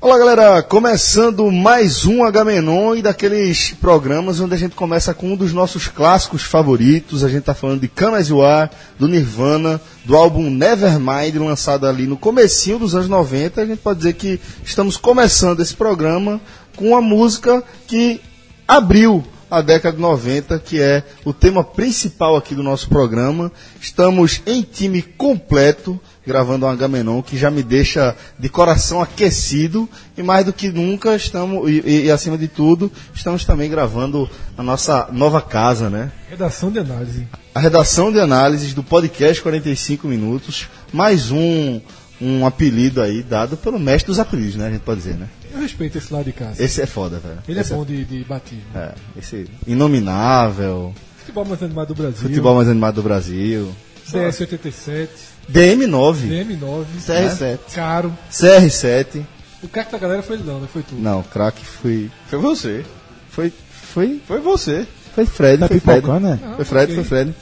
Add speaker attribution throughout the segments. Speaker 1: Olá galera, começando mais um Agamenon e daqueles programas onde a gente começa com um dos nossos clássicos favoritos. A gente tá falando de Camas War, do Nirvana, do álbum Nevermind, lançado ali no comecinho dos anos 90. A gente pode dizer que estamos começando esse programa com uma música que abriu a década de 90, que é o tema principal aqui do nosso programa. Estamos em time completo gravando um Agamenon que já me deixa de coração aquecido e mais do que nunca estamos e, e, e, acima de tudo estamos também gravando a nossa nova casa, né?
Speaker 2: Redação de análise.
Speaker 1: A redação de análises do podcast 45 minutos, mais um um apelido aí dado pelo mestre dos apelidos, né? A gente pode dizer, né?
Speaker 2: Eu respeito esse lado de casa.
Speaker 1: Esse é foda, velho.
Speaker 2: Ele
Speaker 1: esse
Speaker 2: é bom de, de bater.
Speaker 1: É, esse inominável.
Speaker 2: Futebol mais animado do Brasil.
Speaker 1: Futebol mais animado do Brasil.
Speaker 2: CS87.
Speaker 1: DM9.
Speaker 2: DM9.
Speaker 1: CR7.
Speaker 2: Né? Caro.
Speaker 1: CR7.
Speaker 2: O craque da galera foi ele não, né? Foi tu.
Speaker 1: Não, o craque foi...
Speaker 3: Foi você.
Speaker 1: Foi... Foi...
Speaker 3: Foi você.
Speaker 1: Foi Fred,
Speaker 4: Tá
Speaker 1: foi Fred.
Speaker 4: pipocando, né?
Speaker 1: Foi Fred, foi Fred.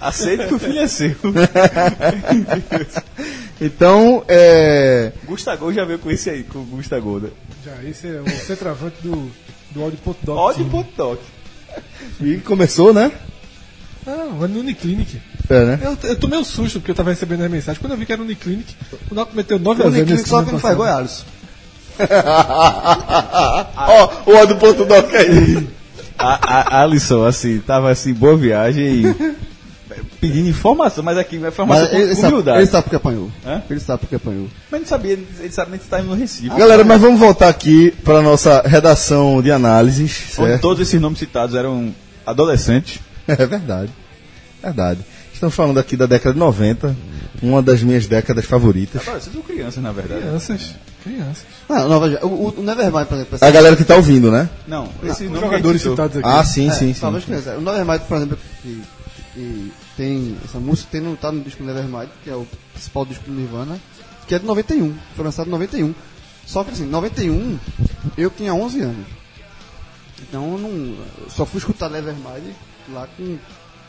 Speaker 3: Aceita que o filho é seu.
Speaker 1: Então, é...
Speaker 3: Gustagol já veio com esse aí, com o Gustagol, né?
Speaker 2: Já, esse é o centroavante do, do Audio.doc.
Speaker 3: Ódio ponto toque.
Speaker 1: E começou, né?
Speaker 2: Ah, vai no Uniclinic.
Speaker 1: É, né?
Speaker 2: Eu, eu tomei um susto porque eu tava recebendo as mensagens. Quando eu vi que era Uniclinic, o Náutico meteu 9
Speaker 3: O
Speaker 2: a 0
Speaker 3: Nick
Speaker 2: nesse
Speaker 3: só
Speaker 2: time
Speaker 3: que não
Speaker 2: passado.
Speaker 3: faz gol, é Alisson.
Speaker 1: Ó, o do ponto doc aí.
Speaker 3: A, a, Alisson, assim, tava assim, boa viagem e pedindo informação, mas aqui é informação
Speaker 4: Mas
Speaker 3: com
Speaker 4: ele, sabe,
Speaker 3: humildade.
Speaker 4: ele sabe porque apanhou.
Speaker 3: Hã?
Speaker 4: Ele sabe porque apanhou.
Speaker 3: Mas não sabia, ele sabe nem se tá indo no Recife.
Speaker 1: Galera, mas vamos voltar aqui para nossa redação de análises,
Speaker 3: Onde
Speaker 4: É.
Speaker 1: certo?
Speaker 3: todos esses nomes citados eram adolescentes.
Speaker 1: É verdade. Verdade. Estamos falando aqui da década de 90, uma das minhas décadas favoritas.
Speaker 3: Adolescentes ou crianças, na verdade.
Speaker 2: Crianças. Crianças.
Speaker 4: Ah, Nova Ge- o, o- o Nevermind, por exemplo,
Speaker 1: A galera que tá ouvindo, né?
Speaker 3: Não, esse
Speaker 2: Os
Speaker 3: nome
Speaker 2: jogadores
Speaker 3: que a gente citou.
Speaker 2: citados aqui.
Speaker 1: Ah, sim,
Speaker 4: é,
Speaker 1: sim, sim.
Speaker 4: Talvez criança. O Nevermind, por exemplo, que, que tem essa música, tem no, tá no disco Nevermind, que é o principal disco do Nirvana, que é de 91, foi lançado em 91. Só que assim, 91, eu tinha 11 anos. Então eu não, eu só fui escutar Nevermind lá com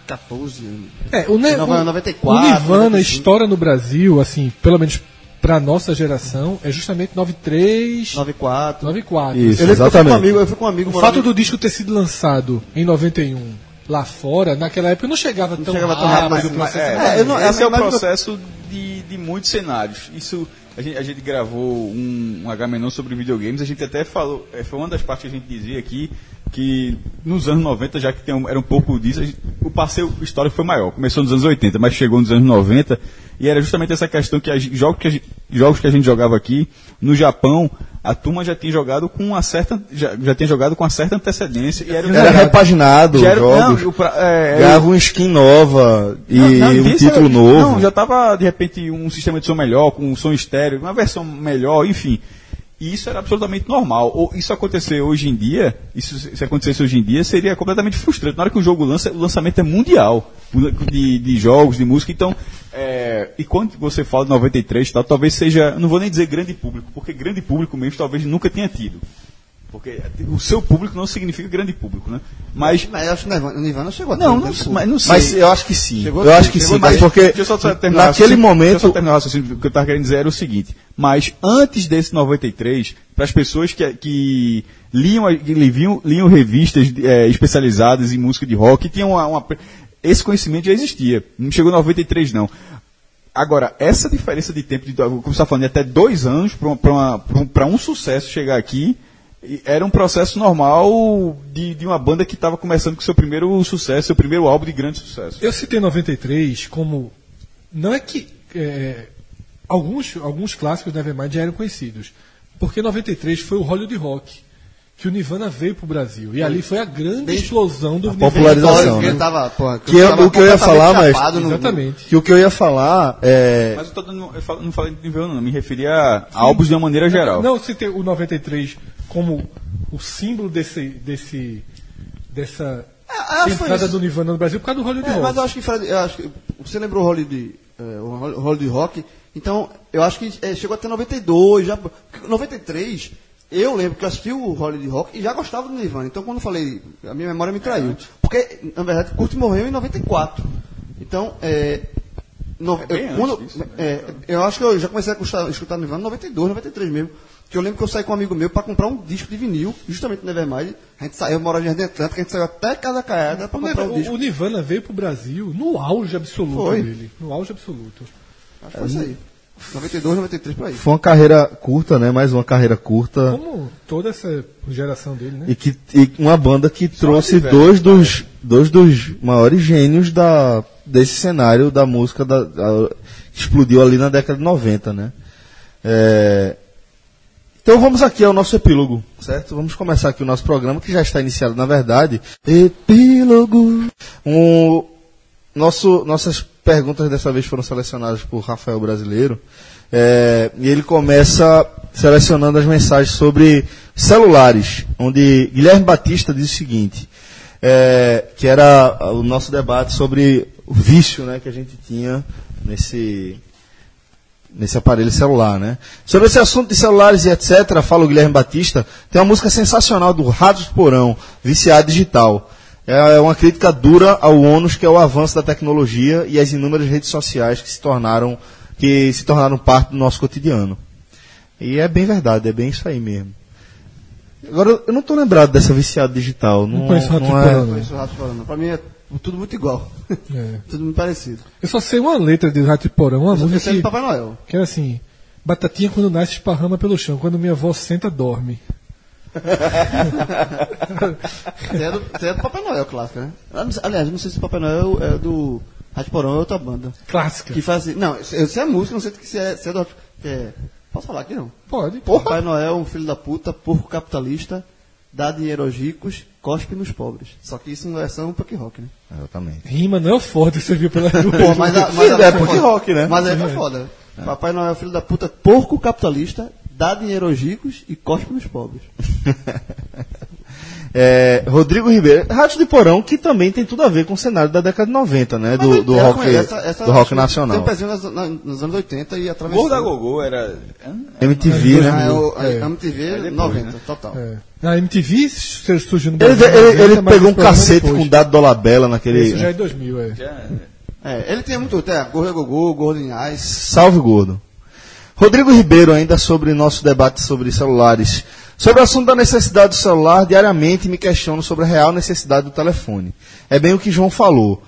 Speaker 4: 14 anos.
Speaker 2: É, o, ne
Speaker 4: Não, vai
Speaker 2: o-
Speaker 4: 94,
Speaker 2: o Nirvana
Speaker 4: 95.
Speaker 2: estoura no Brasil, assim, pelo menos pra nossa geração, é justamente 93,
Speaker 4: 94.
Speaker 2: 94.
Speaker 1: Isso,
Speaker 4: eu lembro que eu fui com um
Speaker 1: exatamente.
Speaker 4: amigo, eu fui com um amigo
Speaker 2: O fato do disco ter sido lançado em 91 lá fora, naquela época não chegava tão
Speaker 4: chegava tão
Speaker 2: rápido.
Speaker 4: rápido,
Speaker 3: Mas,
Speaker 4: mas o processo-
Speaker 3: é,
Speaker 4: É, eu não-
Speaker 3: esse é o
Speaker 4: mas-
Speaker 3: processo de, de muitos cenários. Isso a gente, a gente gravou um, um H-Menon sobre videogames, a gente até falou, é, foi uma das partes que a gente dizia aqui, que nos anos 90, já que tem um- era um pouco disso, a gente- o passeio histórico foi maior. Começou nos anos 80, mas chegou nos anos 90, e era justamente essa questão que a gente- jogos, que a gente, jogos que a gente jogava aqui, no Japão, a turma já tinha jogado com uma certa, já, já tinha jogado com uma certa antecedência, e era, um
Speaker 1: Era repaginado os
Speaker 3: já era- não,
Speaker 1: jogos.
Speaker 3: o pra- é, era-
Speaker 1: Ganhava uma skin nova e
Speaker 3: não, não,
Speaker 1: um
Speaker 3: disso
Speaker 1: título
Speaker 3: era-
Speaker 1: novo.
Speaker 3: Não, já tava, de repente, um sistema de som melhor, com um som estéreo, uma versão melhor, enfim. E isso era absolutamente normal. Ou isso acontecer hoje em dia, isso se se acontecesse hoje em dia, seria completamente frustrante. Na hora que o jogo lança, o lançamento é mundial o lan- de, de jogos, de música. Então, é, e quando você fala de 93 e tal, talvez seja, não vou nem dizer grande público, porque grande público mesmo talvez nunca tenha tido. Porque o seu público não significa grande público, né? Mas.
Speaker 4: Mas eu acho que o Nirvana- o Nirvana chegou a ter
Speaker 3: Não,
Speaker 4: um
Speaker 3: não,
Speaker 4: tempo-
Speaker 3: mas não sei.
Speaker 1: Mas eu acho que sim.
Speaker 3: Chegou
Speaker 1: eu
Speaker 3: aqui,
Speaker 1: acho que
Speaker 3: chegou
Speaker 1: sim,
Speaker 3: mais-
Speaker 1: mas porque
Speaker 3: Deixa eu só terminar o
Speaker 1: naquele
Speaker 3: raciocínio. Deixa eu
Speaker 1: momento
Speaker 3: só terminar o raciocínio. O que eu estava querendo dizer era o seguinte: mas antes desse 93, para as pessoas que, que liam, a- que liam, liam revistas eh, especializadas em música de rock, tinham uma, uma- esse conhecimento já existia. Não chegou em 93, não. Agora, essa diferença de tempo, de, como você está falando, de até dois anos para uma- pra um- pra um sucesso chegar aqui, e era um processo normal de, de uma banda que estava começando com seu primeiro sucesso, seu primeiro álbum de grande sucesso.
Speaker 2: Eu citei 93 como. Não é que. é, alguns, alguns clássicos da Nevermind já eram conhecidos. Porque 93 foi o Hollywood Rock que o Nirvana veio pro Brasil. E ali foi a grande explosão do Nirvana.
Speaker 1: popularização,
Speaker 4: Porque
Speaker 1: né?
Speaker 4: ele tava, porra,
Speaker 1: Que é
Speaker 4: tava
Speaker 1: o que eu ia falar,
Speaker 4: completamente
Speaker 1: mas-
Speaker 4: chapado no-
Speaker 2: Exatamente.
Speaker 1: Que o que eu ia falar é.
Speaker 5: Mas eu, tô dando, eu falo- não falei de nível, não. Me referi a álbuns de uma maneira geral.
Speaker 2: Não, se tem o 93 como o símbolo desse, desse, dessa
Speaker 4: Ah, foi
Speaker 2: entrada
Speaker 4: isso.
Speaker 2: do Nirvana no Brasil por causa do Hollywood
Speaker 4: É,
Speaker 2: Rock.
Speaker 4: mas eu acho que Fred, eu acho que você lembrou o Hollywood, é, o Hol- Hollywood Rock, então eu acho que é, chegou até 92, já 93. Eu lembro que eu assisti o Hollywood Rock e já gostava do Nirvana. Então quando eu falei, a minha memória me
Speaker 5: É.
Speaker 4: traiu. Porque na verdade Kurt morreu em 94. Então, é, no-
Speaker 5: bem
Speaker 4: eu,
Speaker 5: antes
Speaker 4: quando-
Speaker 5: disso, né?
Speaker 4: é, eu acho que eu já comecei a custar- escutar Nirvana em 92, 93 mesmo. Que eu lembro que eu saí com um amigo meu para comprar um disco de vinil, justamente no Nevermind. A gente saiu, eu morava em Jardim Atlântico, a gente saiu até Casa Caiada para
Speaker 2: é O
Speaker 4: comprar um
Speaker 2: Nirvana-
Speaker 4: disco.
Speaker 2: o, o Nirvana veio pro Brasil no auge absoluto
Speaker 4: Foi.
Speaker 2: dele. No auge absoluto.
Speaker 4: Acho que foi isso aí. 92, 93 por aí.
Speaker 1: Foi uma carreira curta, né? Mais uma carreira curta.
Speaker 2: Como toda essa geração dele, né?
Speaker 1: E, que, e uma banda que trouxe
Speaker 5: velho,
Speaker 1: dois dos, dois dos maiores gênios da, desse cenário da música da, da- que explodiu ali na década de 90, né? É, então vamos aqui ao nosso epílogo, certo? Vamos começar aqui o nosso programa, que já está iniciado, na verdade. Epílogo! Um, nosso, nossas perguntas dessa vez foram selecionadas por Rafael Brasileiro. É, e ele começa selecionando as mensagens sobre celulares, onde Guilherme Batista diz o seguinte, é, que era o nosso debate sobre o vício né, que a gente tinha nesse, nesse aparelho celular, né? Sobre esse assunto de celulares e etc, fala o Guilherme Batista, tem uma música sensacional do Ratos do Porão, Viciado Digital. É uma crítica dura ao ônus que é o avanço da tecnologia e as inúmeras redes sociais que se tornaram, que se tornaram parte do nosso cotidiano. E é bem verdade, é bem isso aí mesmo. Agora, eu- eu não estou lembrado dessa viciado digital. Não, é-
Speaker 2: conheço Ratos do Porão, não.
Speaker 4: Foi isso, Rato falando. Pra mim é tudo muito igual.
Speaker 2: É.
Speaker 4: tudo muito parecido.
Speaker 2: Eu só sei uma letra de Rato de Porão, uma
Speaker 4: Eu
Speaker 2: música
Speaker 4: sei do
Speaker 2: que,
Speaker 4: Papai Noel.
Speaker 2: que era assim: Batatinha quando nasce esparrama pelo chão, quando minha avó senta dorme.
Speaker 4: Você é do, você é do Papai Noel clássico, né? Ah, não sei- Aliás, não sei se o Papai Noel é do Rato Porão ou é outra banda.
Speaker 2: Clássica.
Speaker 4: Que faz assim. Não, eu sei a música, não sei se é, se é do Rato. que é- posso falar aqui não?
Speaker 2: Pode.
Speaker 4: Papai Noel, um filho da puta, porco capitalista, dá dinheiro aos ricos, cospe nos pobres. Só que isso não é só um punk rock, né?
Speaker 1: Exatamente.
Speaker 2: Rima não é o forte, você viu pela
Speaker 4: Pô, mas a, mas
Speaker 1: É,
Speaker 4: a,
Speaker 1: punk rock, né?
Speaker 4: Mas aí tá foda. Papai Noel, é filho da puta, porco capitalista, dá dinheiro aos ricos e cospe nos pobres.
Speaker 1: É, Rodrigo Ribeiro, Ratos de Porão, que também tem tudo a ver com o cenário da década de 90, né? Do, do
Speaker 4: Ela
Speaker 1: rock,
Speaker 4: conhece é- essa- essa-
Speaker 1: do rock nacional.
Speaker 4: Tem um pezinho nas, na- nos anos 80 e atravessou.
Speaker 5: Gorda Gogô era. um,
Speaker 1: Tá MTV,
Speaker 4: Ah, é
Speaker 1: né?
Speaker 4: o,
Speaker 2: É.
Speaker 4: a MTV
Speaker 5: É depois,
Speaker 4: 90,
Speaker 5: né?
Speaker 4: total.
Speaker 2: É. Na MTV sur- surgiu no
Speaker 1: Ele, ele-
Speaker 2: Brasil,
Speaker 1: ele
Speaker 4: é
Speaker 2: 90, mas
Speaker 1: pegou um
Speaker 2: esse programa
Speaker 1: cacete
Speaker 2: depois.
Speaker 1: com o Dado Dolabella naquele.
Speaker 2: Isso já é 2000, é.
Speaker 5: Já,
Speaker 4: É, ele tem muito, tem a Gorda Gogô, Golden Eyes.
Speaker 1: Salve, gordo. Rodrigo Ribeiro, ainda sobre nosso debate sobre celulares. Sobre o assunto da necessidade do celular, diariamente me questiono sobre a real necessidade do telefone. É bem o que João falou.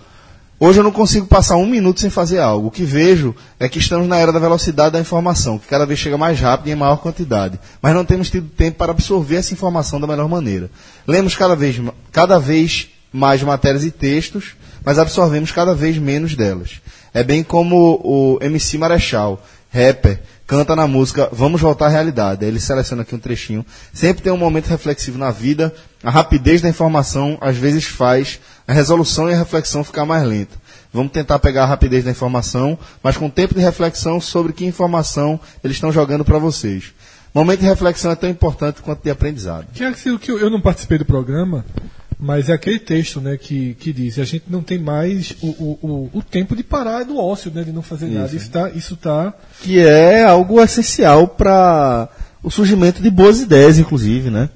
Speaker 1: Hoje eu não consigo passar um minuto sem fazer algo. O que vejo é que estamos na era da velocidade da informação, que cada vez chega mais rápido e em maior quantidade. Mas não temos tido tempo para absorver essa informação da melhor maneira. Lemos cada vez, ma- cada vez mais matérias e textos, mas absorvemos cada vez menos delas. É bem como o MC Marechal, rapper, canta na música Vamos Voltar à Realidade. Aí Ele seleciona aqui um trechinho. Sempre tem um momento reflexivo na vida, a rapidez da informação às vezes faz a resolução e a reflexão ficar mais lenta. Vamos tentar pegar a rapidez da informação, mas com tempo de reflexão sobre que informação eles estão jogando para vocês. Momento de reflexão é tão importante quanto de aprendizado.
Speaker 2: Que é aquilo que eu, eu não participei do programa, mas é aquele texto né, que, que diz: a gente não tem mais o, o, o, o tempo de parar do ócio, né, de não fazer nada. Isso está isso tá
Speaker 1: Que é algo essencial para o surgimento de boas ideias, inclusive, né?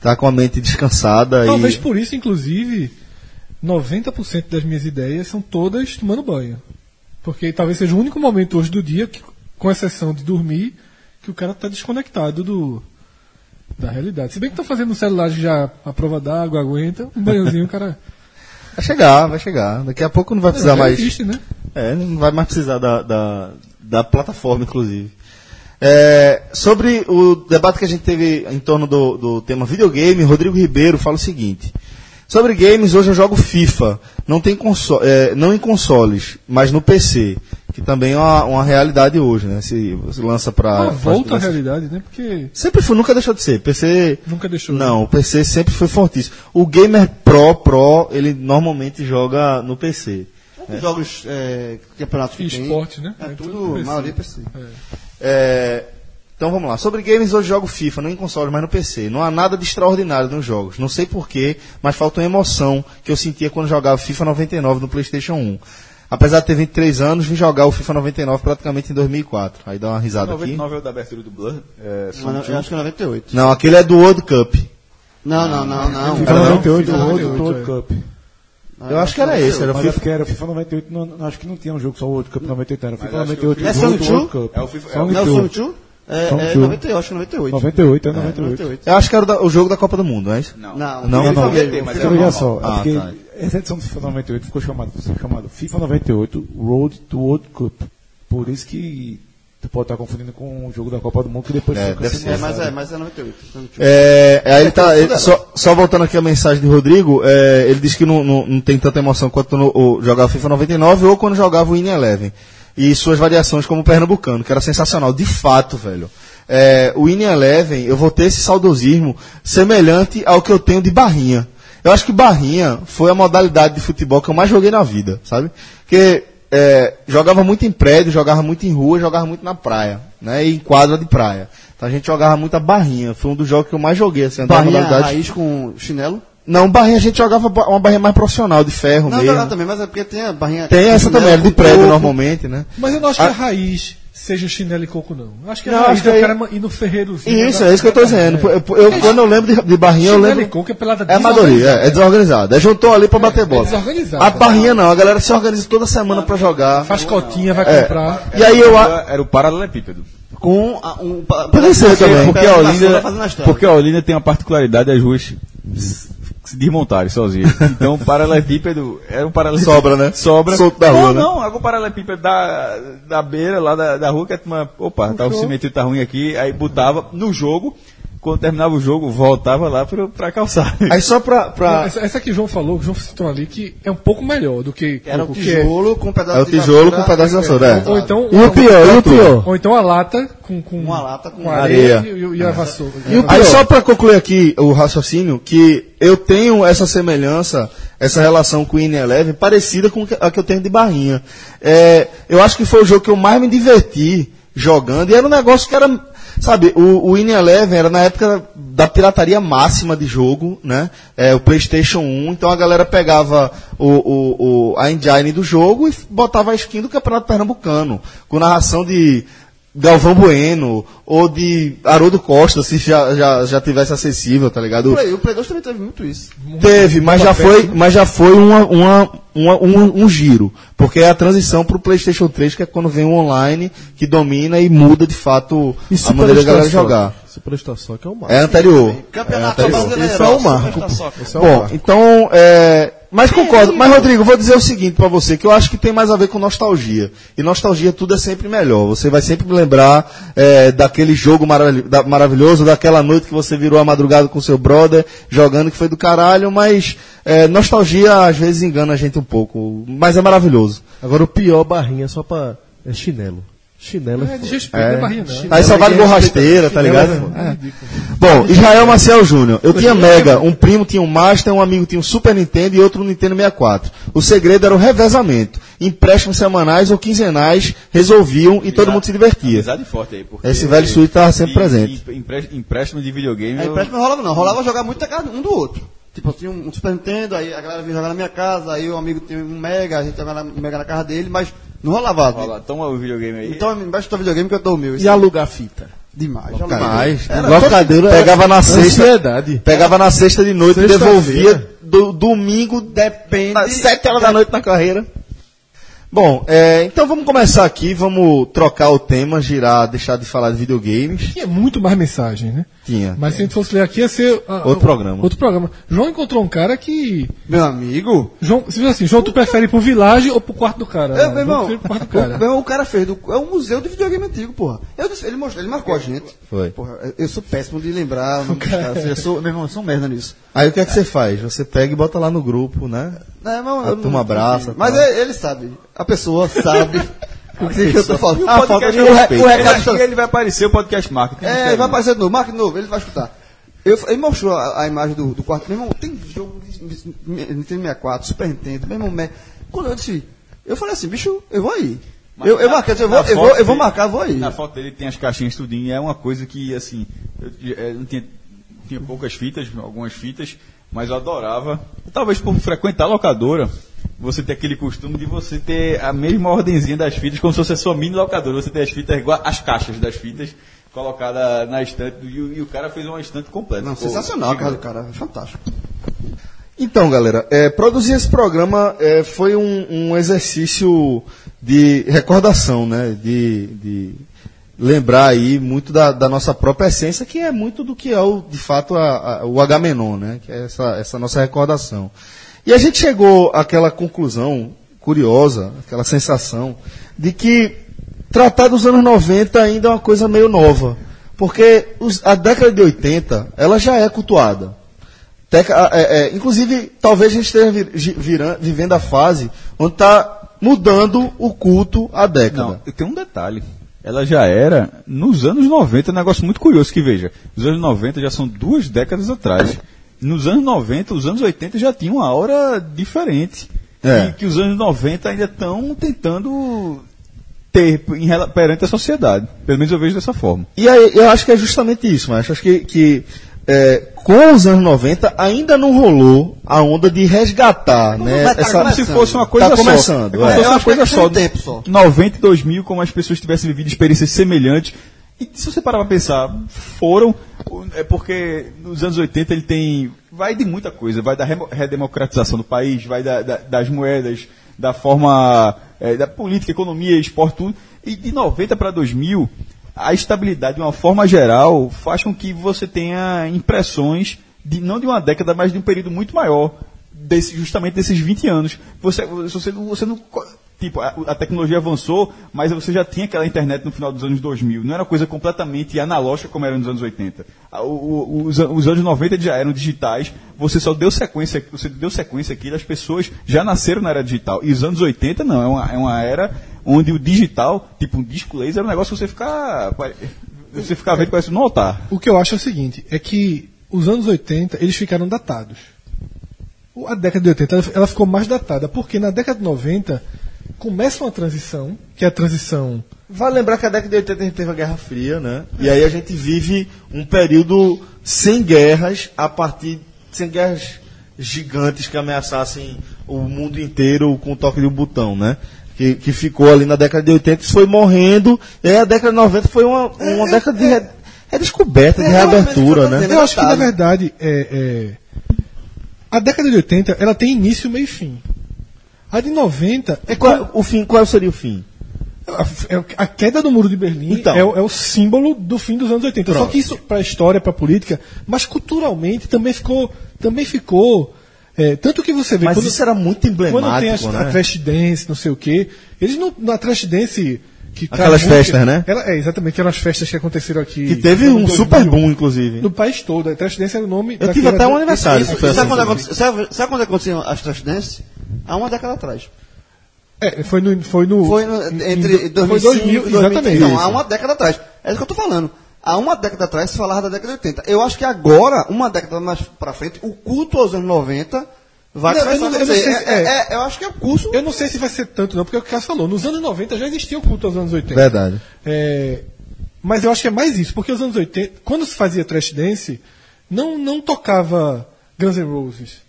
Speaker 1: Tá com a mente descansada
Speaker 2: Talvez
Speaker 1: e
Speaker 2: por isso, inclusive, 90% das minhas ideias são todas tomando banho. Porque talvez seja o único momento hoje do dia, que, com exceção de dormir, que o cara está desconectado do da realidade. Se bem que estão fazendo um celular já à prova d'água, aguenta, um banhozinho o cara.
Speaker 1: vai chegar, vai chegar. Daqui a pouco não vai precisar
Speaker 2: Já
Speaker 1: mais.
Speaker 2: existe, né?
Speaker 1: É, não vai mais precisar da, da, da plataforma, inclusive. É, sobre o debate que a gente teve em torno do, do tema videogame, Rodrigo Ribeiro fala o seguinte: Sobre games, hoje eu jogo FIFA. Não, tem conso- é, não em consoles, mas no PC. Que também é uma, uma realidade hoje, né? Se você lança pra.
Speaker 2: Uma Tá Ah, volta à
Speaker 1: lança-
Speaker 2: realidade, né? Porque
Speaker 1: Sempre foi, nunca deixou de ser. PC.
Speaker 2: nunca deixou.
Speaker 1: Não, o PC sempre foi fortíssimo. O gamer pro, pro, ele normalmente joga no PC.
Speaker 4: Os jogos, é, campeonatos que
Speaker 2: E
Speaker 4: tem,
Speaker 2: esporte, né?
Speaker 4: É,
Speaker 2: É
Speaker 4: tudo,
Speaker 2: tudo PC.
Speaker 4: maioria PC.
Speaker 1: É, então vamos lá. Sobre games, hoje jogo FIFA, não em console, mas no PC. Não há nada de extraordinário nos jogos. Não sei porquê, mas falta uma emoção que eu sentia quando jogava FIFA 99 no PlayStation 1. Apesar de ter 23 anos, vim jogar o FIFA 99 praticamente em 2004. Aí dá uma risada aqui.
Speaker 5: 99 é o da abertura do Blur. É,
Speaker 4: Mas não- eu acho que é 98.
Speaker 1: Não, aquele é do World Cup.
Speaker 4: Não, não,
Speaker 1: É.
Speaker 4: não, não.
Speaker 6: FIFA
Speaker 1: não?
Speaker 6: 98,
Speaker 2: FIFA
Speaker 6: World
Speaker 2: 98,
Speaker 6: World
Speaker 2: é.
Speaker 6: Cup.
Speaker 1: Eu acho que era esse, era o
Speaker 6: Mas
Speaker 1: FIFA.
Speaker 6: eu fiquei, era FIFA 98, não, não, acho que não tinha um jogo só o World Cup 98, era FIFA
Speaker 5: acho que
Speaker 6: 98
Speaker 4: o
Speaker 6: e
Speaker 4: FIFA-
Speaker 6: World,
Speaker 4: É Sonic Two?
Speaker 6: World Cup. um
Speaker 5: É o FIFA- é o-
Speaker 6: Sonic
Speaker 4: Não, o
Speaker 6: Two.
Speaker 4: Sonic 2? É,
Speaker 6: Sonic
Speaker 4: é
Speaker 6: Two.
Speaker 4: 98, eu acho que é 98.
Speaker 6: 98, é
Speaker 4: É,
Speaker 6: 98.
Speaker 4: 98.
Speaker 1: Eu acho que era o, da- o jogo da Copa do Mundo, não é isso?
Speaker 4: Não,
Speaker 1: Não,
Speaker 4: FIFA
Speaker 6: não.
Speaker 5: Mas
Speaker 4: mesmo,
Speaker 6: Porque,
Speaker 4: FIFA
Speaker 5: era
Speaker 6: olha
Speaker 4: normal.
Speaker 6: só, é
Speaker 1: Ah,
Speaker 6: porque
Speaker 1: tá.
Speaker 6: essa edição do FIFA 98 ficou chamada, chamada FIFA 98 Road to World Cup. Por isso que tu pode estar confundindo com o jogo da Copa do Mundo que depois
Speaker 1: É,
Speaker 6: foi
Speaker 1: deve
Speaker 4: É,
Speaker 6: cancelado.
Speaker 4: mas é, mas é 98. Sonic Two.
Speaker 1: É, aí ele tá,
Speaker 4: tudo
Speaker 1: ele-
Speaker 4: dela.
Speaker 1: só, só voltando aqui a mensagem de Rodrigo, é, ele disse que não, não, não tem tanta emoção quanto no, o, jogava FIFA 99 ou quando jogava o In Eleven. E suas variações como o Pernambucano, que era sensacional. De fato, velho. É, o In Eleven, eu vou ter esse saudosismo semelhante ao que eu tenho de Barrinha. Eu acho que Barrinha foi a modalidade de futebol que eu mais joguei na vida, sabe? Porque é, jogava muito em prédio, jogava muito em rua, jogava muito na praia, né? E em quadra de praia. Então a gente jogava muito a barrinha. Foi um dos jogos que eu mais joguei, assim, da
Speaker 4: Barrinha
Speaker 1: modalidade.
Speaker 4: raiz com chinelo.
Speaker 1: Não, barrinha a gente jogava ba- uma barrinha mais profissional, de ferro
Speaker 4: Não,
Speaker 1: mesmo.
Speaker 4: não, não, também, mas é porque tem a barrinha...
Speaker 1: Tem essa
Speaker 4: chinelo
Speaker 1: também, era de
Speaker 4: com
Speaker 1: prédio
Speaker 4: coco.
Speaker 1: normalmente, né?
Speaker 2: Mas eu não acho
Speaker 1: Ah.
Speaker 2: que a raiz seja chinelo e coco, não. Eu Acho que a
Speaker 1: Não,
Speaker 2: raiz
Speaker 1: acho que
Speaker 2: do
Speaker 1: aí-
Speaker 2: cara é ir no ferreirozinho.
Speaker 1: Isso, é isso que eu tô dizendo. Eu- eu- quando eu lembro de, de barrinha, eu
Speaker 2: Chinelo e
Speaker 1: lembro.
Speaker 2: coco é pelada
Speaker 1: É amadoria, é, é desorganizado. É juntou ali pra bater bola.
Speaker 2: desorganizado.
Speaker 1: A
Speaker 4: né?
Speaker 1: barrinha não, a galera se organiza toda semana pra jogar.
Speaker 2: Faz cotinha, vai
Speaker 1: É.
Speaker 2: comprar.
Speaker 1: E aí eu. a-
Speaker 5: Era o paralelepípedo.
Speaker 4: Com a, um...
Speaker 1: Poderia ser também. é
Speaker 4: Porque
Speaker 5: Porque
Speaker 4: é a
Speaker 5: a,
Speaker 4: Olinda-
Speaker 1: tá
Speaker 5: Olinda, porque a Olinda tem uma particularidade das ruas se desmontarem sozinhas. Então, o paralelepípedo era um paralelepípedo.
Speaker 1: Sobra, né?
Speaker 5: Sobra.
Speaker 1: Solto da rua,
Speaker 5: Ou
Speaker 1: né?
Speaker 5: não, é o paralelepípedo da, da beira lá da, da rua que a turma, opa, tá, o cimento tá ruim aqui, aí botava no jogo, quando terminava o jogo, voltava lá pro, pra calçada.
Speaker 1: Aí só pra. pra...
Speaker 2: Essa, essa que o João falou, que o João citou ali, que é um pouco melhor do que
Speaker 4: Era o
Speaker 2: coco.
Speaker 4: tijolo com um pedaço
Speaker 1: É o
Speaker 4: de
Speaker 1: tijolo com
Speaker 4: vassoura.
Speaker 1: um pedaço de vassoura, é.
Speaker 2: Ou então,
Speaker 6: E o pior, e o pior?
Speaker 2: Ou então a lata com, com
Speaker 4: Uma lata com
Speaker 2: areia,
Speaker 1: areia.
Speaker 2: E, e a vassoura.
Speaker 1: Aí só para concluir aqui o raciocínio, que eu tenho essa semelhança, essa relação com o In Eleven, parecida com a que eu tenho de Barrinha. É, eu acho que foi o jogo que eu mais me diverti jogando, e era um negócio que era, sabe, o, o In Eleven era na época da pirataria máxima de jogo, né? É, o Playstation 1, então a galera pegava o, o- o- a engine do jogo e botava a skin do Campeonato Pernambucano, com narração de Galvão Bueno ou de Haroldo Costa, se já, já, já tivesse acessível, tá ligado?
Speaker 4: O Play- O Play 2 também teve muito né? isso.
Speaker 1: Teve, mas já
Speaker 2: papel,
Speaker 1: foi, mas já foi uma, uma, uma- um, um giro. Porque é a transição pro PlayStation 3, que é quando vem o online, que domina e muda de fato a maneira da galera jogar.
Speaker 6: Superstar Soccer é o
Speaker 1: É anterior.
Speaker 4: Campeonato
Speaker 1: É, tá isso.
Speaker 4: brasileiro.
Speaker 6: Isso é o marco.
Speaker 4: Superstar Soccer.
Speaker 1: Tá Bom, então, é, mas concordo. Mas, Rodrigo, vou dizer o seguinte pra você, que eu acho que tem mais a ver com nostalgia. E nostalgia tudo é sempre melhor. Você vai sempre lembrar é, daquele jogo maravil- da- maravilhoso, daquela noite que você virou a madrugada com seu brother, jogando que foi do caralho, mas é, nostalgia às vezes engana a gente um pouco. Mas é maravilhoso.
Speaker 7: Agora o pior barrinha só pra. É chinelo. Chinelo
Speaker 2: É
Speaker 7: é, foda.
Speaker 2: desrespeito da barriga, não.
Speaker 1: Aí só vale borrasteira, tá ligado? É. Bom, Israel Marcel Júnior. Eu tinha Mega, um primo tinha um Master, um amigo tinha um Super Nintendo e outro um Nintendo 64. O segredo era o revezamento. Empréstimos semanais ou quinzenais resolviam e todo mundo se divertia.
Speaker 5: Amizade forte aí. Porque
Speaker 1: Esse velho suíte tava sempre presente.
Speaker 5: E, empre- empréstimo de videogame.
Speaker 4: Aí
Speaker 5: eu-
Speaker 4: É, empréstimo não rolava não, rolava jogar muito na casa um do outro. Tipo, tinha um Super Nintendo, aí a galera vinha jogar na minha casa, aí o amigo tinha um Mega, a gente jogava na- Mega na casa dele, mas não rolava.
Speaker 5: Olha lá, toma o videogame aí.
Speaker 4: Então embaixo do videogame que eu dou o meu. Isso
Speaker 6: E alugar fita?
Speaker 4: é demais. já alugava.
Speaker 1: Demais.
Speaker 4: Era
Speaker 1: Locadeira Pegava na sexta.
Speaker 6: Ansiedade.
Speaker 1: Pegava na sexta de noite e
Speaker 6: Sexta-feira.
Speaker 1: devolvia do, domingo, depende.
Speaker 4: Depende-
Speaker 1: Sete horas da noite na carreira. Bom, é, então vamos começar aqui, vamos trocar o tema, girar, deixar de falar de videogames.
Speaker 2: Tinha muito mais mensagem, né?
Speaker 1: Tinha.
Speaker 2: Mas se a gente fosse ler aqui, ia ser. ah,
Speaker 1: Outro programa.
Speaker 2: Outro programa. João encontrou um cara que.
Speaker 4: Meu amigo?
Speaker 2: João, você viu assim, João, tu prefere ir pro vilarejo ou pro quarto do cara?
Speaker 4: É,
Speaker 2: Eu
Speaker 4: meu irmão,
Speaker 2: prefiro pro quarto do
Speaker 4: o, meu
Speaker 2: cara.
Speaker 4: irmão, o cara fez do, é um museu de videogame antigo, porra. Eu disse- ele mostrou, ele marcou a gente.
Speaker 1: Foi.
Speaker 4: Porra, eu sou péssimo de lembrar, o nome dos caras. Eu sou, meu irmão, eu sou um merda nisso.
Speaker 1: Aí o que é que você faz? Você pega e bota lá no grupo, né?
Speaker 4: Não, irmão,
Speaker 1: A
Speaker 4: eu não-
Speaker 1: turma abraça,
Speaker 4: Mas
Speaker 1: tá.
Speaker 4: é- ele sabe. A pessoa sabe. O que, que eu tô falando?
Speaker 3: E o
Speaker 5: Ah,
Speaker 4: A falta
Speaker 3: podcast
Speaker 4: de o, re-
Speaker 3: Ah, respeito.
Speaker 4: o
Speaker 5: né?
Speaker 3: Ele
Speaker 4: recado
Speaker 3: aqui,
Speaker 4: está-
Speaker 3: ele, vai aparecer o podcast marketing.
Speaker 4: É, ele vai aparecer de novo, marca de novo, ele vai escutar. Eu, ele mostrou a, a imagem do, do quarto. Meu irmão, tem jogo de de- Nintendo 64, Super Nintendo, meu irmão. me- Quando eu disse, eu falei assim, bicho, eu vou aí. eu, eu marquei, eu vou,
Speaker 3: Na foto
Speaker 4: eu, vou, eu vou
Speaker 3: dele-
Speaker 4: marcar, vou aí.
Speaker 3: Na foto dele tem as caixinhas tudinho, e é uma coisa que, assim, eu, é, não tinha, tinha poucas fitas, algumas fitas, mas eu adorava. Talvez por frequentar a locadora, você ter aquele costume de você ter a mesma ordenzinha das fitas, como se fosse a sua mini locadora. Você tem as fitas igual as caixas das fitas colocada na estante, e, o- e o cara fez uma estante completa.
Speaker 4: Não,
Speaker 3: Ficou
Speaker 4: sensacional a casa
Speaker 3: gigante.
Speaker 4: do Ah, cara, é fantástico.
Speaker 1: Então, galera, é, produzir esse programa é, foi um, um exercício de recordação, né? De, de lembrar aí muito da, da nossa própria essência, que é muito do que é, o, de fato, a- a- o Agamenon, né? Que é essa, essa nossa recordação. E a gente chegou àquela conclusão curiosa, aquela sensação, de que tratar dos anos 90 ainda é uma coisa meio nova. Porque os- a década de 80, ela já é cultuada. Teca- é, é, inclusive, talvez a gente esteja vir- gi- viran- vivendo a fase onde
Speaker 2: tá
Speaker 1: está mudando o culto à
Speaker 3: Não,
Speaker 1: década.
Speaker 3: tem um detalhe. Ela já era nos anos 90, um negócio muito curioso que veja. Os anos 90 já são duas décadas atrás. Nos anos 90, os anos 80 já tinham uma aura diferente.
Speaker 1: É.
Speaker 3: E que os anos 90 ainda estão tentando ter em rela- perante a sociedade. Pelo menos eu vejo dessa forma.
Speaker 1: E aí, eu acho que é justamente isso, mas acho que, que, é, com os anos 90 ainda não rolou a onda de resgatar,
Speaker 3: Então
Speaker 1: né?
Speaker 4: mas tá
Speaker 1: essa-
Speaker 3: Como se fosse uma coisa
Speaker 1: tá
Speaker 3: só.
Speaker 1: começando,
Speaker 3: É
Speaker 1: é.
Speaker 3: como se fosse
Speaker 4: Eu
Speaker 3: uma
Speaker 4: acho que
Speaker 3: coisa
Speaker 4: é questão
Speaker 3: só.
Speaker 4: de tempo só.
Speaker 3: 90 e 2000, como as pessoas tivessem vivido experiências semelhantes. E se você parar pra pensar, foram. É porque nos anos 80 ele tem. Vai de muita coisa. Vai da remo- redemocratização do país, vai da- da- das moedas, da forma. é, da política, economia, esporte, tudo. E de 90 para 2000, a estabilidade, de uma forma geral, faz com que você tenha impressões, de, não de uma década, mas de um período muito maior desse, justamente desses 20 anos. Você, você, não- você não. co- Tipo, a, a tecnologia avançou, mas você já tinha aquela internet no final dos anos 2000. Não era uma coisa completamente analógica como era nos anos 80. A- o- o- os, an- os anos 90 já eram digitais, você só deu sequência, você deu sequência aqui, as pessoas já nasceram na era digital. E os anos 80 não, é uma, é uma era onde o digital, tipo um disco laser, era um negócio que você ficar. Você ficar vendo parece um altar.
Speaker 2: O que eu acho é o seguinte, é que os anos 80, eles ficaram datados. O- A década de 80, ela- ela ficou mais datada, porque na década de 90, começa uma transição, que é a transição...
Speaker 1: Vale lembrar que a década de 80 a gente teve a Guerra Fria, né? E aí a gente vive um período sem guerras, a partir sem guerras gigantes que ameaçassem o mundo inteiro com o toque de um botão, né? Que, que ficou ali na década de 80 isso foi morrendo, e aí a década de 90 foi uma, uma década de re- redescoberta, de
Speaker 4: é, é,
Speaker 1: reabertura,
Speaker 4: é, é,
Speaker 1: né?
Speaker 4: é,
Speaker 2: Eu acho que, na
Speaker 4: datado.
Speaker 2: verdade, é, é, a década de 80, ela tem início, meio e fim. A de 90 é
Speaker 1: E qual- o fim, qual seria o fim?
Speaker 2: A, é- a queda do muro de Berlim
Speaker 1: Então.
Speaker 2: é, o- é o símbolo do fim dos anos 80. Só que isso para a história, para a política, mas culturalmente também ficou, também ficou. é, tanto que você vê
Speaker 1: Mas isso era muito
Speaker 2: quando tem a,
Speaker 1: emblemático,
Speaker 2: a
Speaker 1: né?
Speaker 2: trash dance, não sei o quê, eles não na trash dance que traz
Speaker 1: Aquelas
Speaker 2: música-
Speaker 1: festas, né?
Speaker 2: Ela- é exatamente aquelas festas que aconteceram aqui.
Speaker 1: Que teve
Speaker 2: no
Speaker 1: um
Speaker 2: dois
Speaker 1: super
Speaker 2: mil,
Speaker 1: boom, inclusive.
Speaker 2: no país todo. A trash dance era o nome.
Speaker 1: Eu tive
Speaker 2: daquela-
Speaker 1: até um aniversário. isso foi
Speaker 4: Sabe
Speaker 1: assim,
Speaker 4: é quando,
Speaker 1: também.
Speaker 4: aconte- sabe- sabe quando aconteciam as Transdance? Há uma década atrás.
Speaker 2: É, foi no foi no
Speaker 4: Foi no-
Speaker 2: em-
Speaker 4: entre
Speaker 2: em-
Speaker 4: 2005
Speaker 2: foi 2000,
Speaker 4: e 2015.
Speaker 2: exatamente.
Speaker 4: Não, há uma década atrás. É isso que eu tô falando. Há uma década atrás se falava da década de 80. Eu acho que agora, uma década mais pra frente, o culto aos anos 90 vai
Speaker 2: Não, eu
Speaker 4: começar
Speaker 2: não-
Speaker 4: a
Speaker 2: eu não
Speaker 4: acontecer.
Speaker 2: sei se-
Speaker 4: É-
Speaker 2: é.
Speaker 4: é- eu acho que é o curso.
Speaker 2: Eu não sei se vai ser tanto, não, porque é o que o Cássio falou, nos anos 90 já existia o culto aos anos 80.
Speaker 1: Verdade.
Speaker 2: É, mas eu acho que é mais isso, porque os anos 80, quando se fazia trash dance, não, não tocava Guns N' Roses.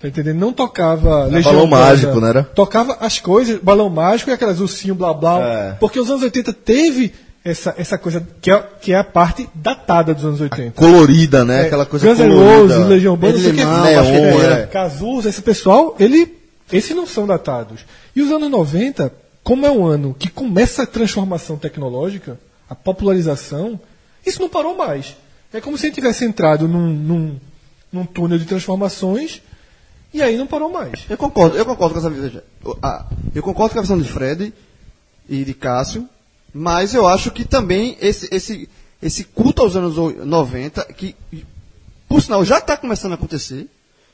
Speaker 2: Tá entendendo? Não tocava
Speaker 1: Balão
Speaker 2: Urbana.
Speaker 1: Mágico, não era?
Speaker 2: Tocava as coisas, balão mágico e aquelas ursinho blá blá.
Speaker 1: É.
Speaker 2: Porque os anos 80 teve essa, essa coisa que é, que é a parte datada dos anos 80.
Speaker 1: Colorida, né?
Speaker 2: É,
Speaker 1: Aquela coisa
Speaker 2: Guns N'
Speaker 1: colorida.
Speaker 2: Roses, Legião é. Urbana,
Speaker 1: Ed
Speaker 2: não sei o que.
Speaker 1: Limão,
Speaker 2: Neon,
Speaker 1: acho que é, era.
Speaker 2: né? Cazuza, esse pessoal, ele, esses não são datados. E os anos 90, como é um ano que começa a transformação tecnológica, a popularização, isso não parou mais. É como se a gente tivesse entrado num, num, num túnel de transformações e aí não parou mais.
Speaker 4: Eu concordo, eu concordo com essa visão. Ah, eu concordo com a visão de Fred e de Cássio, mas eu acho que também esse, esse, esse culto aos anos oi- 90, que, por sinal, já está começando a acontecer,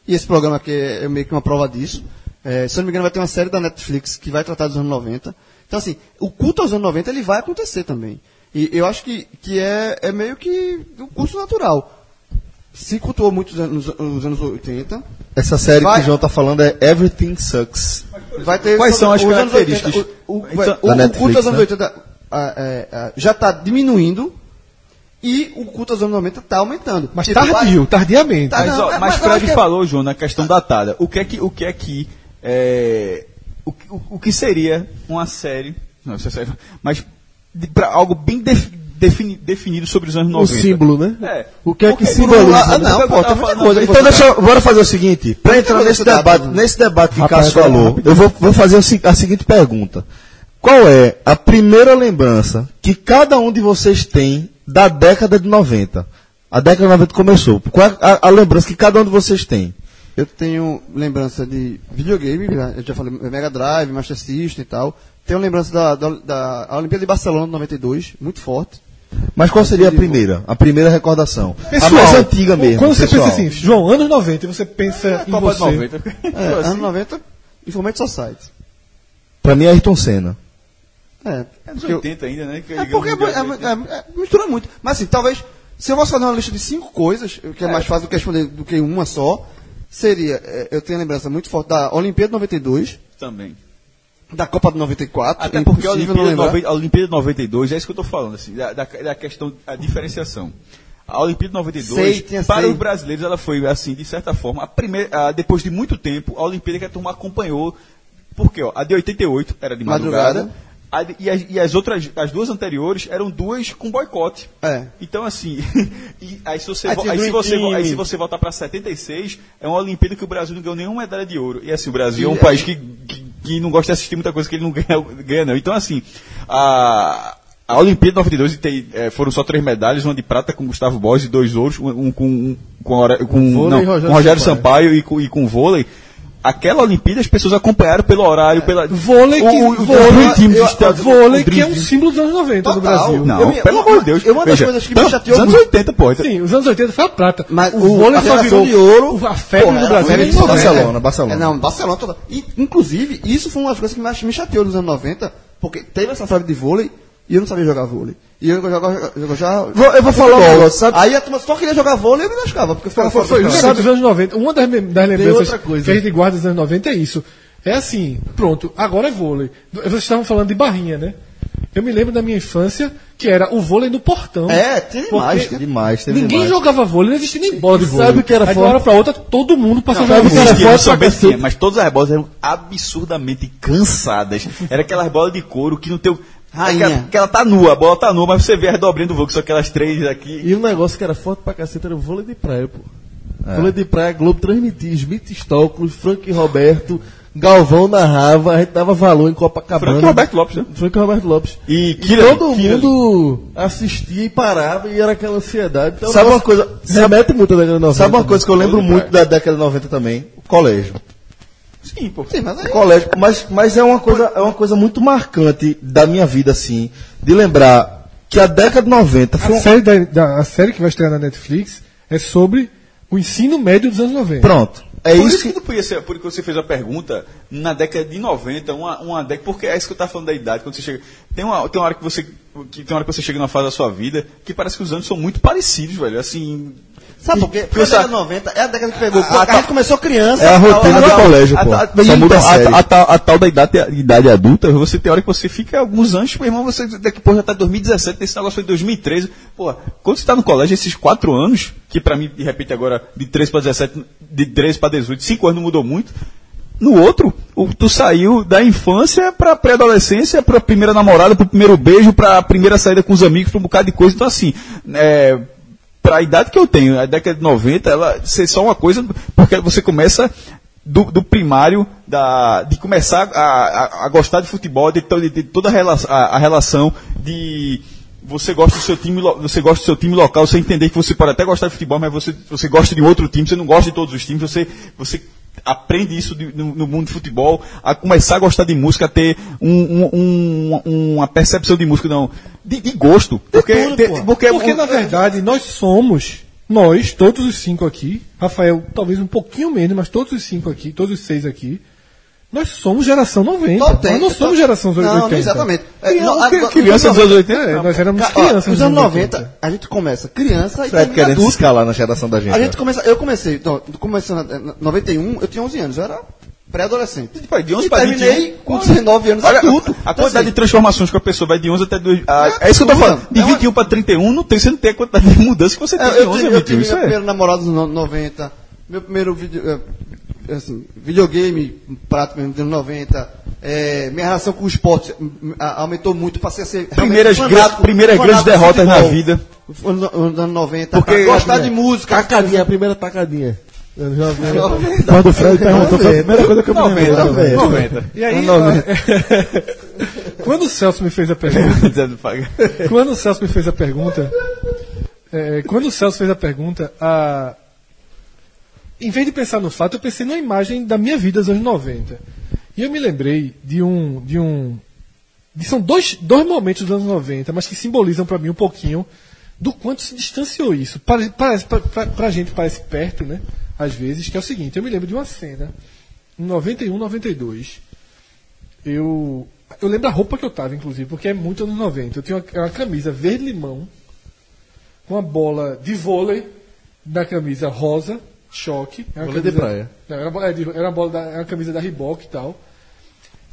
Speaker 4: e esse programa aqui é meio que uma prova disso. É, se eu não me engano, vai ter uma série da Netflix que vai tratar dos anos 90. Então, assim, o culto aos anos 90 ele vai acontecer também. E eu acho que, que é, é meio que um curso natural. Se cultuou muito os anos, os anos 80,
Speaker 1: Essa série
Speaker 4: Vai.
Speaker 1: que o João tá falando é Everything Sucks.
Speaker 4: Vai ter
Speaker 3: Quais são as
Speaker 4: os anos
Speaker 3: características?
Speaker 4: 80, o, o,
Speaker 3: Então,
Speaker 4: o-
Speaker 1: da
Speaker 4: o
Speaker 1: Netflix,
Speaker 4: culto aos anos
Speaker 1: né?
Speaker 4: 80 ah, é, ah, já está diminuindo e o culto aos anos 90 está aumentando.
Speaker 2: Mas
Speaker 4: Tipo,
Speaker 2: tardio, tardiamente.
Speaker 4: Tá-
Speaker 3: Mas,
Speaker 4: não,
Speaker 3: ó,
Speaker 4: mas-
Speaker 3: mas
Speaker 4: mas eu
Speaker 3: Fred
Speaker 4: acho que é-
Speaker 3: falou, João, na questão datada. O que é que. O que, é que é, o, que- o- o que seria uma série. Não, isso é sério. Mas de- pra algo bem defi- defini- definido sobre os anos
Speaker 7: O
Speaker 3: 90.
Speaker 7: Um símbolo, né?
Speaker 3: É.
Speaker 7: O que é que
Speaker 3: Porque,
Speaker 7: simboliza,
Speaker 3: por um lado-
Speaker 7: né?
Speaker 3: Ah, não, pô, tá muita coisa.
Speaker 1: Então deixa eu, bora fazer o seguinte, para entrar nesse debate, nesse debate que Cássio
Speaker 2: é
Speaker 1: falou, eu vou, vou fazer o se- a seguinte pergunta. Qual é a primeira lembrança que cada um de vocês tem da década de 90? A década de 90 começou. Qual é a, a lembrança que cada um de vocês tem?
Speaker 4: Eu tenho lembrança de videogame, já- eu já falei Mega Drive, Master System e tal. Tenho lembrança da, da, da a Olimpíada de Barcelona de 92, muito forte.
Speaker 1: Mas qual seria a primeira? A primeira recordação. a mais antiga mesmo.
Speaker 2: Quando você
Speaker 1: pessoal.
Speaker 2: pensa assim, João, anos 90, e você pensa em
Speaker 3: Copa de
Speaker 2: você.
Speaker 7: Então
Speaker 3: 90.
Speaker 4: É,
Speaker 3: Tipo assim,
Speaker 4: anos 90, Informate Society.
Speaker 1: Pra mim é Ayrton Senna.
Speaker 4: É,
Speaker 3: É dos
Speaker 4: porque eu-
Speaker 3: 80 ainda, né? Que-
Speaker 4: É porque é, é- é- é- mistura muito. Mas assim, talvez, se eu fosse fazer uma lista de cinco coisas, que é, mais fácil do que responder do que uma só, seria, é, eu tenho a lembrança muito forte da Olimpíada de 92,
Speaker 3: Também.
Speaker 4: da Copa de 94,
Speaker 3: Até
Speaker 4: é
Speaker 3: porque a
Speaker 4: impossível não
Speaker 3: Olimpíada,
Speaker 4: lembrar.
Speaker 3: 90 a Olimpíada de 92, é isso que eu estou falando, assim, da, da, da questão da diferenciação. A Olimpíada de 92,
Speaker 4: Sei, tinha
Speaker 3: para
Speaker 4: sei.
Speaker 3: os brasileiros, ela foi, assim, de certa forma, a primeira, a- depois de muito tempo, a Olimpíada que a turma acompanhou. Porque, ó, a de 88 era de madrugada.
Speaker 4: Madrugada.
Speaker 3: a de- e, as, e as outras, as duas anteriores eram duas com boicote.
Speaker 4: É.
Speaker 3: Então, assim, e aí, se você,
Speaker 4: Ah,
Speaker 3: vo-
Speaker 4: tinha
Speaker 3: aí, se
Speaker 4: Dream
Speaker 3: você, vo- aí
Speaker 4: Team.
Speaker 3: se você voltar para 76, é uma Olimpíada que o Brasil não ganhou nenhuma medalha de ouro. E assim, o Brasil é um país que, que, que não gosta de assistir muita coisa que ele não ganha, ganha não. Então, assim, a, a Olimpíada de 92 tem, eh, foram só três medalhas, uma de prata com Gustavo Borges e dois ouros, um, um com, um, com, a hora- com,
Speaker 7: vôlei
Speaker 3: não,
Speaker 7: e Rogério
Speaker 3: com Rogério
Speaker 7: Sampaio.
Speaker 3: Sampaio, e, com, e com vôlei. Aquela Olimpíada as pessoas acompanharam pelo horário, pela...
Speaker 2: Vôlei, que,
Speaker 3: O- o- o
Speaker 2: vôlei,
Speaker 3: Dream Team
Speaker 2: eu-
Speaker 3: está-
Speaker 2: vôlei
Speaker 3: o Dream
Speaker 2: que é um
Speaker 3: Team.
Speaker 2: símbolo dos anos 90 no
Speaker 4: Total.
Speaker 2: Brasil.
Speaker 3: Não,
Speaker 4: Eu me-
Speaker 3: pelo
Speaker 4: uma-
Speaker 3: amor de Deus.
Speaker 4: eu- uma das coisas que me
Speaker 3: tanto-
Speaker 4: chateou
Speaker 3: Anos
Speaker 4: muito-
Speaker 3: 80, pô.
Speaker 2: Sim, os anos 80 foi a prata.
Speaker 4: Mas
Speaker 2: o vôlei só
Speaker 4: geração
Speaker 2: virou
Speaker 4: de ouro,
Speaker 2: o- a febre
Speaker 4: Pô,
Speaker 2: do
Speaker 4: era
Speaker 7: é
Speaker 2: Brasil.
Speaker 4: febre
Speaker 2: Era
Speaker 4: é de
Speaker 2: isso,
Speaker 1: Barcelona,
Speaker 4: né?
Speaker 1: Barcelona.
Speaker 4: É, não, Barcelona toda. E, inclusive, isso foi uma das coisas que mais me chateou nos anos 90, porque teve essa febre de vôlei e eu não sabia jogar vôlei. E eu jogava, eu já.
Speaker 1: Vou- eu vou falar um negócio, sabe?
Speaker 4: Aí a turma só queria jogar vôlei e eu me lascava, porque eu ficava fora
Speaker 2: Foi,
Speaker 4: do campo.
Speaker 2: sabe, dos anos 90, uma das, me- das
Speaker 7: outra
Speaker 2: lembranças
Speaker 7: coisa.
Speaker 2: que a gente guarda dos anos 90 é isso. É assim, pronto, agora é vôlei. Do- Vocês estavam falando de barrinha, né? Eu me lembro da minha infância que era o vôlei no portão.
Speaker 4: É, tem demais.
Speaker 2: Porque
Speaker 4: tem-
Speaker 1: Demais, teve
Speaker 2: Ninguém
Speaker 1: demais.
Speaker 2: jogava vôlei, não existia nem bola de vôlei.
Speaker 7: é sabe o que era
Speaker 2: Aí de
Speaker 7: foda?
Speaker 2: uma hora pra outra, todo mundo passou a
Speaker 7: sabe
Speaker 2: jogar
Speaker 7: o que era
Speaker 2: vôlei.
Speaker 3: Existia,
Speaker 7: foto
Speaker 3: não
Speaker 7: pra
Speaker 3: soubesse
Speaker 7: cacete.
Speaker 3: tinha, mas todas as bolas eram absurdamente cansadas. Era aquelas bolas de couro que não tem.
Speaker 4: Rainha.
Speaker 3: Aquela, aquela tá nua, a bola tá nua, mas você vê as dobrinhas do voo, que são aquelas três aqui.
Speaker 7: E um negócio que era forte pra cacete era o vôlei de praia, pô. Vôlei de praia, Globo transmitia, Smith Stoklos, Frank Roberto, Galvão narrava, a gente dava valor em Copacabana.
Speaker 3: Frank Roberto Lopes, né?
Speaker 7: Frank Roberto Lopes.
Speaker 3: E,
Speaker 7: E
Speaker 3: Kira-
Speaker 7: todo
Speaker 3: Kira-
Speaker 7: mundo assistia e parava e era aquela ansiedade. Então,
Speaker 1: Sabe
Speaker 7: nossa,
Speaker 1: uma coisa-
Speaker 7: Remete muito à década de 90.
Speaker 1: Sabe uma coisa que eu lembro
Speaker 3: Vôlei de
Speaker 1: muito da década de 90 também? O colégio.
Speaker 3: Sim, pô.
Speaker 4: Sim, mas aí-
Speaker 1: colégio, mas, é mas é, uma coisa, é uma coisa muito marcante da minha vida, assim, de lembrar que a década de 90
Speaker 2: A
Speaker 1: foi um...
Speaker 2: série, da, da- a série que vai estrear na Netflix é sobre o ensino médio dos anos 90.
Speaker 1: Pronto. É
Speaker 3: por
Speaker 1: isso,
Speaker 3: isso que
Speaker 1: que...
Speaker 3: não podia ser, porque você fez a pergunta, na década de 90, uma, uma década, porque é isso que eu estava falando da idade, quando você chega. Tem uma, tem uma hora que você. Que tem uma hora que você chega numa fase da sua vida que parece que os anos são muito parecidos, velho. Assim.
Speaker 4: Sabe por quê? Porque a década de 90 é a década que pegou. A, gente começou criança.
Speaker 1: Ah, É a rotina do
Speaker 3: Não,
Speaker 1: colégio,
Speaker 3: a-
Speaker 1: pô.
Speaker 3: a-
Speaker 1: Só
Speaker 3: então,
Speaker 1: muda a
Speaker 3: a-
Speaker 1: série.
Speaker 3: a- a tal- a tal da idade, idade adulta, você tem hora que você fica alguns anos, meu irmão, você daqui pô, já tá em 2017, esse negócio foi em 2013. Pô, quando você tá no colégio, esses quatro anos, que pra mim, de repente, agora, de 13 para 17, de 13 para 18, cinco anos não mudou muito. No outro, o- tu saiu da infância pra pré-adolescência, pra primeira namorada, pro primeiro beijo, pra primeira saída com os amigos, pra um bocado de coisa. Então, assim, é, pra idade que eu tenho, a década de 90, ela ser só uma coisa, porque você começa do, do primário, da, de começar a, a, a gostar de futebol, de, to- de toda a relação, a, a relação de você gosta do seu time, lo- você gosta do seu time local, você entender que você pode até gostar de futebol, mas você, você gosta de um outro time, você não gosta de todos os times, você, você aprende isso de- no, no mundo do futebol, a começar a gostar de música, a ter um- um- um- uma percepção de música, não, de, de gosto. Porque,
Speaker 2: Tudo,
Speaker 3: te-
Speaker 2: porra.
Speaker 4: é
Speaker 3: porque- um,
Speaker 4: um-
Speaker 2: Porque, na verdade, nós somos, nós, todos os cinco aqui, Rafael, talvez um pouquinho menos, mas todos os cinco aqui, todos os seis aqui, nós somos geração 90. nós não somos geração 80.
Speaker 4: tá. Não, não, exatamente. É,
Speaker 2: Criança-
Speaker 4: não, agora-
Speaker 2: criança
Speaker 4: os
Speaker 2: dos anos 80, é, nós éramos
Speaker 4: Ca- ó,
Speaker 2: crianças.
Speaker 4: Nos
Speaker 2: nos
Speaker 4: anos 90, a gente começa criança
Speaker 8: Fred
Speaker 4: e termina
Speaker 8: querendo se
Speaker 4: adulto.
Speaker 8: escalar na geração da
Speaker 1: né?
Speaker 8: gente.
Speaker 4: A gente começa, eu comecei, então, começando em 91, eu tinha 11 anos, eu era pré-adolescente.
Speaker 3: Tipo, de 11
Speaker 4: E
Speaker 3: pra 20
Speaker 4: terminei
Speaker 3: anos.
Speaker 4: com 19 anos
Speaker 3: Olha,
Speaker 4: adulto.
Speaker 3: A, a
Speaker 4: Então,
Speaker 3: quantidade de
Speaker 4: assim,
Speaker 3: transformações que a pessoa vai de 11 até 2.
Speaker 4: É
Speaker 3: é isso que eu tô
Speaker 4: absurdo.
Speaker 3: falando. De
Speaker 4: É uma-
Speaker 3: 21 para 31, não tem, você não tem a quantidade de mudança que você tem
Speaker 4: é,
Speaker 3: de
Speaker 4: eu
Speaker 3: 11
Speaker 4: tive,
Speaker 3: a
Speaker 4: eu
Speaker 3: 21.
Speaker 4: tive meu
Speaker 3: Isso é.
Speaker 4: primeiro namorado nos no- 90, meu primeiro vídeo, é, assim, videogame, um prato mesmo, dos anos 90. é, minha relação com o esporte m- a- aumentou muito, passei a ser realmente um
Speaker 3: Primeiras grandes- primeiras grandes
Speaker 4: fanático do
Speaker 3: derrotas na
Speaker 4: futebol.
Speaker 3: vida.
Speaker 4: Anos anos 90,
Speaker 3: Porque- assim,
Speaker 4: gostar de música,
Speaker 1: Tacadinha, a primeira tacadinha. Eu já vi.
Speaker 9: Quando o Fred perguntou, foi a primeira coisa que eu me lembrei.
Speaker 3: 90,
Speaker 9: velho.
Speaker 3: 90.
Speaker 2: E aí, a- quando o Celso me fez a pergunta, quando o Celso me fez a pergunta, é, quando o Celso fez a pergunta, a- em vez de pensar no fato, eu pensei na imagem da minha vida dos anos 90. E eu me lembrei de um. De um de- são dois, dois momentos dos anos 90, mas que simbolizam para mim um pouquinho do quanto se distanciou isso. Para, parece, pra, pra- pra gente parece perto, né? Às vezes, que é o seguinte, eu me lembro de uma cena, em 91, 92. Eu. Eu lembro a roupa que eu tava, inclusive, porque é muito anos 90. Eu tinha uma, é uma camisa verde limão, com uma bola de vôlei na camisa rosa, choque. Era uma
Speaker 1: Vôlei de
Speaker 2: camisa-
Speaker 1: praia.
Speaker 2: Não, era, bo- é, de- era uma bola da, era uma camisa da Reebok e tal.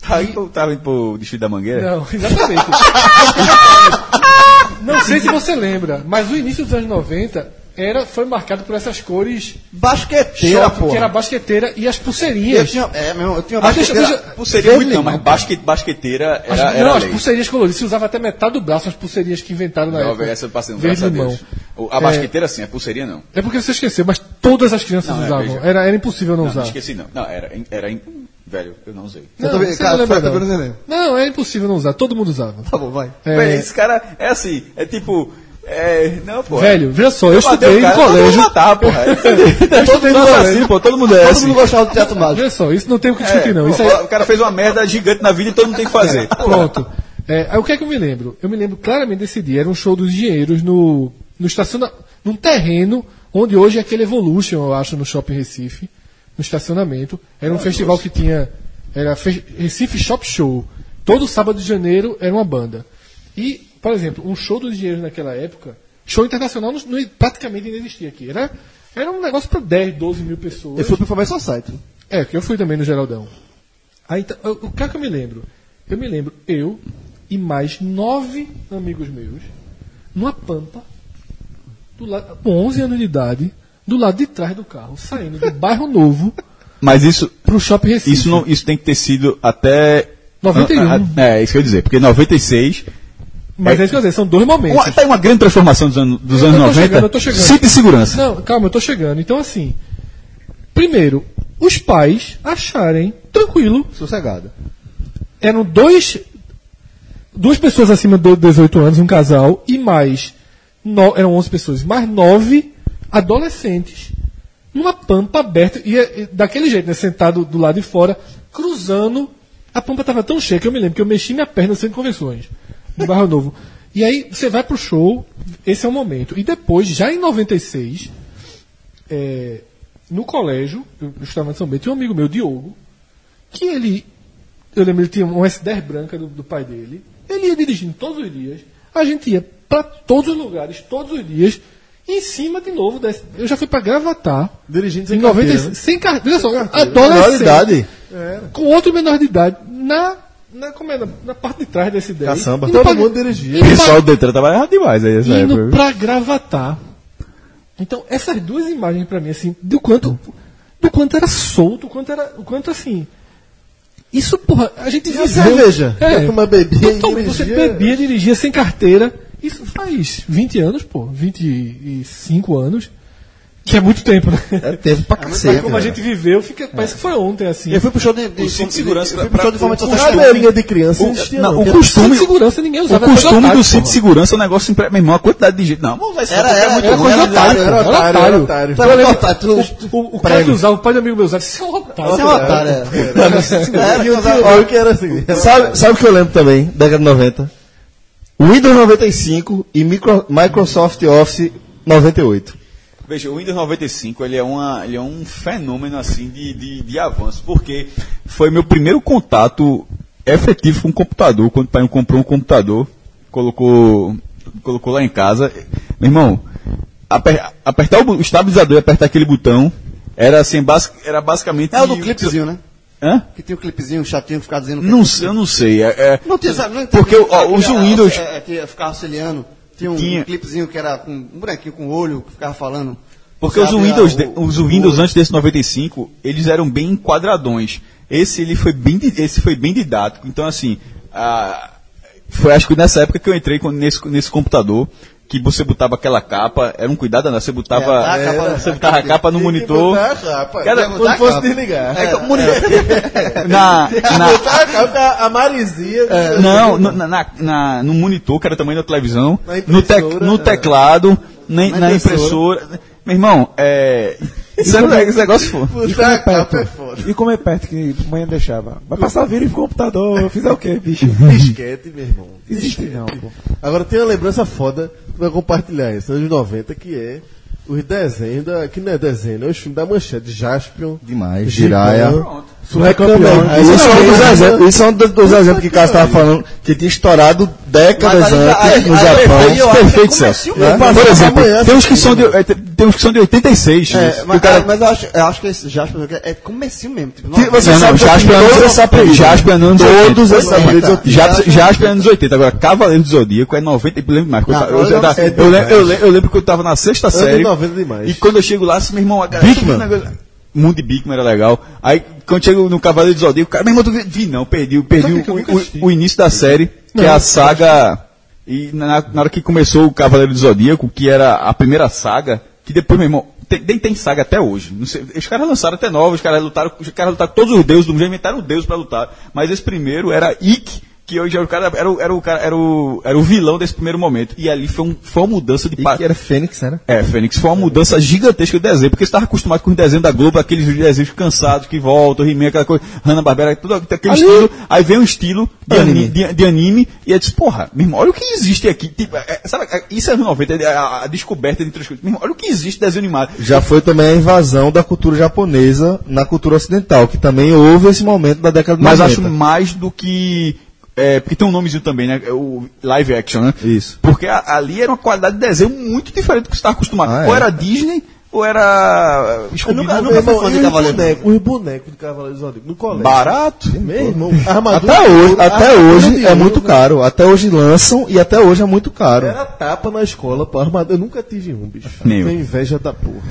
Speaker 3: Tá indo, tá indo pro desfile da Mangueira?
Speaker 2: Não, exatamente. Não sei se você lembra, mas o início dos anos 90 era, foi marcado por essas cores
Speaker 4: basqueteira,
Speaker 2: choque,
Speaker 4: pô.
Speaker 2: que era a basqueteira e as
Speaker 4: Eu
Speaker 2: pulseirinhas.
Speaker 4: tinha, é, meu, eu tinha
Speaker 2: Ah, deixa-
Speaker 4: basqueteira-
Speaker 2: deixa-
Speaker 3: Pulseirinha muito não, mas basquete, basqueteira
Speaker 2: As-
Speaker 3: era,
Speaker 2: não,
Speaker 3: era
Speaker 2: as
Speaker 3: lei.
Speaker 2: pulseirinhas coloridas. Se usava até metade do braço, as pulseirinhas que inventaram na
Speaker 3: Não,
Speaker 2: época.
Speaker 3: essa eu passei
Speaker 2: é,
Speaker 3: no
Speaker 2: Verde
Speaker 3: graças a
Speaker 2: limão.
Speaker 3: Deus. O- A basqueteira sim, a pulseirinha não.
Speaker 2: É porque você esqueceu, mas todas as crianças
Speaker 3: Não, é,
Speaker 2: usavam.
Speaker 3: veja.
Speaker 2: era, era impossível não,
Speaker 3: Não,
Speaker 2: usar.
Speaker 3: não esqueci assim, não. Não, era, era. Velho, eu não usei.
Speaker 2: Não,
Speaker 4: também-
Speaker 2: você
Speaker 4: cara,
Speaker 2: não, lembra,
Speaker 4: eu também
Speaker 2: não.
Speaker 4: não lembro.
Speaker 2: não, é impossível não usar. Todo mundo usava.
Speaker 4: Tá bom, vai.
Speaker 2: É,
Speaker 3: Velho, esse cara é assim, é tipo. É, não, pô.
Speaker 2: velho, veja só, eu,
Speaker 3: matei o
Speaker 2: estudei em
Speaker 3: cara, Todo mundo
Speaker 2: colégio.
Speaker 3: matar, porra. todo mundo é assim, pô. Todo mundo é
Speaker 4: Todo
Speaker 3: assim.
Speaker 4: mundo gostava do teatro mágico.
Speaker 2: Veja só, isso não tem o que
Speaker 3: É,
Speaker 2: discutir, não. Isso aí,
Speaker 3: o- O cara fez uma merda gigante na vida e todo mundo tem que fazer.
Speaker 2: Pronto. É, aí o que é que eu me lembro? Eu me lembro claramente desse dia. Era um show dos engenheiros no, no estaciona, num terreno onde hoje é aquele Evolution, eu acho, no Shopping Recife, no estacionamento. Era
Speaker 4: Ah,
Speaker 2: um festival que tinha. Era fe- Recife Shop Show. Todo sábado de janeiro era uma banda. E, por exemplo, um show dos engenheiros naquela época, show internacional não, não- praticamente não existia aqui. Era, era um negócio para 10, 12 mil pessoas.
Speaker 4: Eu fui pro Família Society.
Speaker 2: É, que eu fui também no Geraldão. Aí, tá- o o que é que eu me lembro? Eu me lembro, eu e mais nove amigos meus, numa pampa, do lado, com 11 anos de idade, do lado de trás do carro, saindo do bairro novo
Speaker 3: Mas isso,
Speaker 2: pro Shopping Recife.
Speaker 3: isso, não, isso tem que ter sido até.
Speaker 2: 91.
Speaker 3: A- a- É, isso que eu ia dizer. Porque 96.
Speaker 2: Mas é isso que eu ia dizer, são dois momentos.
Speaker 3: Uma, tá aí uma grande transformação dos, anos dos
Speaker 2: Eu
Speaker 3: anos
Speaker 2: tô
Speaker 3: 90.
Speaker 2: chegando, eu tô chegando.
Speaker 3: Sinta segurança.
Speaker 2: Não, calma, eu tô chegando. Então, assim, primeiro, os pais acharem tranquilo
Speaker 4: Sossegado.
Speaker 2: eram dois duas pessoas acima de 18 anos, um casal e mais no- eram 11 pessoas, mais nove adolescentes numa pampa aberta e, e daquele jeito, né, sentado do lado de fora, cruzando. A pampa tava tão cheia que eu me lembro que eu mexi minha perna sem convenções no Barro Novo. E aí você vai pro show, esse é o momento. E depois, já em 96, é, no colégio, eu eu estava em São Bento, tinha um amigo meu, Diogo, que ele. Eu lembro, ele tinha um S10 branca do, do pai dele. Ele ia dirigindo todos os dias. A gente ia para todos os lugares, todos os dias. Em cima de novo. desse- eu já fui para Gravatar.
Speaker 1: Dirigindo sem
Speaker 2: em
Speaker 1: carteira,
Speaker 2: 96,
Speaker 1: né?
Speaker 2: Sem carteira. Olha só,
Speaker 8: Menor
Speaker 2: adolescente.
Speaker 8: idade.
Speaker 2: Com outro menor de idade. Na. Na, como é, na, na parte de trás desse 10.
Speaker 8: Caçamba.
Speaker 2: Indo
Speaker 1: Todo
Speaker 2: pra-
Speaker 1: mundo dirigia.
Speaker 2: indo
Speaker 3: O
Speaker 2: pra-
Speaker 3: pessoal do Detran tava errado demais aí nessa
Speaker 2: indo
Speaker 3: época.
Speaker 2: pra gravatar. Então, essas duas imagens pra mim, assim, do quanto, do quanto era solto, o quanto era, o quanto assim. Isso, porra, a gente
Speaker 1: a cerveja?
Speaker 2: É,
Speaker 1: Eu tomava bebia e
Speaker 2: Tu toma- Você
Speaker 1: dirigia.
Speaker 2: bebia, dirigia sem carteira. Isso faz 20 anos, pô, 25 anos. Que é muito tempo, né?
Speaker 1: É tempo né? pra
Speaker 2: Mas
Speaker 1: cacete.
Speaker 2: como a gente viveu, fica, parece que foi ontem, assim.
Speaker 4: Eu fui pro show de, de,
Speaker 10: O cinto de segurança
Speaker 4: Eu fui pro
Speaker 10: pra- um
Speaker 4: show de
Speaker 10: pra-
Speaker 4: forma de
Speaker 10: o
Speaker 4: sociedade.
Speaker 7: de criança existia,
Speaker 3: não,
Speaker 7: não.
Speaker 3: o
Speaker 7: Era-
Speaker 2: Cinto de
Speaker 3: costume,
Speaker 2: segurança ninguém
Speaker 3: o
Speaker 2: usava. era coisa
Speaker 3: costume
Speaker 2: otária,
Speaker 3: do cinto de
Speaker 2: porra.
Speaker 3: segurança é um negócio impre... Meu irmão, a quantidade de gente. Não, vamos lá, isso
Speaker 10: Era,
Speaker 3: aqui é
Speaker 10: era,
Speaker 3: muito
Speaker 10: era
Speaker 3: ruim.
Speaker 10: coisa
Speaker 4: otário, era
Speaker 2: Era
Speaker 4: otário, era
Speaker 2: otário.
Speaker 4: otário.
Speaker 2: Eu lembro-
Speaker 4: Otário, tu-
Speaker 2: o, o, o cara que usava, o pai do amigo meu usava, isso é um otário.
Speaker 4: Você é um otário, é. Era,
Speaker 7: E o
Speaker 4: usava-
Speaker 7: tio- o que era assim.
Speaker 1: Sabe, sabe o que eu lembro também, década de 90? Windows 95 e micro- Microsoft Office 98.
Speaker 10: Veja, o Windows 95 ele é, uma, ele é um fenômeno assim de, de, de avanço, porque
Speaker 3: Foi meu primeiro contato efetivo com o computador. Quando o pai comprou um computador, colocou, colocou lá em casa. Meu irmão, aper- apertar o, bu- o estabilizador e apertar aquele botão era assim, basi- era basicamente.
Speaker 4: É o do clipezinho, né?
Speaker 3: Hã?
Speaker 4: Que tem o clipezinho chatinho que ficava dizendo.
Speaker 3: Não sei, eu não sei. É, é-
Speaker 4: Não tinha, sabe? Não
Speaker 3: Porque o- ó, os
Speaker 4: Aquele-
Speaker 3: Windows-
Speaker 4: É, é, que ficava auxiliando. Tinha um
Speaker 3: Tinha.
Speaker 4: clipezinho que era com um bonequinho com olho que ficava falando.
Speaker 3: Porque os
Speaker 4: Sabe,
Speaker 3: Windows,
Speaker 4: ah,
Speaker 3: de-
Speaker 4: o-
Speaker 3: os Windows antes desse 95, eles eram bem quadradões. Esse ele foi bem, di- esse foi bem didático. Então assim, ah, foi acho que nessa época que eu entrei com- nesse, nesse computador que você botava aquela capa, era um cuidado, né? Você botava,
Speaker 4: É, a capa-
Speaker 3: você botava a capa no monitor. Cara,
Speaker 4: botar a
Speaker 3: quando fosse
Speaker 4: capa.
Speaker 3: desligar. É, que o monitor- na- na- É.
Speaker 7: A Marizia.
Speaker 3: não, no, na, na- na- no monitor, que era também da televisão,
Speaker 7: Na
Speaker 3: no, tec-
Speaker 7: impressora,
Speaker 3: no
Speaker 7: é.
Speaker 3: teclado, na,
Speaker 7: Na
Speaker 3: na
Speaker 7: impressora.
Speaker 3: impressora. Meu irmão, é. Isso era, esse negócio foi.
Speaker 11: E como é perto? E como é perto que mãe não deixava? Vai passar vírus pro computador, fizer o quê, bicho?
Speaker 7: Disquete, meu irmão.
Speaker 11: Existe não, pô.
Speaker 7: Agora tem uma lembrança foda que vai compartilhar isso, anos 90, que é os desenhos da. Que não é desenho, é os filmes da manchete, Jaspion.
Speaker 1: Demais,
Speaker 7: Jiraya,
Speaker 1: Jiraya.
Speaker 7: Supercampeão.
Speaker 1: Isso,
Speaker 7: Isso
Speaker 1: é um dos
Speaker 7: é
Speaker 1: exemplos, isso é um dos- dos exemplos que o Cássio estava falando, que tinha estourado décadas
Speaker 4: Mas aí-
Speaker 1: antes
Speaker 4: aí-
Speaker 1: no
Speaker 4: aí-
Speaker 1: Japão.
Speaker 4: aí eu acho que é
Speaker 1: Perfeito,
Speaker 4: começou
Speaker 1: Celso.
Speaker 4: o meu
Speaker 1: Né?
Speaker 7: passado
Speaker 1: Por exemplo,
Speaker 7: amanhã,
Speaker 1: tem uns que são de, é, tem- tem uns que são de 86.
Speaker 4: É,
Speaker 1: o
Speaker 4: mas,
Speaker 1: cara-
Speaker 4: ah, mas eu acho, eu acho que esse Jasper é comecinho mesmo. Tipo,
Speaker 1: Que você
Speaker 3: Não,
Speaker 1: sabe
Speaker 3: não,
Speaker 1: que eu
Speaker 3: Jasper
Speaker 1: tenho
Speaker 3: é anos
Speaker 1: todos essa apelido.
Speaker 3: Jasper é anos
Speaker 1: Todos
Speaker 3: 80.
Speaker 1: esses apelidos eu tinha.
Speaker 3: Jasper, Jasper é anos 80. Agora, Cavaleiro do Zodíaco é 90 e lembro mais. Eu,
Speaker 4: Não,
Speaker 3: eu- eu-
Speaker 4: eu não sei
Speaker 3: eu- eu- eu- eu- eu lembro que eu tava na sexta série.
Speaker 7: 90 demais.
Speaker 3: E quando eu chego lá, assim, meu irmão, a galera,
Speaker 1: Bigman?
Speaker 3: que negócio- Mundo de Bigman era legal. Aí, quando chego no Cavaleiro do Zodíaco, cara, meu irmão, tu vi, vi não, perdi, perdi o, o- o início da série, que é a saga. E na, na hora que começou o Cavaleiro do Zodíaco, que era a primeira saga, que depois, meu irmão, tem, nem tem saga até hoje. Não sei, os caras lançaram até nova, os caras lutaram, os caras lutaram com todos os deuses do mundo, já inventaram um deus pra lutar. Mas esse primeiro era Ikki, que hoje era o cara, era o, era o cara, era o, era o vilão desse primeiro momento. E ali foi, um, foi uma mudança de
Speaker 1: E
Speaker 3: pa-
Speaker 1: que era Fênix, era?
Speaker 3: é, Fênix, foi uma mudança gigantesca do desenho, porque você estava acostumado com o desenho da Globo, aqueles desenhos cansados que voltam, He-Man, aquela coisa, Hanna-Barbera, é tudo aquele estilo. Aí vem um estilo de
Speaker 1: Anime.
Speaker 3: anime, de, de anime e eu disse, porra, meu irmão, olha o que existe aqui. Tipo, é, é, sabe, é, isso é anos 90, é a, a descoberta de outras coisas. Meu irmão, olha o que existe de desenho animado.
Speaker 1: Já foi também a invasão da cultura japonesa na cultura ocidental, que também houve esse momento da década de
Speaker 3: Mas
Speaker 1: 90.
Speaker 3: acho mais do que. é, porque tem um nomezinho também, né? É O live action, né?
Speaker 1: Isso.
Speaker 3: Porque a- ali era uma qualidade de desenho muito diferente do que você estava acostumado.
Speaker 1: Ah, é.
Speaker 3: Ou era Disney, ou era. Scooby-Doo.
Speaker 7: Nunca, nunca fui fã de Cavaleiro. Boneco, os bonecos de Cavaleiro do Zodíaco, no colégio.
Speaker 3: Barato.
Speaker 7: Meu irmão, armadura.
Speaker 1: Até
Speaker 7: de
Speaker 1: hoje,
Speaker 7: ouro,
Speaker 1: até
Speaker 7: armadura de
Speaker 1: hoje é
Speaker 7: ouro,
Speaker 1: muito
Speaker 7: né?
Speaker 1: caro. Até hoje lançam e até hoje é muito caro.
Speaker 7: Era tapa na escola, pô. Armadura. Eu nunca tive um, bicho.
Speaker 3: Nem eu.
Speaker 7: Tenho inveja da porra.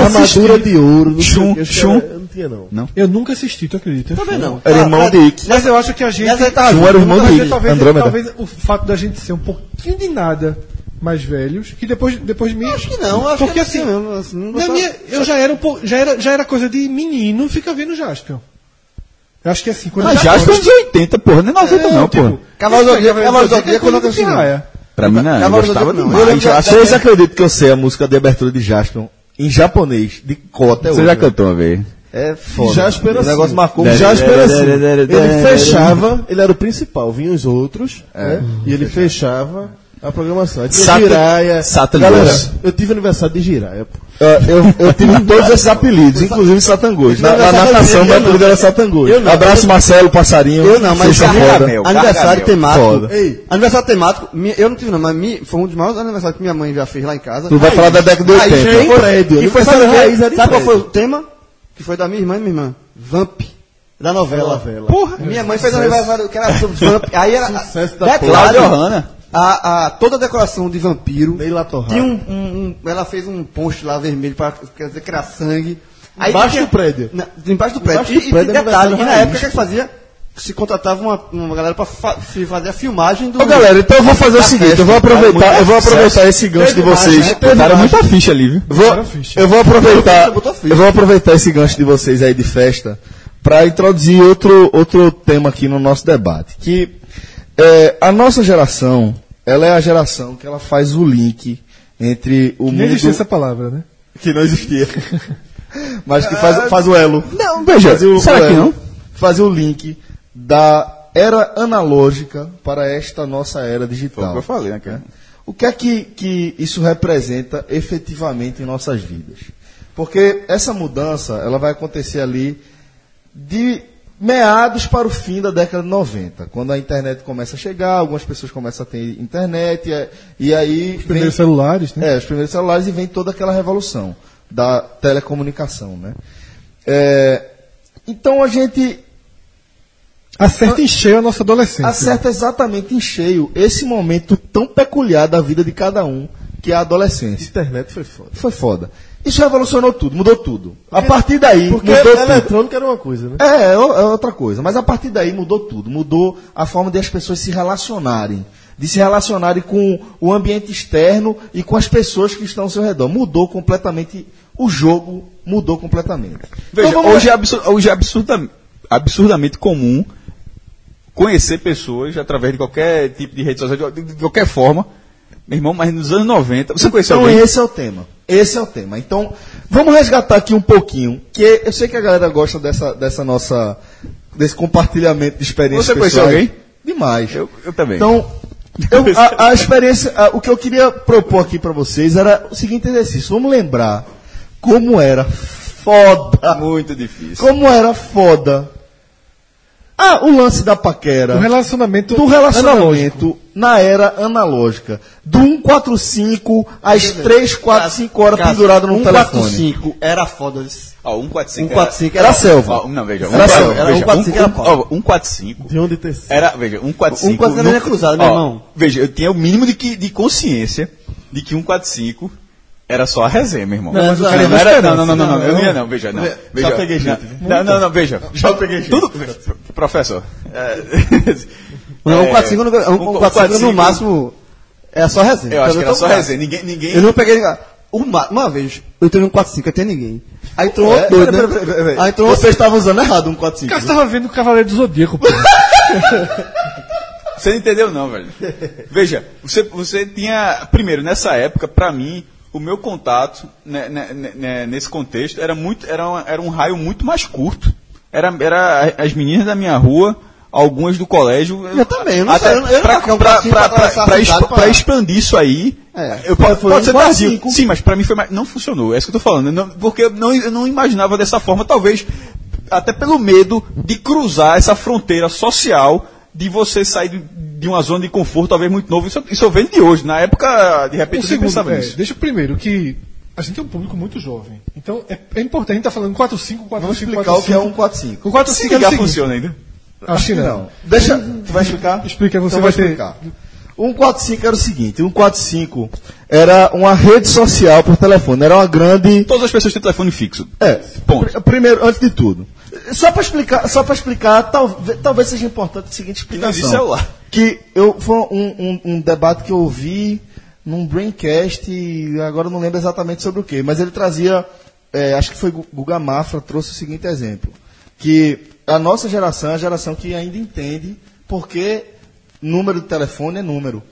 Speaker 7: armadura de ouro, não sei o que.
Speaker 3: Chum,
Speaker 1: é-
Speaker 7: Eu não tinha, não.
Speaker 2: Eu nunca assisti, tu acredita?
Speaker 4: Também não. Ah,
Speaker 1: Era irmão de Ick.
Speaker 2: Mas eu acho que a gente.
Speaker 4: Mas aí tá
Speaker 1: Um era o irmão
Speaker 2: Mas
Speaker 1: de
Speaker 2: é
Speaker 1: Ick,
Speaker 2: talvez,
Speaker 1: Andrômeda.
Speaker 2: talvez o fato da gente ser um pouquinho de nada mais velhos, que depois, depois de mim.
Speaker 4: Acho que não, acho
Speaker 2: Porque
Speaker 4: que
Speaker 2: assim,
Speaker 4: mesmo, assim, não
Speaker 2: na
Speaker 4: gostava.
Speaker 2: minha, eu já era um pouco. Já era, já era coisa de menino fica vendo Jaspion. Eu acho que assim,
Speaker 4: Ah,
Speaker 2: quando
Speaker 3: Mas já acho que anos 80, porra, não é 90 não,
Speaker 1: tipo,
Speaker 3: porra.
Speaker 4: Cavalo
Speaker 2: Isso aí,
Speaker 4: Zodíaco, Cavalo Zodíaco, eu
Speaker 2: é coisa
Speaker 4: nunca
Speaker 2: de
Speaker 4: assisti, não.
Speaker 2: pirraia.
Speaker 3: Pra mim não, eu
Speaker 4: Cavalo
Speaker 3: gostava
Speaker 4: Zodíaco, não.
Speaker 3: demais.
Speaker 4: Eu já-
Speaker 1: Vocês acreditam que eu sei a música de abertura de Jaspion em japonês, de cota até hoje? né?
Speaker 3: cantou uma vez?
Speaker 1: É foda.
Speaker 7: Jasper
Speaker 1: O
Speaker 7: assim.
Speaker 1: negócio marcou
Speaker 7: Jasper assim. Ele
Speaker 1: Ele
Speaker 7: fechava, ele era o principal, vinham os outros,
Speaker 1: É.
Speaker 7: né? E ele fechava a programação. Aí tinha
Speaker 1: Satan-
Speaker 7: Jiraya.
Speaker 1: Satan
Speaker 7: Galera,
Speaker 1: Ghost.
Speaker 7: eu tive aniversário de Jiraya, pô.
Speaker 1: Ah, eu, eu tive todos esses apelidos, inclusive Satangos. Na, na natação, meu apelido era Satangos. Abraço, Marcelo, passarinho.
Speaker 4: Eu não, é mas
Speaker 1: Xuxa foda.
Speaker 4: aniversário, aniversário
Speaker 3: Gargamel.
Speaker 4: temático.
Speaker 1: Foda.
Speaker 4: Ei, aniversário temático, minha- eu não tive não, mas minha- foi um dos maiores aniversários que minha mãe já fez lá em casa.
Speaker 1: Tu vai
Speaker 4: Aí,
Speaker 1: falar da década de
Speaker 4: aí,
Speaker 1: 80.
Speaker 4: foi-
Speaker 7: prédio,
Speaker 4: E foi,
Speaker 7: aniversário
Speaker 4: sabe, o quê?
Speaker 7: raiz era em
Speaker 4: sabe qual foi
Speaker 7: prédio.
Speaker 4: o tema? Que foi da minha irmã e minha irmã. Vamp. Da novela.
Speaker 7: Novela.
Speaker 4: Porra. Minha mãe fez um aniversário que era sobre Vamp. Aí era.
Speaker 7: Sucesso da
Speaker 4: é
Speaker 7: porra.
Speaker 4: claro,
Speaker 3: Cláudio Hanna.
Speaker 4: a, a, toda a decoração de vampiro.
Speaker 7: Leila Torrado.
Speaker 4: Tinha um, um- um- Ela fez um post lá vermelho pra quer dizer que era sangue. Aí
Speaker 7: Embaixo
Speaker 4: tinha-
Speaker 7: do prédio.
Speaker 4: Na, embaixo do prédio.
Speaker 7: Embaixo do
Speaker 4: E- e,
Speaker 7: prédio é
Speaker 4: detalhe, e na
Speaker 7: aniversário
Speaker 4: época o que é que fazia? se contratava uma, uma galera pra fa- fi- fazer a filmagem do.
Speaker 1: Ô galera, então eu vou fazer
Speaker 4: Tá
Speaker 1: o seguinte, eu vou aproveitar, eu vou aproveitar esse gancho de vocês.
Speaker 4: né?
Speaker 5: Botaram muita ficha ali, viu?
Speaker 1: Vou- né? eu vou aproveitar, eu vou aproveitar esse gancho de vocês aí de festa para introduzir outro, outro tema aqui no nosso debate, que é, a nossa geração, ela é a geração que ela faz o link entre o
Speaker 2: Nem
Speaker 1: mundo
Speaker 2: existia essa palavra, né?
Speaker 1: que não existia, mas que faz, faz o elo.
Speaker 5: Não, veja,
Speaker 1: Faz o-
Speaker 5: será
Speaker 1: o
Speaker 5: que
Speaker 1: elo.
Speaker 5: não?
Speaker 1: Fazer o link da era analógica para esta nossa era
Speaker 3: Foi o
Speaker 1: digital.
Speaker 3: que eu falei, né, cara?
Speaker 1: O que é que, que isso representa efetivamente em nossas vidas? Porque essa mudança ela vai acontecer ali de meados para o fim da década de 90, quando a internet começa a chegar, algumas pessoas começam a ter internet, e, é- e aí.
Speaker 2: Os primeiros celulares, né?
Speaker 1: É, os primeiros celulares e vem toda aquela revolução da telecomunicação, né? É, então a gente
Speaker 2: Acerta em cheio a nossa adolescência.
Speaker 1: acerta exatamente em cheio esse momento tão peculiar da vida de cada um, que é a adolescência.
Speaker 4: Internet foi foda.
Speaker 1: Foi foda. Isso revolucionou tudo, mudou tudo. A partir daí,
Speaker 4: Porque é
Speaker 1: mudou
Speaker 4: a
Speaker 1: tudo.
Speaker 4: eletrônica era uma coisa, né?
Speaker 1: É, é o- é outra coisa. Mas a partir daí mudou tudo. Mudou a forma de as pessoas se relacionarem. De se relacionarem com o ambiente externo e com as pessoas que estão ao seu redor. Mudou completamente o jogo, mudou completamente.
Speaker 3: Veja,
Speaker 1: Então vamos-
Speaker 3: hoje é, absur- hoje é absurda- absurdamente comum conhecer pessoas através de qualquer tipo de rede social, de, de- de qualquer forma. Meu irmão, mas nos anos 90, você conheceu
Speaker 1: Então
Speaker 3: alguém?
Speaker 1: esse é o tema. Esse é o tema. Então, vamos resgatar aqui um pouquinho, que eu sei que a galera gosta dessa, dessa nossa desse compartilhamento de experiências
Speaker 3: Você conheceu
Speaker 1: pessoais.
Speaker 3: alguém?
Speaker 1: Demais.
Speaker 3: Eu, eu também.
Speaker 1: Então, eu- a, a experiência, a- o que eu queria propor aqui pra vocês era o seguinte exercício. Vamos lembrar como era foda.
Speaker 3: Ah, muito difícil.
Speaker 1: Como era foda. Ah, o lance da paquera
Speaker 2: O relacionamento
Speaker 1: do
Speaker 2: analógico.
Speaker 1: relacionamento na era analógica. Do 145 às 3, 4, 5 horas pendurado no telefone.
Speaker 4: 145 era foda. isso.
Speaker 3: Ó, 145
Speaker 4: 145
Speaker 1: Era selva.
Speaker 3: Ó, não, veja.
Speaker 1: Era selva.
Speaker 4: Era 145 era pau.
Speaker 3: 145
Speaker 4: De onde ter sido?
Speaker 3: Era, veja, 145.
Speaker 4: 145 era
Speaker 3: não-
Speaker 4: linha cruzada, meu
Speaker 3: Ó,
Speaker 4: irmão.
Speaker 3: Veja, eu tinha o mínimo de, que, de consciência de que 145 era só a resenha, meu irmão.
Speaker 4: Não, mas o cara
Speaker 3: não,
Speaker 4: é
Speaker 3: era, não,
Speaker 4: esperança,
Speaker 3: não, não, não, não,
Speaker 4: não,
Speaker 3: eu não
Speaker 4: não.
Speaker 3: ia não, veja, não.
Speaker 4: Já
Speaker 3: veja,
Speaker 4: peguei gente, né?
Speaker 3: Não, não, não, não, veja. Já peguei gente. Tudo, professor. É,
Speaker 4: Não,
Speaker 3: é,
Speaker 4: 145 no, um, 145 no
Speaker 3: 145,
Speaker 4: máximo é só resenha.
Speaker 3: Eu acho que era
Speaker 4: tô
Speaker 3: só
Speaker 4: com-
Speaker 3: resenha, ninguém, ninguém...
Speaker 4: Eu não peguei ninguém. Uma, uma vez eu entrei no 45, eu tinha ninguém. Aí entrou outro doido, né? Aí entrou outro-
Speaker 1: Vocês estavam usando errado o
Speaker 2: O
Speaker 1: 145.
Speaker 2: cara estava vendo o Cavaleiro do Zodíaco, pô.
Speaker 3: Você não entendeu não, velho. Veja, você, você tinha... Primeiro, nessa época, pra mim, o meu contato né, né, né, né, nesse contexto era, muito, era, um, era um raio muito mais curto. Era, era as meninas da minha rua, algumas do colégio...
Speaker 4: Eu também, eu não
Speaker 3: até
Speaker 4: sei, eu não- eu não
Speaker 3: pra-
Speaker 4: marquei um
Speaker 3: pra-
Speaker 4: passinho
Speaker 3: pra-
Speaker 4: pra atravessar a
Speaker 3: pra- pra
Speaker 4: cidade
Speaker 3: exp-
Speaker 4: pra-
Speaker 3: Pra expandir isso aí...
Speaker 4: É,
Speaker 3: eu, pode,
Speaker 4: foi
Speaker 3: pode ser
Speaker 4: um quatro,
Speaker 3: tardio.
Speaker 4: cinco.
Speaker 3: Sim, mas pra mim foi mais, não funcionou. É isso que eu tô falando. Eu não- porque eu não, eu não imaginava dessa forma, talvez até pelo medo de cruzar essa fronteira social de você sair de, de uma zona de conforto, talvez muito novo. Isso, isso eu vendo de hoje. Na época, de
Speaker 2: Um
Speaker 3: repente, eu nem
Speaker 2: segundo,
Speaker 3: pensava
Speaker 2: é,
Speaker 3: nisso.
Speaker 2: deixa eu primeiro que a gente é um público muito jovem. Então é, é importante, a gente tá falando 4, 5, 4,
Speaker 1: Vamos
Speaker 2: 5,
Speaker 1: explicar o que é 145.
Speaker 2: O 4,
Speaker 3: Se
Speaker 2: 5 é o
Speaker 3: ligar,
Speaker 2: seguinte.
Speaker 3: funciona ainda.
Speaker 2: Acho que não.
Speaker 1: Deixa. Tu vai explicar?
Speaker 2: Explica, você
Speaker 1: Então
Speaker 2: vai
Speaker 1: vou
Speaker 2: ter...
Speaker 1: explicar. 145 era o seguinte, 145 era uma rede social por telefone, era uma grande
Speaker 3: Todas as pessoas têm telefone fixo.
Speaker 1: É,
Speaker 3: Ponto.
Speaker 1: pr- primeiro, antes de tudo. Só para explicar, só para explicar, talve- talvez seja importante a seguinte
Speaker 3: E
Speaker 1: explicação.
Speaker 3: não existe celular.
Speaker 1: Que eu foi um, um- um debate que eu ouvi num Braincast, e agora eu não lembro exatamente sobre o que, mas ele trazia, é, acho que foi Gu- Guga Mafra, trouxe o seguinte exemplo, que a nossa geração é a geração que ainda entende porque número de telefone é número.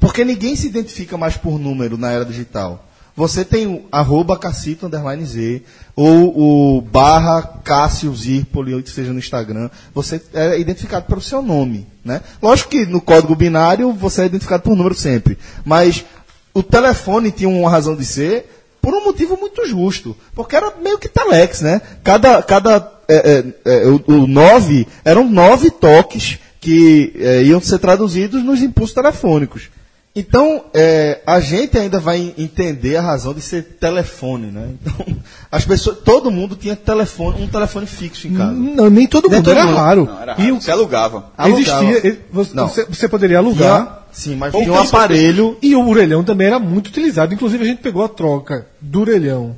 Speaker 1: Porque ninguém se identifica mais por número na era digital. Você tem o arroba cacito underline Z, ou o barra Cássio Zirpoli, ou que seja no Instagram. Você é identificado pelo seu nome. Né? Lógico que no código binário você é identificado por número sempre. Mas o telefone tinha uma razão de ser por um motivo muito justo. Porque era meio que telex, né? Cada, cada, é, é, é, o, o nove, eram nove toques que é, iam ser traduzidos nos impulsos telefônicos. Então, é, a gente ainda vai entender a razão de ser telefone, né? Então, as pessoas, todo mundo tinha telefone, um telefone fixo em casa.
Speaker 2: Não, nem todo
Speaker 1: Nem
Speaker 2: mundo,
Speaker 1: todo
Speaker 2: era
Speaker 1: mundo.
Speaker 2: raro.
Speaker 3: Não, era
Speaker 2: E
Speaker 3: raro.
Speaker 2: o
Speaker 3: Você alugava.
Speaker 1: tá
Speaker 2: existia, ele- você,
Speaker 1: Não.
Speaker 2: você- você poderia
Speaker 1: Tinha,
Speaker 2: alugar.
Speaker 1: sim, mas
Speaker 3: Ou
Speaker 1: tinha um
Speaker 3: tem-
Speaker 1: aparelho
Speaker 2: E o orelhão também era muito utilizado. Inclusive a gente pegou a troca do orelhão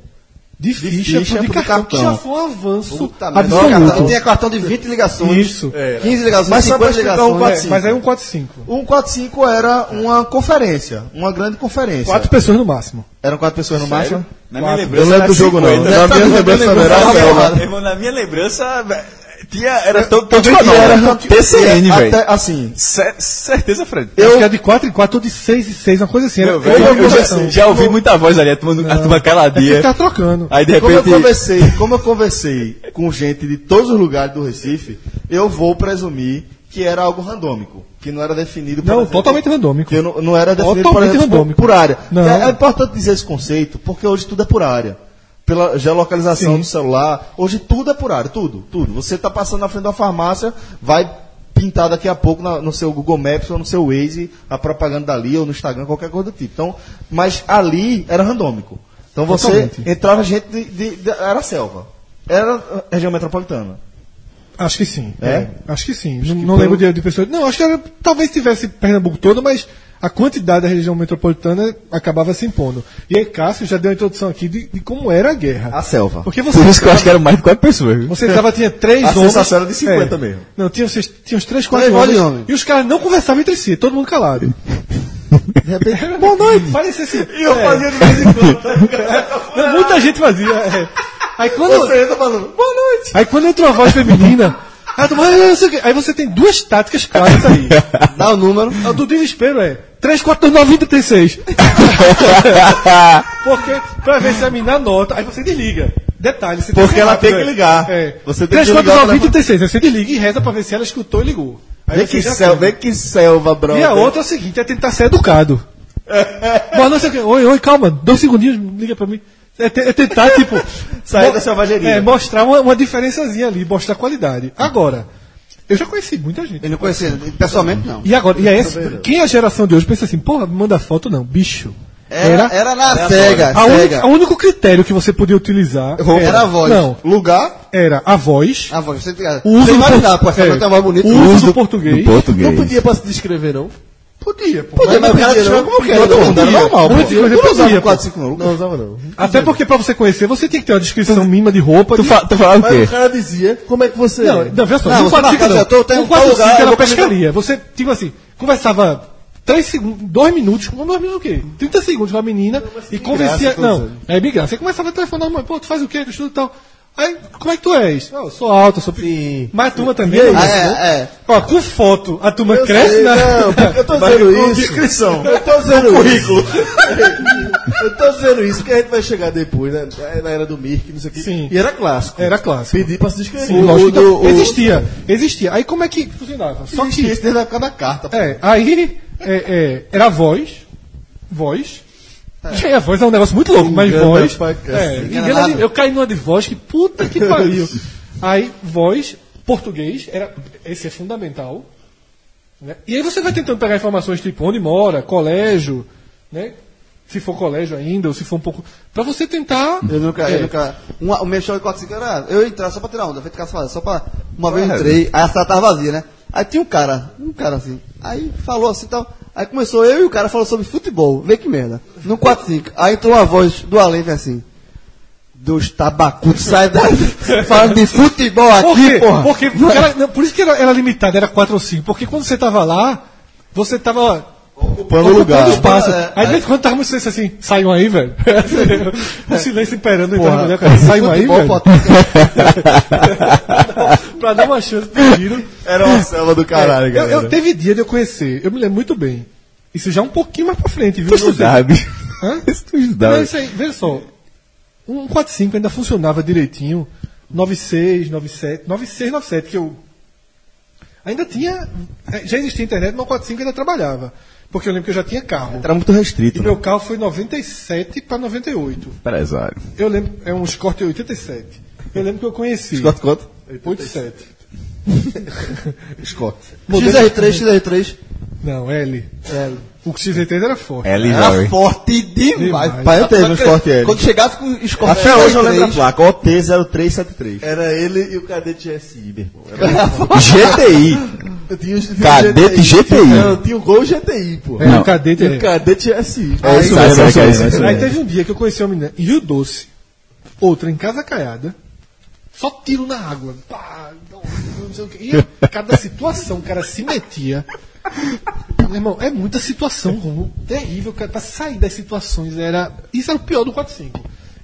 Speaker 2: de ficha,
Speaker 7: ficha
Speaker 2: pro de
Speaker 7: pro de
Speaker 2: cartão, que
Speaker 7: cartão.
Speaker 2: já foi um avanço
Speaker 4: Puta merda.
Speaker 2: absoluto.
Speaker 1: tá
Speaker 4: Eu tinha cartão de 20
Speaker 1: um.
Speaker 4: ligações.
Speaker 2: Isso.
Speaker 3: É.
Speaker 4: 15 ligações,
Speaker 1: Mas só pra
Speaker 4: 50
Speaker 1: explicar
Speaker 4: ligações.
Speaker 1: um 45.
Speaker 2: Mas aí um 4-5.
Speaker 1: 145 era uma conferência, uma grande conferência.
Speaker 2: Quatro pessoas no máximo.
Speaker 1: Eram quatro pessoas no máximo?
Speaker 3: Na minha
Speaker 1: Quatro.
Speaker 3: lembrança era Tá 50.
Speaker 1: Na minha lembrança não era aquela.
Speaker 3: Irmão, na minha lembrança, velho, tinha, era tão, tão
Speaker 1: E era
Speaker 3: PCN,
Speaker 1: até-
Speaker 3: velho.
Speaker 1: Assim,
Speaker 3: Cer- Certeza, Fred.
Speaker 1: Eu-
Speaker 2: Acho que era de 4 em 4 ou de 6 em 6, uma coisa assim. Era
Speaker 3: Eu, velho,
Speaker 2: uma
Speaker 3: eu já,
Speaker 2: conversão.
Speaker 3: já ouvi muita voz ali, a turma, a turma
Speaker 2: É que
Speaker 3: caladinha.
Speaker 2: tá trocando.
Speaker 3: Aí de
Speaker 1: como eu
Speaker 3: repente.
Speaker 1: conversei, como eu conversei com gente de todos os lugares do Recife, eu vou presumir que era algo randômico, que não era definido por
Speaker 2: Não,
Speaker 1: exemplo,
Speaker 2: totalmente randômico.
Speaker 1: Que não, não era definido por,
Speaker 2: Totalmente
Speaker 1: exemplo, por-
Speaker 2: randômico.
Speaker 1: por área.
Speaker 2: Não.
Speaker 1: É, é importante dizer esse conceito, porque hoje tudo é por área. Pela geolocalização
Speaker 2: Sim.
Speaker 1: do celular, hoje tudo é por área, tudo, tudo. Você está passando na frente de uma farmácia, vai pintar daqui a pouco na- no seu Google Maps ou no seu Waze a propaganda dali ou no Instagram, qualquer coisa do tipo. Então, mas ali era randômico. Então você
Speaker 2: Totalmente.
Speaker 1: entrava gente de, de- de- era selva. Era uh, região metropolitana.
Speaker 2: Acho que sim.
Speaker 1: É?
Speaker 2: Acho que sim. não não lembro de, de pessoas. Não, acho que era, talvez tivesse Pernambuco todo, mas a quantidade da região metropolitana acabava se impondo. E aí, Cássio já deu a introdução aqui de, de como era a guerra.
Speaker 1: A selva.
Speaker 2: Porque você.
Speaker 3: Por isso que eu acho que era mais de quatro pessoas. viu?
Speaker 2: Você tava, tinha três
Speaker 1: A
Speaker 2: homens. É.
Speaker 1: sensação era de 50 mesmo.
Speaker 2: Não, tinha, vocês- tinha uns três, quatro
Speaker 4: Três
Speaker 2: homens.
Speaker 4: homens.
Speaker 2: E os caras não conversavam entre si, todo mundo calado.
Speaker 4: De repente,
Speaker 2: Boa noite. Parecia assim. E eu fazia de vez em quando. Não, muita gente fazia. é. Aí quando.
Speaker 4: você entra falando, boa noite.
Speaker 2: Aí quando entra uma voz feminina, aí, tu, "Ah, não sei o quê." Aí você tem duas táticas claras aí.
Speaker 4: Dá o número.
Speaker 2: A do desespero é 3, 4, 2, 9, 36. Porque pra ver se a mina nota, aí você desliga. Detalhe, você
Speaker 1: Porque ela tem
Speaker 2: rápido,
Speaker 1: que
Speaker 2: é.
Speaker 1: ligar.
Speaker 2: É.
Speaker 1: Você tem
Speaker 2: 3,
Speaker 1: que
Speaker 2: 4,
Speaker 1: ligar
Speaker 2: 9,
Speaker 1: pra-
Speaker 2: 20, 36. Aí você desliga e reza pra ver se ela escutou e ligou. Aí
Speaker 1: Vê
Speaker 2: você
Speaker 1: que,
Speaker 2: já
Speaker 1: selva,
Speaker 2: sabe.
Speaker 1: vê que selva, brother.
Speaker 2: E a outra é o seguinte, é tentar ser educado. Mas não sei o que. Oi, oi, calma, dois segundinhos, liga pra mim. É, te- é tentar, tipo.
Speaker 1: Sair
Speaker 2: mo-
Speaker 1: da selvageria.
Speaker 2: É, mostrar uma, uma diferençazinha ali, mostrar qualidade. Agora, eu já conheci muita gente.
Speaker 4: Ele não conhecia, pessoalmente não.
Speaker 2: E agora, e aí, quem é a geração de hoje pensa assim, porra, manda foto não, bicho.
Speaker 4: Era, era na cega,
Speaker 2: a
Speaker 4: cega.
Speaker 2: única- o único critério que você podia utilizar
Speaker 4: Era a voz.
Speaker 2: Não,
Speaker 1: Lugar,
Speaker 2: era a voz,
Speaker 4: A voz, você,
Speaker 2: o uso
Speaker 4: você
Speaker 2: do
Speaker 4: imaginar,
Speaker 2: por-
Speaker 4: pô, essa
Speaker 2: é,
Speaker 4: voz tem uma voz bonita.
Speaker 2: o uso do português.
Speaker 3: Português.
Speaker 7: Não podia pra se descrever, não.
Speaker 2: Podia, pô.
Speaker 4: Mas, mas o cara
Speaker 1: né?
Speaker 4: chama como que
Speaker 2: né?
Speaker 4: era,
Speaker 1: todo mundo era
Speaker 4: Podia.
Speaker 1: normal.
Speaker 2: Antes,
Speaker 1: Pô.
Speaker 2: mas
Speaker 1: Eu não usava
Speaker 2: podia, pô.
Speaker 1: 4, 5 não.
Speaker 7: Não usava, não.
Speaker 2: Até porque pra você conhecer, você tinha que ter uma descrição mínima de roupa.
Speaker 3: Tu,
Speaker 2: de...
Speaker 3: fa tu falava o
Speaker 7: Mas o
Speaker 3: quê?
Speaker 7: cara dizia, como é que você.
Speaker 2: Não,
Speaker 7: é?
Speaker 2: não, tá vê só,
Speaker 4: Não,
Speaker 2: não,
Speaker 4: você
Speaker 2: quatro, cinco,
Speaker 4: marca,
Speaker 2: não.
Speaker 4: eu tô- eu tenho
Speaker 2: Um quatro,
Speaker 4: tal lugar,
Speaker 2: cinco era
Speaker 4: eu vou comer-
Speaker 2: pescaria. Você, tipo assim, conversava três segundos, dois minutos, com dois minutos o quê? 30 segundos com a menina e convencia. não, é migraça. Você começava a telefonar, mãe, pô, tu faz o quê? Tu estuda e tal. Aí, como é que tu és? "Ah, eu sou alto, eu sou pequeno. Mas a turma também.
Speaker 7: E aí?
Speaker 2: né?
Speaker 4: Ah, é, é.
Speaker 2: Ó, com foto, a turma
Speaker 7: Eu
Speaker 2: cresce,
Speaker 7: sei,
Speaker 2: né?
Speaker 7: Não, eu tô dizendo isso.
Speaker 1: Descrição.
Speaker 7: Eu tô dizendo isso. eu tô dizendo isso porque a gente vai chegar depois, né?
Speaker 1: É
Speaker 7: Na era do Mirk, não sei o quê.
Speaker 2: Sim.
Speaker 7: E era clássico.
Speaker 2: Era clássico.
Speaker 7: Pedir pra se descrever.
Speaker 2: Sim, lógico.
Speaker 7: O-
Speaker 2: Então,
Speaker 7: o- o-
Speaker 2: existia, existia. Aí como é que funcionava? Só que.
Speaker 4: Isso desde a época da carta. pô.
Speaker 2: É, aí é, é, era a voz. Voz. E aí a voz é um negócio muito louco, mas
Speaker 7: Engana
Speaker 2: voz.
Speaker 7: pra
Speaker 2: É,
Speaker 7: cacete.
Speaker 2: engana de- eu caí numa de voz que puta que pariu. aí, voz, português, era, esse é fundamental. né? E aí você vai tentando pegar informações tipo onde mora, colégio, né? Se for colégio ainda, ou se for um pouco. Pra você tentar.
Speaker 4: Eu nunca,
Speaker 2: É.
Speaker 4: eu nunca. Uma, o meu show de 45 era. Eu entrar só pra tirar onda, feito caso só pra. Uma vez
Speaker 2: É.
Speaker 4: eu entrei, aí a sala tava vazia, né? Aí tinha um cara, um cara assim. Aí falou assim e tal. Aí começou eu e o cara falou sobre futebol. Vê que merda. No 45. Aí entrou uma voz do além fez assim. Dos tabacudos, sai daí. Falando de futebol
Speaker 2: Por quê?
Speaker 4: aqui, porra.
Speaker 2: Porque, porque ela- não, por isso que era, era limitada, era 4 ou 5. Porque quando você tava lá, você tava. Ocupando
Speaker 1: lugar.
Speaker 2: espaço.
Speaker 4: É,
Speaker 2: aí de vez em quando tava muito silêncio assim, saiam aí, velho. o silêncio imperando e tava mulher, cara,
Speaker 4: de
Speaker 2: saiam aí,
Speaker 4: futebol,
Speaker 2: velho.
Speaker 4: pô,
Speaker 2: pra dar uma chance pro giro.
Speaker 1: Era uma selva do caralho,
Speaker 2: eu,
Speaker 1: É, galera.
Speaker 2: eu teve dia de eu conhecer, eu me lembro muito bem. Isso já é um pouquinho mais pra frente, viu?
Speaker 3: Tu estudava.
Speaker 2: Hã?
Speaker 3: Tu
Speaker 2: Não,
Speaker 3: estudava.
Speaker 2: isso aí, veja só. Um 45 ainda funcionava direitinho. 96, 97, 96, 97 que eu ainda tinha, eh, já existia internet, mas o 45 ainda trabalhava, porque eu lembro que eu já tinha carro.
Speaker 1: Era muito
Speaker 2: E
Speaker 1: restrito. né?
Speaker 2: meu carro foi 97 para 98.
Speaker 3: Empresário.
Speaker 2: Eu lembro, é um Escort 87. Eu lembro que eu conheci.
Speaker 1: Quanto, quanto?
Speaker 2: 87.
Speaker 1: Scott.
Speaker 4: XR3, XR3.
Speaker 2: Não, L. O X80 era forte.
Speaker 3: Ela e
Speaker 4: Era
Speaker 3: Jory.
Speaker 4: forte demais.
Speaker 2: Demais.
Speaker 1: Pai, eu teve um Scott L.
Speaker 4: Quando chegava com o Scott
Speaker 1: Até hoje eu lembro da
Speaker 4: XR3,
Speaker 1: placa, OT0373.
Speaker 7: Era ele e o cadete SI, meu irmão. Era-
Speaker 3: GTI.
Speaker 7: Eu tinha, os- tinha
Speaker 3: Cadete GTI.
Speaker 1: É,
Speaker 7: Eu tinha o Gol GTI, pô.
Speaker 2: Era o cadete.
Speaker 7: E o cadete SI.
Speaker 3: É isso mesmo, é isso mesmo.
Speaker 2: Aí teve um dia que eu conheci uma menina, Rio Doce. Outra em Casa Caiada. Só tiro na água. Pá, não, não sei o quê. E cada situação, o cara se metia. Meu irmão, é muita situação, Romulo. Terrível, cara. Pra sair das situações era. Isso era o pior do 4-5.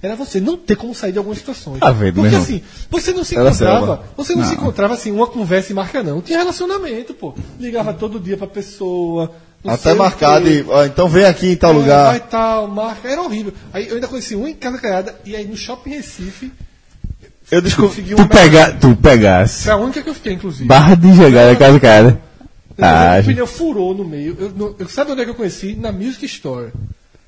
Speaker 2: Era você não ter como sair de algumas situações.
Speaker 3: Tá vendo, meu
Speaker 2: Porque
Speaker 3: irmão?
Speaker 2: assim, você não se
Speaker 3: Era
Speaker 2: encontrava.
Speaker 3: selva.
Speaker 2: Você não,
Speaker 3: Não.
Speaker 2: se encontrava assim, uma conversa e marca, não. Tinha relacionamento, pô. Ligava todo dia pra pessoa. não sei
Speaker 1: Até
Speaker 2: o
Speaker 1: marcado,
Speaker 2: quê.
Speaker 1: e, ó, então vem aqui em tal
Speaker 2: É,
Speaker 1: lugar.
Speaker 2: Vai tal, marca. Era horrível. Aí eu ainda conheci um em cada caiada, e aí no shopping Recife.
Speaker 3: Eu descobri.
Speaker 2: Consegui
Speaker 3: Tu,
Speaker 2: uma-
Speaker 3: pega, tu pegasse.
Speaker 2: Foi a única que eu fiquei, inclusive. É.
Speaker 3: Barra de jogada, casa cara. Ah,
Speaker 2: o
Speaker 3: gente.
Speaker 2: pneu furou no meio. Eu, no- eu- sabe onde é que eu conheci? Na Music Store.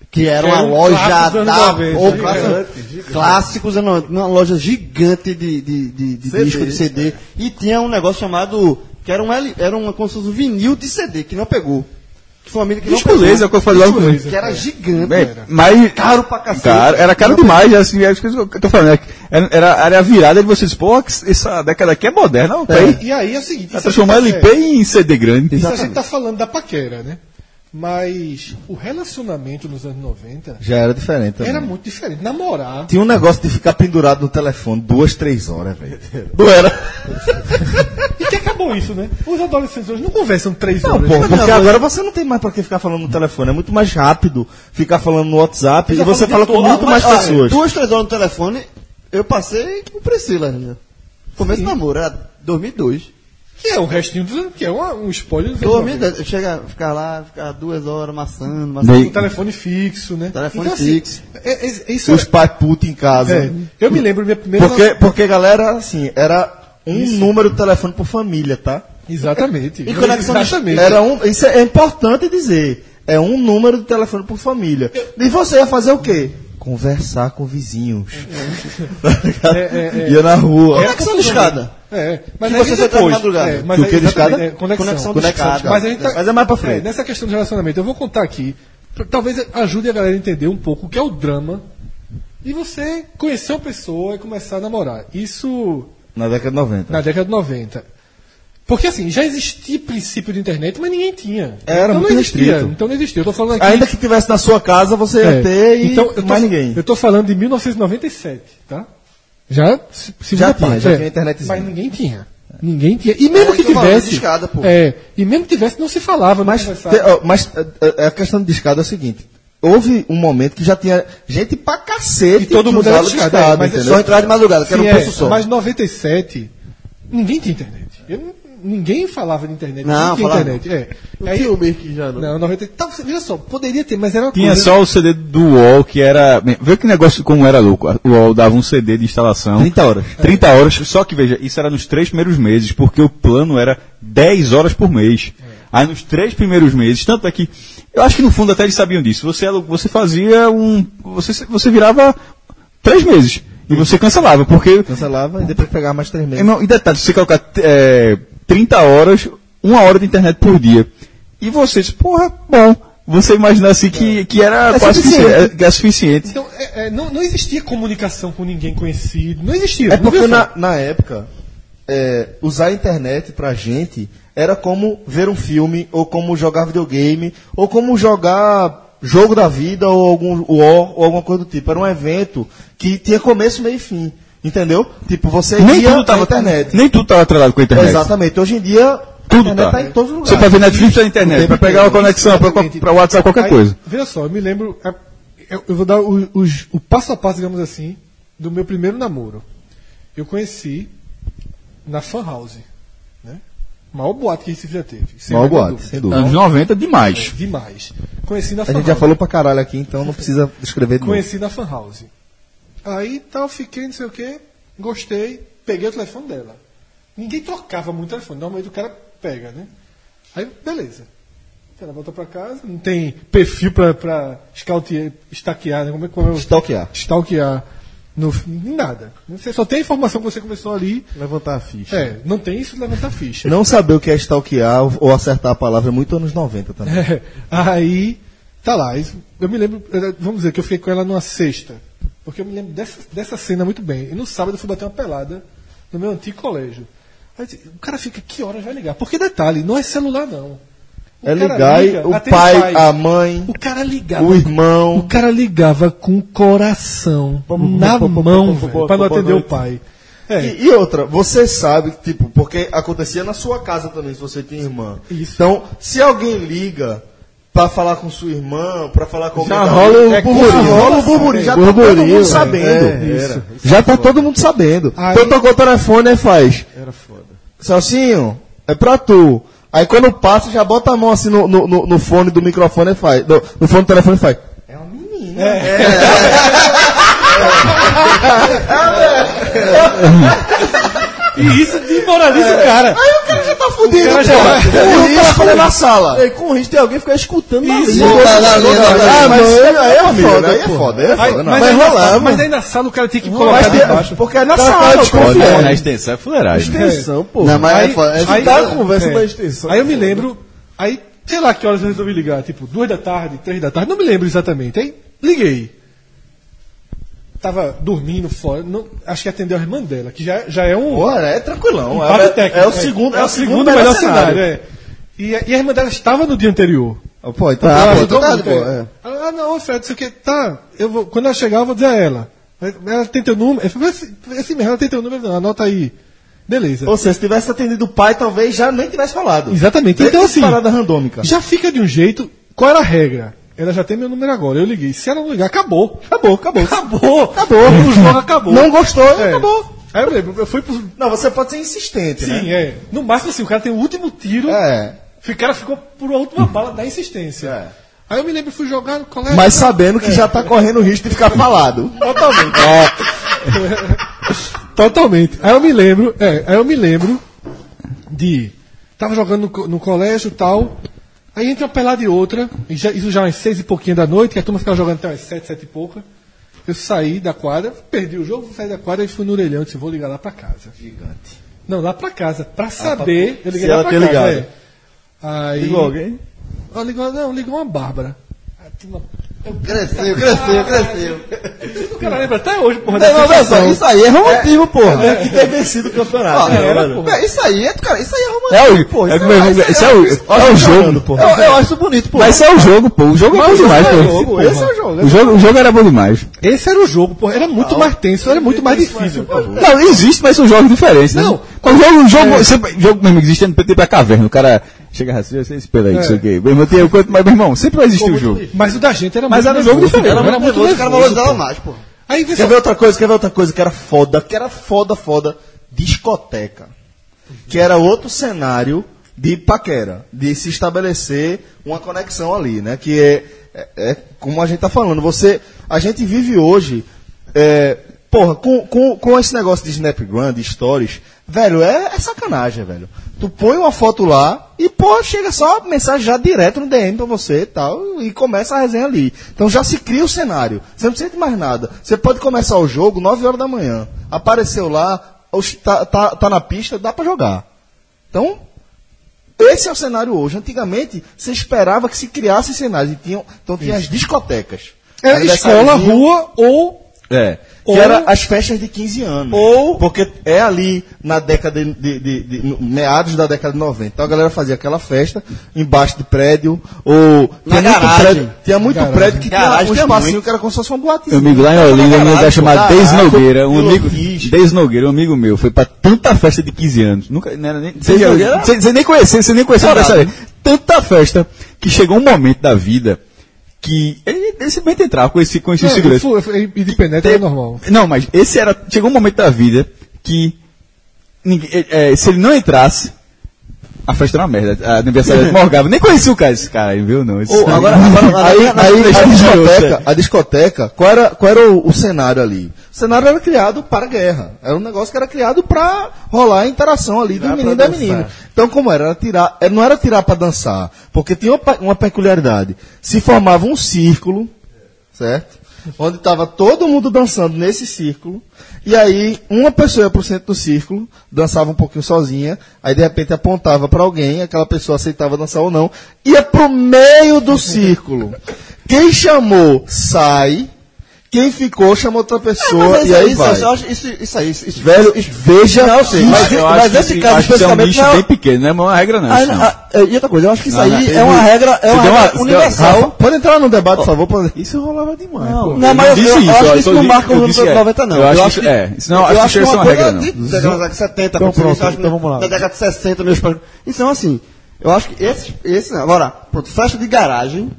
Speaker 4: Que era
Speaker 2: Que
Speaker 4: uma
Speaker 2: era um
Speaker 4: loja
Speaker 2: clássico dos anos
Speaker 4: da.
Speaker 2: 90,
Speaker 4: ou
Speaker 2: gigante,
Speaker 4: clássico- Clássicos, anos 90, uma loja gigante de, de, de, de disco, de CD. E tinha um negócio chamado. Que era, um, L- era uma como se fosse um vinil de CD, que não pegou. Que foi uma amiga que
Speaker 3: Disco
Speaker 4: não pegou.
Speaker 3: laser, que eu falei logo
Speaker 4: Disco
Speaker 3: no
Speaker 4: laser, Que era gigante.
Speaker 3: Bem,
Speaker 4: cara.
Speaker 3: mas.
Speaker 4: Caro pra cacete.
Speaker 3: Caro, era caro demais, assim, é isso que eu tô falando. né? Era, era, era a virada de vocês, pô, que essa década aqui é moderna, ó, tá aí.
Speaker 2: E aí é o seguinte. isso
Speaker 3: Tá
Speaker 2: a
Speaker 3: transformando
Speaker 2: gente tá-
Speaker 3: LP em CD grande.
Speaker 4: é
Speaker 2: Isso a gente tá falando da paquera, né? Mas o relacionamento nos anos 90
Speaker 1: Já era diferente. também.
Speaker 2: era muito diferente. Namorar.
Speaker 1: Tinha um negócio de ficar pendurado no telefone duas, três horas, velho. Não era.
Speaker 2: E que acabou isso, né? Os adolescentes hoje não conversam três
Speaker 1: Não,
Speaker 2: horas. né?
Speaker 1: pô,
Speaker 2: Mas
Speaker 1: porque agora você não tem mais pra que ficar falando no telefone. É muito mais rápido ficar falando no WhatsApp e você fala com muito mais
Speaker 4: olha,
Speaker 1: pessoas.
Speaker 4: Duas, três horas no telefone, eu passei com Priscila. né? Começo do namoro, era 2002.
Speaker 2: Que é o restinho dos anos, que é uma- um spoiler dos anos 90.
Speaker 4: 2002, eu chega, ficar lá, ficar duas horas maçando,
Speaker 2: Com
Speaker 4: maçando.
Speaker 2: telefone fixo, né?
Speaker 4: Telefone
Speaker 1: Então,
Speaker 2: assim,
Speaker 4: fixo.
Speaker 2: é- é- isso
Speaker 1: Os
Speaker 2: é-
Speaker 1: pai puto em casa.
Speaker 2: é, eu me lembro minha primeira.
Speaker 1: Porque, porque, galera, assim, era um número de telefone por família, tá?
Speaker 2: Exatamente.
Speaker 1: E conexão
Speaker 2: Exatamente.
Speaker 1: de era um, Isso é importante dizer. É um número de telefone por família. E você ia fazer o quê? Conversar com vizinhos. Tá
Speaker 2: é, é.
Speaker 1: ia na rua.
Speaker 4: Conexão de escada.
Speaker 2: É, mas
Speaker 4: Que
Speaker 2: aí
Speaker 4: você tá de
Speaker 2: depois,
Speaker 4: madrugada.
Speaker 2: É, mas
Speaker 1: Que o
Speaker 2: aí,
Speaker 1: que de
Speaker 2: exatamente,
Speaker 1: escada?
Speaker 2: é, conexão.
Speaker 1: Conexão de escada.
Speaker 2: Mas, a gente tá-
Speaker 1: Mas é mais pra frente.
Speaker 2: nessa questão do relacionamento, eu vou contar aqui. pra- Talvez ajude a galera a entender um pouco o que é o drama. E você conhecer uma pessoa e começar a namorar. Isso
Speaker 1: Na década de 90.
Speaker 2: na década de 90. Porque assim, já existia princípio de internet, mas ninguém tinha.
Speaker 1: Era
Speaker 2: então
Speaker 1: muito
Speaker 2: não existia.
Speaker 1: restrito.
Speaker 2: Então não existia. Eu tô falando aqui
Speaker 1: Ainda que tivesse na sua casa, você ia
Speaker 2: É.
Speaker 1: ter e
Speaker 2: então, eu tô,
Speaker 1: mais ninguém.
Speaker 2: Eu tô falando de 1997, tá? Já se segunda
Speaker 1: tinha,
Speaker 2: parte,
Speaker 1: já
Speaker 2: é.
Speaker 1: tinha internetzinha.
Speaker 2: Mas ninguém tinha. Ninguém tinha. E mesmo
Speaker 4: É,
Speaker 2: que
Speaker 4: tô falando
Speaker 2: tivesse.
Speaker 4: de escada, pô.
Speaker 2: É, e mesmo que tivesse, não se falava, não
Speaker 1: Mas,
Speaker 2: conversava.
Speaker 1: te- ó, mas é, é, a questão de discada é o seguinte. Houve um momento que já tinha gente pra cacete
Speaker 2: E todo
Speaker 1: que
Speaker 2: mundo
Speaker 1: usava
Speaker 2: era discada, é, mas
Speaker 1: entendeu?
Speaker 4: Só entrar de madrugada, que era um
Speaker 2: Sim,
Speaker 4: preço
Speaker 2: é,
Speaker 4: só.
Speaker 2: Mas 97, ninguém tinha internet. Eu não- ninguém falava de internet.
Speaker 4: Não,
Speaker 2: ninguém tinha
Speaker 4: falava
Speaker 2: internet. É.
Speaker 4: Não
Speaker 2: Aí,
Speaker 4: tinha o Mirk já, não.
Speaker 2: não, 90, tá, você- veja só, poderia ter, mas era uma
Speaker 3: Tinha
Speaker 2: coisa.
Speaker 3: só o CD do UOL, que era. bem, Vê que negócio como era louco. O UOL dava um CD de instalação.
Speaker 1: 30 horas.
Speaker 3: 30 horas. Só que, veja, isso era nos três primeiros meses, porque o plano era 10 horas por mês.
Speaker 2: É.
Speaker 3: Aí nos três primeiros meses, tanto é que. Eu acho que no fundo até eles sabiam disso. Você, alu- você fazia um. Você, você virava três meses. E você cancelava, porque.
Speaker 1: Cancelava e depois pegava mais três meses.
Speaker 3: Irmão, e detalhe, se você colocar é, 30 horas, uma hora de internet por dia. E vocês, porra, bom. Você imagina assim que, que era
Speaker 1: É
Speaker 3: quase que
Speaker 1: suficiente.
Speaker 3: é, que é suficiente.
Speaker 2: Então, é- é, não, não existia comunicação com ninguém conhecido. Não existia.
Speaker 1: É
Speaker 2: não
Speaker 1: porque
Speaker 2: veja só.
Speaker 1: na, na época, é, usar a internet pra gente era como ver um filme, ou como jogar videogame, ou como jogar jogo da vida, ou algum UOL, ou alguma coisa do tipo. Era um evento que tinha começo, meio e fim. Entendeu? Tipo, você
Speaker 3: Nem
Speaker 1: ia
Speaker 3: tudo,
Speaker 1: pra
Speaker 3: tava,
Speaker 1: internet.
Speaker 3: nem tudo tava atrelado com a internet.
Speaker 1: Exatamente. Hoje em dia,
Speaker 3: Tudo
Speaker 1: a internet
Speaker 3: tá.
Speaker 1: tá em todos os
Speaker 3: Você
Speaker 1: lugares.
Speaker 3: pra ver Netflix na internet,
Speaker 1: Tem
Speaker 3: pra pegar uma conexão, pra,
Speaker 2: Exatamente.
Speaker 3: pra WhatsApp, qualquer
Speaker 2: Aí,
Speaker 3: coisa.
Speaker 2: Veja só, eu me lembro. é, Eu, eu vou dar o, os- o passo a passo, digamos assim, do meu primeiro namoro. Eu conheci na Fan House. Né? Maior boate que Recife já teve. sem
Speaker 1: Maior
Speaker 2: a menor
Speaker 1: boate, sem dúvida.
Speaker 3: Anos 90, demais.
Speaker 2: Demais. Conheci na
Speaker 1: A
Speaker 2: Fan
Speaker 1: gente
Speaker 2: House.
Speaker 1: já falou pra caralho aqui, então não precisa escrever de novo.
Speaker 2: Conheci na Fan House. Aí tal, fiquei, não sei o que, gostei, peguei o telefone dela. Ninguém trocava muito o telefone, normalmente o cara pega, né? Aí, beleza. Ela volta pra casa, não tem perfil pra, pra escaltear, estaquear, né? Como é, como é o-
Speaker 1: Stalkear.
Speaker 2: Stalkear. No, em nada. Você só tem a informação que você começou ali.
Speaker 12: Levantar a ficha.
Speaker 2: É, não tem isso, levanta a ficha.
Speaker 1: Não saber o que é stalkear ou- ou acertar a palavra é muito anos 90 também.
Speaker 2: É, aí, tá lá. isso- eu me lembro, era- vamos dizer que eu fiquei com ela numa sexta. Porque eu me lembro dessa, dessa cena muito bem. E no sábado eu fui bater uma pelada no meu antigo colégio. Aí eu disse, o cara fica, que hora vai ligar? Porque detalhe, não é celular não.
Speaker 1: é
Speaker 2: cara
Speaker 1: ligar
Speaker 2: liga,
Speaker 1: o
Speaker 2: até
Speaker 1: pai,
Speaker 2: pai.
Speaker 1: a mãe,
Speaker 2: O cara ligava.
Speaker 1: o
Speaker 2: O
Speaker 1: irmão.
Speaker 2: cara ligava com o coração na mão, velho, pra não atender o pai. É,
Speaker 1: E, e outra, você sabe, tipo, porque acontecia na sua casa também, se você tinha irmã.
Speaker 2: Isso.
Speaker 1: Então, se alguém liga pra falar com sua irmã, pra falar com alguém.
Speaker 3: Já
Speaker 1: da-
Speaker 3: rola o
Speaker 1: é,
Speaker 3: burburinho.
Speaker 1: Já rola o burburinho, já tá todo
Speaker 3: Burburinho,
Speaker 1: mundo
Speaker 3: é,
Speaker 1: sabendo. é,
Speaker 3: é,
Speaker 1: Era.
Speaker 3: Já tá todo mundo sabendo.
Speaker 2: Aí-
Speaker 3: Então tocou o telefone e faz.
Speaker 1: Celcinho, é pra tu. Aí quando passa, já bota a mão assim no, no, no- no fone do microfone e faz. No, no fone do telefone e faz.
Speaker 2: E isso desmoraliza o cara.
Speaker 1: O cara já tá fudido,
Speaker 2: cara já-
Speaker 1: pô. E o telefone na sala.
Speaker 3: Aí, com o risco de alguém ficar escutando na
Speaker 2: Isso.
Speaker 3: linha.
Speaker 1: Ah, mas aí é
Speaker 3: família,
Speaker 1: foda, aí é
Speaker 3: pô.
Speaker 1: foda, aí é
Speaker 2: Aí-
Speaker 1: foda. não.
Speaker 2: mas, aí na sala, mas aí na sala o cara tinha que colocar debaixo.
Speaker 1: Porque é na
Speaker 3: Cara,
Speaker 1: sala,
Speaker 3: cara,
Speaker 1: pô.
Speaker 3: desconfiado.
Speaker 1: É.
Speaker 13: Na extensão é fuleiragem. né?
Speaker 3: Extensão, pô.
Speaker 4: Não, mas
Speaker 2: Aí-
Speaker 4: é foda. É
Speaker 2: aí-
Speaker 4: foda.
Speaker 3: Tá a conversa
Speaker 2: É.
Speaker 3: da extensão.
Speaker 2: Aí eu me lembro, aí, sei lá que horas eu resolvi ligar, tipo, duas da tarde, três da tarde, não me lembro exatamente. Aí liguei. Tava dormindo fora, não- acho que atendeu a irmã dela, que já, já é um.
Speaker 1: Porra, é tranquilão.
Speaker 2: empate
Speaker 1: É,
Speaker 2: técnico,
Speaker 1: é o segundo, é, o segundo, melhor, cenário.
Speaker 2: é. E, e a irmã dela estava no dia anterior.
Speaker 1: Pô, então
Speaker 4: Ah,
Speaker 1: tá,
Speaker 4: pô,
Speaker 1: pô,
Speaker 4: então
Speaker 1: então
Speaker 4: tá
Speaker 1: tá,
Speaker 4: de
Speaker 1: pô.
Speaker 4: boa,
Speaker 1: é.
Speaker 4: é.
Speaker 2: Ela, ah, não, Fred, não sei o que, tá. Eu vou, quando ela chegar, eu vou dizer a ela. Ela tem teu número? Eu falei, assim assim mesmo, ela tem teu número, não, anota aí. Beleza.
Speaker 1: Ou seja, se tivesse atendido o pai, talvez já nem tivesse falado.
Speaker 2: Exatamente.
Speaker 1: Deve
Speaker 2: Então,
Speaker 1: ter
Speaker 2: assim,
Speaker 1: Parada randômica.
Speaker 2: Já fica de um jeito. Qual era a regra? Ela já tem meu número agora. Eu liguei. Se ela não ligar, acabou. Acabou, acabou. Acabou. Acabou. O jogo acabou.
Speaker 1: Não gostou,
Speaker 2: É.
Speaker 1: Então acabou.
Speaker 2: Aí eu lembro, eu fui pro.
Speaker 1: Não, você pode ser insistente, né?
Speaker 2: Sim, é. No máximo assim, o cara tem o último tiro.
Speaker 1: É.
Speaker 2: O cara ficou por uma última bala da insistência.
Speaker 1: É.
Speaker 2: Aí eu me lembro, fui jogar no colégio.
Speaker 1: Mas sabendo que já tá correndo o risco de ficar falado.
Speaker 2: Totalmente. Totalmente. Aí eu me lembro, é, aí eu me lembro de. Tava jogando no, co- no colégio e tal. Aí entra uma pelada e outra. E já, isso já é umas seis e pouquinho da noite, que a turma ficava jogando até umas sete, sete e pouca. Eu saí da quadra, perdi o jogo, saí da quadra e fui no orelhão. Disse, vou ligar lá pra casa. Gigante. Não, lá pra casa. Pra saber. eu liguei
Speaker 3: Ah, se
Speaker 2: lá
Speaker 3: ela
Speaker 2: pra
Speaker 3: ter
Speaker 2: casa.
Speaker 3: ligado.
Speaker 2: é. Aí,
Speaker 3: Ligou alguém? Ah,
Speaker 2: Ela ligou, não, ligou uma Bárbara. A turma-
Speaker 4: Cresceu, cresceu, cresceu.
Speaker 2: O cara lembra até hoje, porra,
Speaker 3: Não, não,
Speaker 2: dessa
Speaker 3: não, só, isso aí é romantismo, porra.
Speaker 1: Que ter vencido o campeonato.
Speaker 3: né,
Speaker 2: era,
Speaker 3: mano?
Speaker 2: porra.
Speaker 4: Véi, Isso aí é, cara, isso aí é romântico.
Speaker 3: É o
Speaker 4: Pô,
Speaker 3: é
Speaker 4: isso
Speaker 3: como é, isso é o é o jogo, porra.
Speaker 4: Eu, eu acho isso bonito, pô.
Speaker 3: Mas isso é o jogo, pô. O jogo é bom demais,
Speaker 2: é
Speaker 3: pô.
Speaker 2: jogo,
Speaker 3: Esse é o jogo. O jogo, o jogo era bom demais.
Speaker 2: Esse era o jogo, porra. Era
Speaker 3: Ah,
Speaker 2: muito mais tenso, era
Speaker 3: é
Speaker 2: muito mais difícil.
Speaker 3: Não, existe, mas são jogos diferentes, né?
Speaker 2: Não.
Speaker 3: Mas jogo, jogo, sempre- jogo mesmo existe, é não tem pra caverna. O cara chega assim, eu sei esse pelo aí, não sei o quê. Meu irmão, tem, eu conto, mas meu irmão, sempre vai existir o jogo.
Speaker 2: Mas o da gente era
Speaker 3: Mas
Speaker 2: muito
Speaker 3: era um jogo
Speaker 2: nervoso,
Speaker 3: diferente,
Speaker 2: porra,
Speaker 3: era
Speaker 1: né? é
Speaker 2: Era
Speaker 3: muito
Speaker 2: muito
Speaker 4: Os caras
Speaker 2: nervoso.
Speaker 4: valorizavam mais, pô.
Speaker 2: Aí vê
Speaker 1: Quer
Speaker 2: só,
Speaker 1: ver outra coisa? Quer ver outra coisa que era foda? Que era foda, foda. Discoteca. Que era outro cenário de paquera. De se estabelecer uma conexão ali, né? Que é, é, é como a gente tá falando. Você, a gente vive hoje... é, porra, com, com, com esse negócio de Snapgram, de Stories... Velho, é, é sacanagem, velho. Tu põe uma foto lá e, pô, chega só a mensagem já direto no DM pra você e tal, e começa a resenha ali. Então já se cria o cenário. Você não precisa de mais nada. Você pode começar o jogo 9 horas da manhã. Apareceu lá, os- tá, tá, tá na pista, dá pra jogar. Então, esse é o cenário hoje. Antigamente, você esperava que se criasse cenários. E tinham, então tinha as discotecas.
Speaker 4: É,
Speaker 2: era escola,
Speaker 1: Aniversariozinho,
Speaker 2: rua ou.
Speaker 13: É.
Speaker 1: que era as festas de 15 anos.
Speaker 2: Ou-
Speaker 1: Porque é ali na década de, de- de- de- no- meados da década de 90. Então a galera fazia aquela festa embaixo de prédio ou
Speaker 4: Na
Speaker 1: tinha muito
Speaker 4: garagem.
Speaker 1: prédio, tinha muito prédio que
Speaker 4: Garagem
Speaker 1: tinha um
Speaker 4: tinha
Speaker 1: espacinho
Speaker 4: muito.
Speaker 1: que Então, era como se fosse uma
Speaker 3: Meu
Speaker 1: boatezinha.
Speaker 3: amigo lá em Olinda, um lugar chamado
Speaker 1: Caraca,
Speaker 3: Deis Nogueira, um
Speaker 1: que
Speaker 3: amigo.
Speaker 1: louquice.
Speaker 3: Deis Nogueira, um amigo meu, foi pra tanta festa de 15 anos. Nunca, não era nem. Você já-
Speaker 4: Nogueira?
Speaker 3: você- você nem conhecia, você nem conhecia, mas sabe? Tanta festa que chegou um momento da vida que. Ele, ele simplesmente entrava, conhecia, conhecia o segurança.
Speaker 2: Não, eu fui- eu fui- E de penetra
Speaker 3: Te-
Speaker 2: era normal.
Speaker 3: Não, mas esse era. Chegou um momento da vida que. ninguém- eh, eh, se ele não entrasse. A festa era uma merda. A aniversário morgava. Nem conhecia o cara. Esse cara aí, viu? Não. é Esse
Speaker 1: Ô,
Speaker 3: cara-
Speaker 1: agora, agora- aí, aí a,
Speaker 3: girou,
Speaker 1: discoteca,
Speaker 3: sério.
Speaker 1: a discoteca, qual era, qual era o, o cenário ali? O cenário era criado para a guerra. Era um negócio que era criado para rolar a interação ali do menino e da menina. Então, como era? Era tirar, eh, não era tirar para dançar, porque tinha uma, pe- uma peculiaridade. Se formava um círculo, certo? Onde estava todo mundo dançando nesse círculo, e aí uma pessoa ia para o centro do círculo, dançava um pouquinho sozinha, aí de repente apontava para alguém, aquela pessoa aceitava dançar ou não, ia para o meio do círculo. Quem chamou sai, Quem ficou chamou outra pessoa
Speaker 4: É, isso,
Speaker 1: e aí
Speaker 4: isso,
Speaker 1: vai.
Speaker 4: eu acho- isso, isso aí, isso, isso-
Speaker 1: Velho, veja
Speaker 4: Não, sim, mas,
Speaker 1: que-
Speaker 4: mas esse caso
Speaker 3: acho que isso é um
Speaker 4: especificamente
Speaker 3: nicho
Speaker 4: não-
Speaker 3: bem pequeno, não é uma regra não.
Speaker 4: Ah,
Speaker 3: isso não.
Speaker 4: ah,
Speaker 1: é,
Speaker 4: e outra coisa, eu acho que isso
Speaker 3: Não,
Speaker 4: aí
Speaker 3: não,
Speaker 4: é uma
Speaker 3: ele-
Speaker 4: regra, é
Speaker 3: você
Speaker 4: uma
Speaker 3: deu uma-
Speaker 4: regra
Speaker 3: você deu-
Speaker 4: universal.
Speaker 1: Rafa, pode entrar no debate, por favor. Pode...
Speaker 6: Isso rolava demais. pô.
Speaker 4: Não, mas eu,
Speaker 3: disse
Speaker 4: eu
Speaker 3: isso,
Speaker 4: acho
Speaker 3: eu
Speaker 4: que isso
Speaker 3: só
Speaker 4: não
Speaker 3: disse-
Speaker 4: marca
Speaker 3: eu
Speaker 4: os anos
Speaker 3: disse, é,
Speaker 4: 90, não.
Speaker 3: eu acho que- é, isso não, acho que isso é uma regra,
Speaker 4: de-
Speaker 3: não.
Speaker 4: da década de 70,
Speaker 6: Então,
Speaker 4: porque
Speaker 6: pronto,
Speaker 4: isso eu acho
Speaker 6: então
Speaker 4: no-
Speaker 6: vamos lá.
Speaker 4: Da década é de 60, meus pais. Então, assim, eu acho que esse, esse agora, pronto, festa de garagem,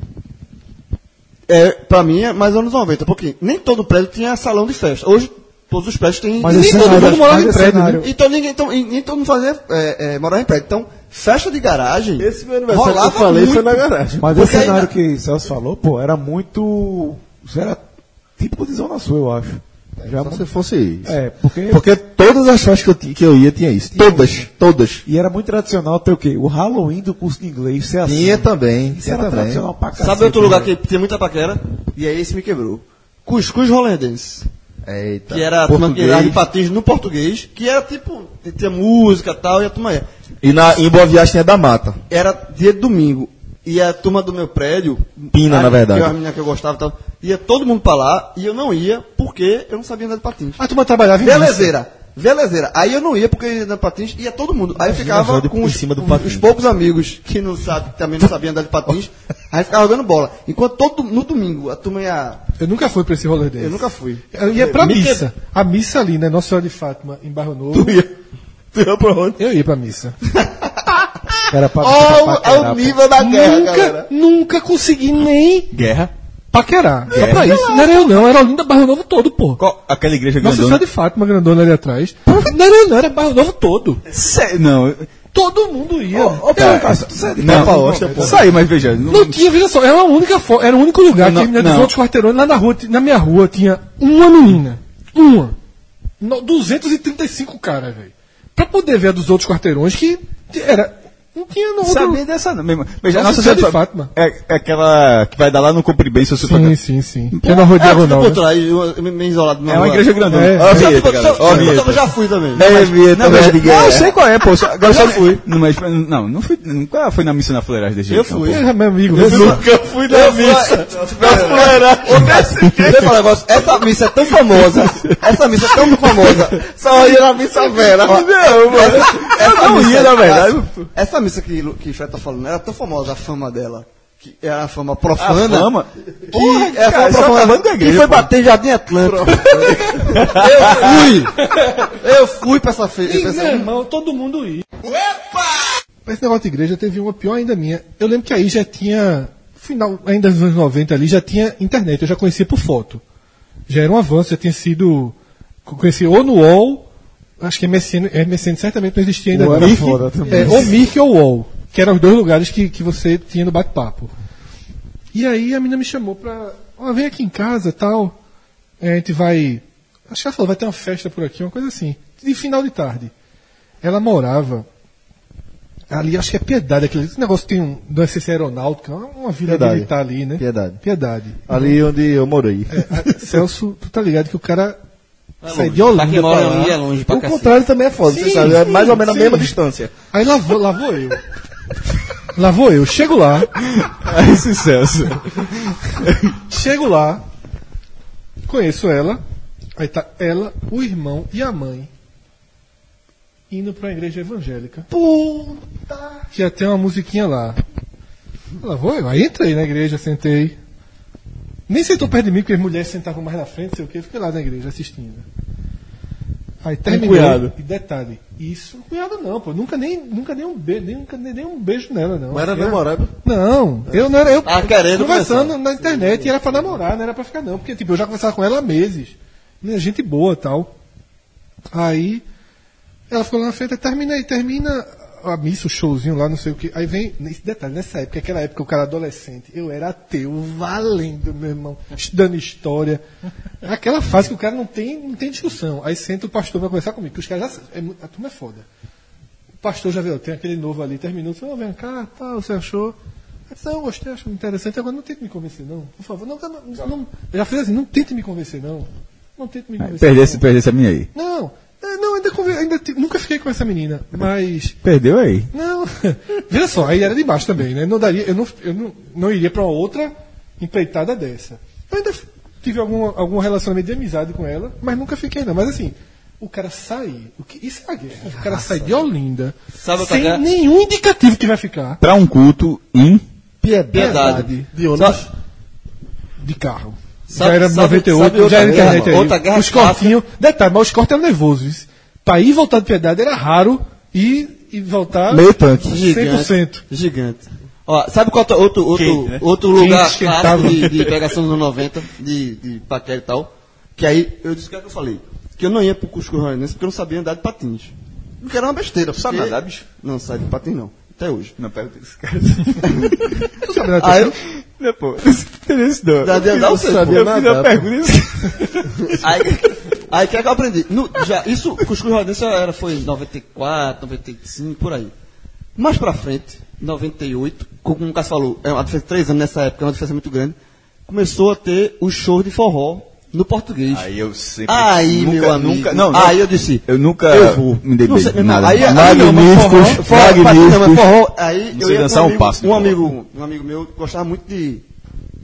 Speaker 4: é, pra mim, é mais anos 90, porque nem todo prédio tinha salão de festa. Hoje, todos os prédios têm...
Speaker 6: Mas
Speaker 4: e nem
Speaker 6: esse cenário-
Speaker 4: todo mundo morava
Speaker 6: mas
Speaker 4: em
Speaker 6: esse
Speaker 4: prédio,
Speaker 6: cenário-
Speaker 4: né? Então, ninguém, então, e- nem todo mundo fazia, é, é, morava em prédio. Então, festa de garagem...
Speaker 7: Esse meu aniversário
Speaker 4: rolava
Speaker 7: que eu falei foi
Speaker 3: é
Speaker 4: muito.
Speaker 7: na garagem.
Speaker 6: Mas
Speaker 4: É Porque
Speaker 6: esse
Speaker 4: aí
Speaker 6: cenário
Speaker 4: na-
Speaker 6: que o Celso falou, pô, era muito. Isso era típico de Zona Sul, eu acho. Já
Speaker 1: Só
Speaker 6: mu-
Speaker 1: se fosse isso.
Speaker 6: é, porque.
Speaker 1: ah, Porque todas as festas que eu, ti- que eu ia tinha isso. Todas, todas.
Speaker 6: E era muito tradicional ter o quê? O Halloween do curso de inglês ser assim.
Speaker 1: Tinha também,
Speaker 6: Isso
Speaker 1: tinha
Speaker 6: era
Speaker 1: também.
Speaker 6: tradicional pra cacete.
Speaker 4: Sabe outro lugar
Speaker 2: né?
Speaker 6: assim,
Speaker 4: que
Speaker 6: né?
Speaker 4: tem muita paquera? E aí esse me quebrou. Cuscuz holandês.
Speaker 1: Eita.
Speaker 4: Que era a turma que era de patins no português, que era tipo, tinha música e tal, e a turma ia.
Speaker 1: E na, em Boa Viagem é da Mata.
Speaker 4: Era dia de domingo. E a turma do meu prédio.
Speaker 1: Pina,
Speaker 4: a-
Speaker 1: na verdade.
Speaker 4: Que eu, a menina que eu gostava e tal. Ia todo mundo pra lá, e eu não ia, porque eu não sabia andar de patins.
Speaker 1: Ah,
Speaker 2: A turma trabalhava em
Speaker 4: Velezeira. Velezeira. Aí eu não ia porque ia andar de patins, ia todo mundo. Aí eu
Speaker 1: só
Speaker 4: ficava
Speaker 1: de-
Speaker 4: com
Speaker 1: em
Speaker 4: os,
Speaker 1: cima do
Speaker 4: os-
Speaker 1: patins.
Speaker 4: os poucos amigos que não sabe, que também não sabiam andar de patins. aí ficava jogando bola. Enquanto todo no domingo a turma ia.
Speaker 2: Eu nunca fui pra esse rolê desse.
Speaker 4: Eu nunca fui.
Speaker 2: Eu ia pra
Speaker 4: Me
Speaker 2: missa. A missa ali, né? Nossa Senhora de Fátima, em Barro Novo.
Speaker 4: Tu ia pra onde?
Speaker 2: Eu ia pra missa.
Speaker 6: Era pra, pra
Speaker 4: Olha
Speaker 1: é
Speaker 6: paquerar,
Speaker 4: o
Speaker 6: pô.
Speaker 4: nível da guerra,
Speaker 2: nunca,
Speaker 4: galera.
Speaker 2: nunca consegui nem
Speaker 3: Guerra.
Speaker 2: paquerar. Só pra isso. Não era eu não, era Olinda Barro Novo todo, pô.
Speaker 3: Qual, aquela igreja
Speaker 2: Nossa
Speaker 3: grandona.
Speaker 2: Senhora de Fátima, grandona ali atrás. Não era eu não, era Barro Novo todo.
Speaker 1: é
Speaker 3: Sé- não, eu-
Speaker 2: Todo mundo ia.
Speaker 3: cara,
Speaker 2: Era- um
Speaker 3: não,
Speaker 1: é
Speaker 3: Isso aí, mas veja, não,
Speaker 2: Não tinha, veja só, era, uma única fo- era o único lugar
Speaker 3: Não,
Speaker 2: que tinha dos
Speaker 3: não.
Speaker 2: outros quarteirões, lá na rua, na minha rua, tinha uma menina. Uma. No- 235 caras, velho. Pra poder ver a dos outros quarteirões, que era. Não tinha no outro.
Speaker 3: sabia dessa não. Mesmo. Veja,
Speaker 2: Nossa
Speaker 3: a
Speaker 2: Senhora de
Speaker 3: Senhora
Speaker 2: Fátima.
Speaker 3: É, é aquela que vai dar lá no Compre Bem, se você for-
Speaker 2: Sim, sim, sim. Que é na rua
Speaker 4: É, fica
Speaker 2: diagonal.
Speaker 4: por
Speaker 2: né?
Speaker 4: trás, eu- eu me- meio isolado.
Speaker 3: É uma igreja grandona.
Speaker 2: É.
Speaker 3: Ó a
Speaker 4: Eu já,
Speaker 3: vinheta,
Speaker 4: eu-
Speaker 3: galera, ó
Speaker 1: então,
Speaker 3: a
Speaker 4: eu-
Speaker 3: vinheta.
Speaker 4: eu já fui também.
Speaker 3: Não, mas-
Speaker 1: de guerra.
Speaker 3: não, eu sei qual é, pô. Só, agora
Speaker 4: Eu
Speaker 3: só
Speaker 4: já fui.
Speaker 3: Não, mas, não, não fui, nunca fui na missa na Fuleiragem desse
Speaker 4: Eu
Speaker 3: jeito. não,
Speaker 4: fui.
Speaker 3: pô.
Speaker 2: É, meu amigo.
Speaker 4: fui na missa. Deixa eu falar um negócio. Essa missa é tão famosa. Essa missa é tão famosa. Só ia na missa velha. Não, mano. Essa
Speaker 3: não
Speaker 4: missa-
Speaker 3: ia, na verdade.
Speaker 4: essa- Essa missa que, Lu- que o Fred tá falando, era tão famosa a fama dela. Que era a
Speaker 1: Ah,
Speaker 4: fama profana.
Speaker 3: A fama?
Speaker 4: Que
Speaker 3: Porra,
Speaker 4: é
Speaker 3: cara,
Speaker 4: a fama
Speaker 3: isso
Speaker 4: profana.
Speaker 3: acabando com a
Speaker 4: que
Speaker 3: igreja,
Speaker 4: foi
Speaker 3: pô.
Speaker 4: bater em Jardim Atlântico. eu fui. Eu fui pra essa feira.
Speaker 2: Ih, meu irmão, todo mundo ia. Pra Esse negócio de igreja teve uma pior ainda minha. Eu lembro que aí já tinha, final ainda dos anos 90 ali, já tinha internet, eu já conhecia por foto. Já era um avanço, já tinha sido. Conheci ou no UOL, acho que MSN, MSN certamente não existia ainda.
Speaker 6: O
Speaker 2: não.
Speaker 6: era
Speaker 2: Mirk,
Speaker 6: foda também.
Speaker 2: é, ou Mirk ou UOL, que eram os dois lugares que, que você tinha no bate-papo. E aí a menina me chamou pra. Ó, vem aqui em casa tal. É, a gente vai. Acho que ela falou, vai ter uma festa por aqui, uma coisa assim. De final de tarde. Ela morava. Ali, acho que é Piedade, aquele esse negócio tem um, do SC Aeronáutica, uma- uma vila
Speaker 1: Piedade.
Speaker 2: militar ali, né?
Speaker 1: Piedade.
Speaker 2: Piedade.
Speaker 1: Ali onde eu morei.
Speaker 3: É,
Speaker 2: Ah, Celso, tu tá ligado que o cara sai de Olinda pra lá.
Speaker 4: é longe
Speaker 1: O contrário também é foda,
Speaker 2: Sim,
Speaker 1: você sabe. É
Speaker 2: sim,
Speaker 1: mais ou menos
Speaker 2: sim.
Speaker 1: a mesma distância.
Speaker 2: Aí lá vou, lá vou eu. Lá vou eu. Chego lá.
Speaker 3: Ai, sucesso.
Speaker 2: Chego lá, conheço ela, aí tá ela, o irmão e a mãe indo pra igreja evangélica. Puta! Que até uma musiquinha lá. Ela vou, eu. aí entrei na igreja, sentei. Nem sentou perto de mim, porque as mulheres sentavam mais na frente, sei o que, fiquei lá na igreja assistindo. Aí terminou.
Speaker 7: cunhado.
Speaker 2: E detalhe, isso, cunhado não, pô. Nunca nem, nunca nem um beijo, nunca nem, nem um beijo nela, não.
Speaker 7: Mas
Speaker 4: É
Speaker 7: era
Speaker 2: Assim,
Speaker 7: memorável.
Speaker 2: não, eu não era. Eu
Speaker 4: Ah, querendo
Speaker 2: conversando na internet e era pra namorar, não era pra ficar não. Porque, tipo, eu já conversava com ela há meses. Minha gente boa tal. Aí ela ficou lá na frente, termina termina a missa, o showzinho lá, não sei o que. Aí vem. Esse detalhe, nessa época, aquela época eu era adolescente, eu era ateu, valendo, meu irmão, estudando história. Aquela fase que o cara não tem, não tem discussão. Aí senta o pastor pra conversar comigo, que os caras já. É, mu- a turma é foda. O pastor já veio, tem aquele novo ali, terminou, disse, "Ô, vem cá, tal, você achou? Eu disse, não, gostei, acho interessante, agora não tente me convencer, não. Por favor, não, não, não- eu já fiz assim, não tente me convencer, não. Não tente me convencer.
Speaker 3: Perdeu,
Speaker 2: não.
Speaker 3: esse- perdeu essa minha aí.
Speaker 2: Não, é, não, ainda, conver- ainda ti- nunca fiquei com essa menina, mas.
Speaker 3: Perdeu aí.
Speaker 2: Não, veja só, aí era de baixo também, né? Não daria, eu não, eu não, não iria pra uma outra empreitada dessa. Eu ainda f- tive algum, algum relacionamento de amizade com ela, mas nunca fiquei, não. Mas assim, o cara sair, o que, isso é a guerra. O cara sai de Olinda,
Speaker 4: Sabe outra
Speaker 2: sem
Speaker 4: guerra?
Speaker 2: nenhum indicativo que vai ficar,
Speaker 3: Pra um culto, um.
Speaker 4: Piedade.
Speaker 7: De ônibus.
Speaker 4: Só-
Speaker 2: de carro. já
Speaker 4: Sabe-
Speaker 2: era
Speaker 4: sabe-
Speaker 2: 98,
Speaker 4: sabe outra
Speaker 2: já era
Speaker 4: guerra?
Speaker 2: internet aí.
Speaker 4: Outra guerra
Speaker 2: os cortinhos, detalhe, mas é os cortes eram nervosos. viu? um Pra ir e voltar de piedade era raro e, e voltar
Speaker 1: Meio tanque.
Speaker 2: 100%.
Speaker 14: Gigante.
Speaker 4: Ó, sabe qual tá- outro, outro,
Speaker 3: Quente, né?
Speaker 4: outro lugar
Speaker 2: Quente,
Speaker 4: clássico
Speaker 2: esquentava.
Speaker 4: de, de pegação dos anos 90, de, de paquera e tal?
Speaker 14: Que aí eu disse o que é que eu falei. Que eu não ia pro Cusco Roraimense porque eu não sabia andar de patins. Porque era uma besteira.
Speaker 3: Sabe
Speaker 14: porque-
Speaker 3: nadar, bicho?
Speaker 14: Não, sai de patins não. Até hoje.
Speaker 3: Não, pera, esse cara.
Speaker 2: Tu sabe, né,
Speaker 14: Aí eu
Speaker 3: Não, pô. Tem isso, não.
Speaker 14: Já deu- dá o
Speaker 3: Eu
Speaker 14: seu,
Speaker 3: fiz-
Speaker 14: pô.
Speaker 3: Eu fiz a pergunta. isso-
Speaker 4: Aí, aí que é que eu aprendi. No, já, isso, Cuscuz Rodense era, foi em 94, 95, por aí. Mais pra frente, 98, como o Cássio falou, é uma diferença de três anos nessa época, é uma diferença muito grande. Começou a ter os shows de forró no português. Aí,
Speaker 3: Aí eu sempre. nunca,
Speaker 4: meu amigo.
Speaker 3: Nunca, não,
Speaker 4: aí
Speaker 3: não,
Speaker 4: eu disse.
Speaker 3: eu nunca
Speaker 4: eu vou.
Speaker 3: me dei
Speaker 4: Não
Speaker 3: bem.
Speaker 4: sei, meu irmão,
Speaker 3: nada.
Speaker 4: aí- aí não, mas
Speaker 3: magníficos,
Speaker 4: forró- forró- não, mas
Speaker 3: magníficos.
Speaker 4: forró, aí
Speaker 3: Não
Speaker 4: eu
Speaker 3: sei
Speaker 4: ia com
Speaker 3: dançar um
Speaker 4: um amigo,
Speaker 3: passo de
Speaker 4: um
Speaker 3: forró.
Speaker 4: amigo, um amigo meu gostava muito de,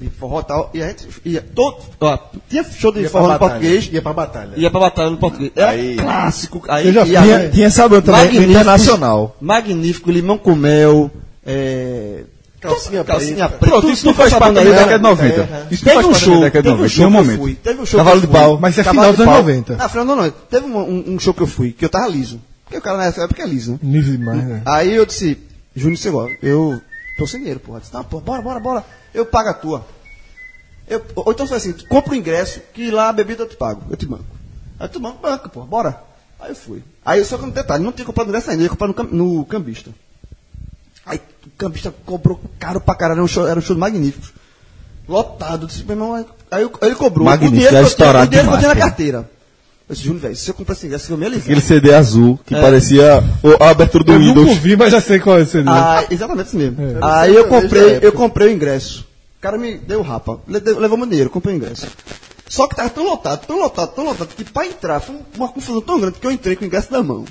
Speaker 4: de forró e tal, e a gente ia todo, ó, tinha show de forró no português,
Speaker 7: Ia pra batalha.
Speaker 4: Ia pra batalha no português. Era
Speaker 3: Aí-
Speaker 4: clássico. Aí,
Speaker 1: Eu já
Speaker 4: e
Speaker 1: fui.
Speaker 4: aí-
Speaker 1: Tinha, tinha sabão
Speaker 3: né,
Speaker 1: também,
Speaker 4: Magníficos.
Speaker 1: internacional.
Speaker 4: Magnífico, limão com mel, é, calcinha, calcinha preta.
Speaker 3: Pronto,
Speaker 4: tudo
Speaker 3: isso não faz parte da minha década de 90. Isso não
Speaker 4: Teve
Speaker 3: faz
Speaker 4: um
Speaker 3: parte da minha
Speaker 4: show,
Speaker 3: década de
Speaker 4: teve um
Speaker 3: 90. Nenhum
Speaker 4: show que eu
Speaker 3: momento.
Speaker 4: né? fui, teve um show
Speaker 1: Cavalo
Speaker 4: que eu
Speaker 1: de
Speaker 4: fui.
Speaker 1: pau.
Speaker 2: Mas é
Speaker 4: Cavalo
Speaker 2: final
Speaker 4: de
Speaker 2: dos anos
Speaker 4: pau.
Speaker 2: 90.
Speaker 4: Ah, final não, não. Teve um, um- um show que eu fui, que eu tava liso. Porque o cara nessa época é liso, né?
Speaker 2: Nível demais, né?
Speaker 4: Aí eu disse, Júnior Segó, eu tô sem dinheiro, porra. Eu disse, não, porra, bora, bora, bora. Eu pago a tua. Eu, ou então foi assim, tu compra o ingresso, que lá a bebida eu te pago, eu te banco. Aí tu banco, banca, porra, bora. Aí eu fui. Aí só que um detalhe, não tinha comprado ingresso ainda, ia comprar no, cam- no cambista. Aí o cambista cobrou caro pra caralho, era um show, era um show magnífico. Lotado, eu disse, meu irmão, aí- aí eu- ele cobrou
Speaker 1: Magnífico,
Speaker 4: o dinheiro,
Speaker 1: é
Speaker 4: que eu tinha, o
Speaker 1: estourado
Speaker 4: dinheiro que eu tinha na
Speaker 1: demais,
Speaker 4: carteira. Eu disse, Júnior, velho, se eu comprar esse ingresso, eu me aliviar.
Speaker 1: Aquele CD azul que parecia o- a abertura do
Speaker 2: Eu nunca
Speaker 1: Windows.
Speaker 2: ouvi, mas já sei qual é esse livro.
Speaker 4: Ah, exatamente isso mesmo.
Speaker 2: É.
Speaker 4: Aí eu comprei, eu comprei o ingresso. O cara me deu rapa, le- deu- levou meu dinheiro, comprei o ingresso. Só que tava tão lotado, tão lotado, tão lotado, que pra entrar foi uma confusão tão grande que eu entrei com o ingresso na mão.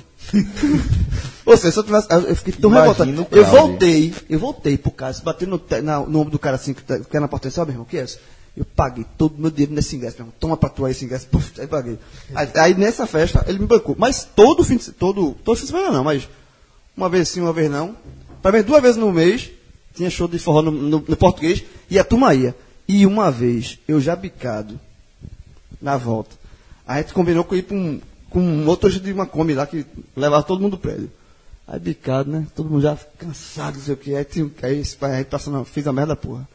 Speaker 4: Ou seja, se eu tivesse. Eu fiquei tão
Speaker 1: Imagina
Speaker 4: revoltado.
Speaker 1: o
Speaker 4: Eu
Speaker 1: crowd.
Speaker 4: voltei, eu voltei pro cara, bater no, te- na- no ombro do cara assim, que tá- que era na porta, sabe, meu irmão, o que é isso? Eu paguei todo o meu dinheiro nesse ingresso, meu irmão. Toma pra tu aí esse ingresso. Puf, aí paguei. Aí, aí nessa festa, ele me bancou. Mas todo fim de se- todo, todo fim de semana não, mas uma vez sim, uma vez não. Pra ver duas vezes no mês, tinha show de forró no, no- no português, e a turma ia. E uma vez, eu já bicado, na volta. A gente combinou com ir pra um, com um motorista de uma Kombi lá que levava todo mundo do prédio. Aí bicado, né? Todo mundo já cansado, não sei o que. Aí, tinha, um- aí esse pai aí passando, fiz a merda porra.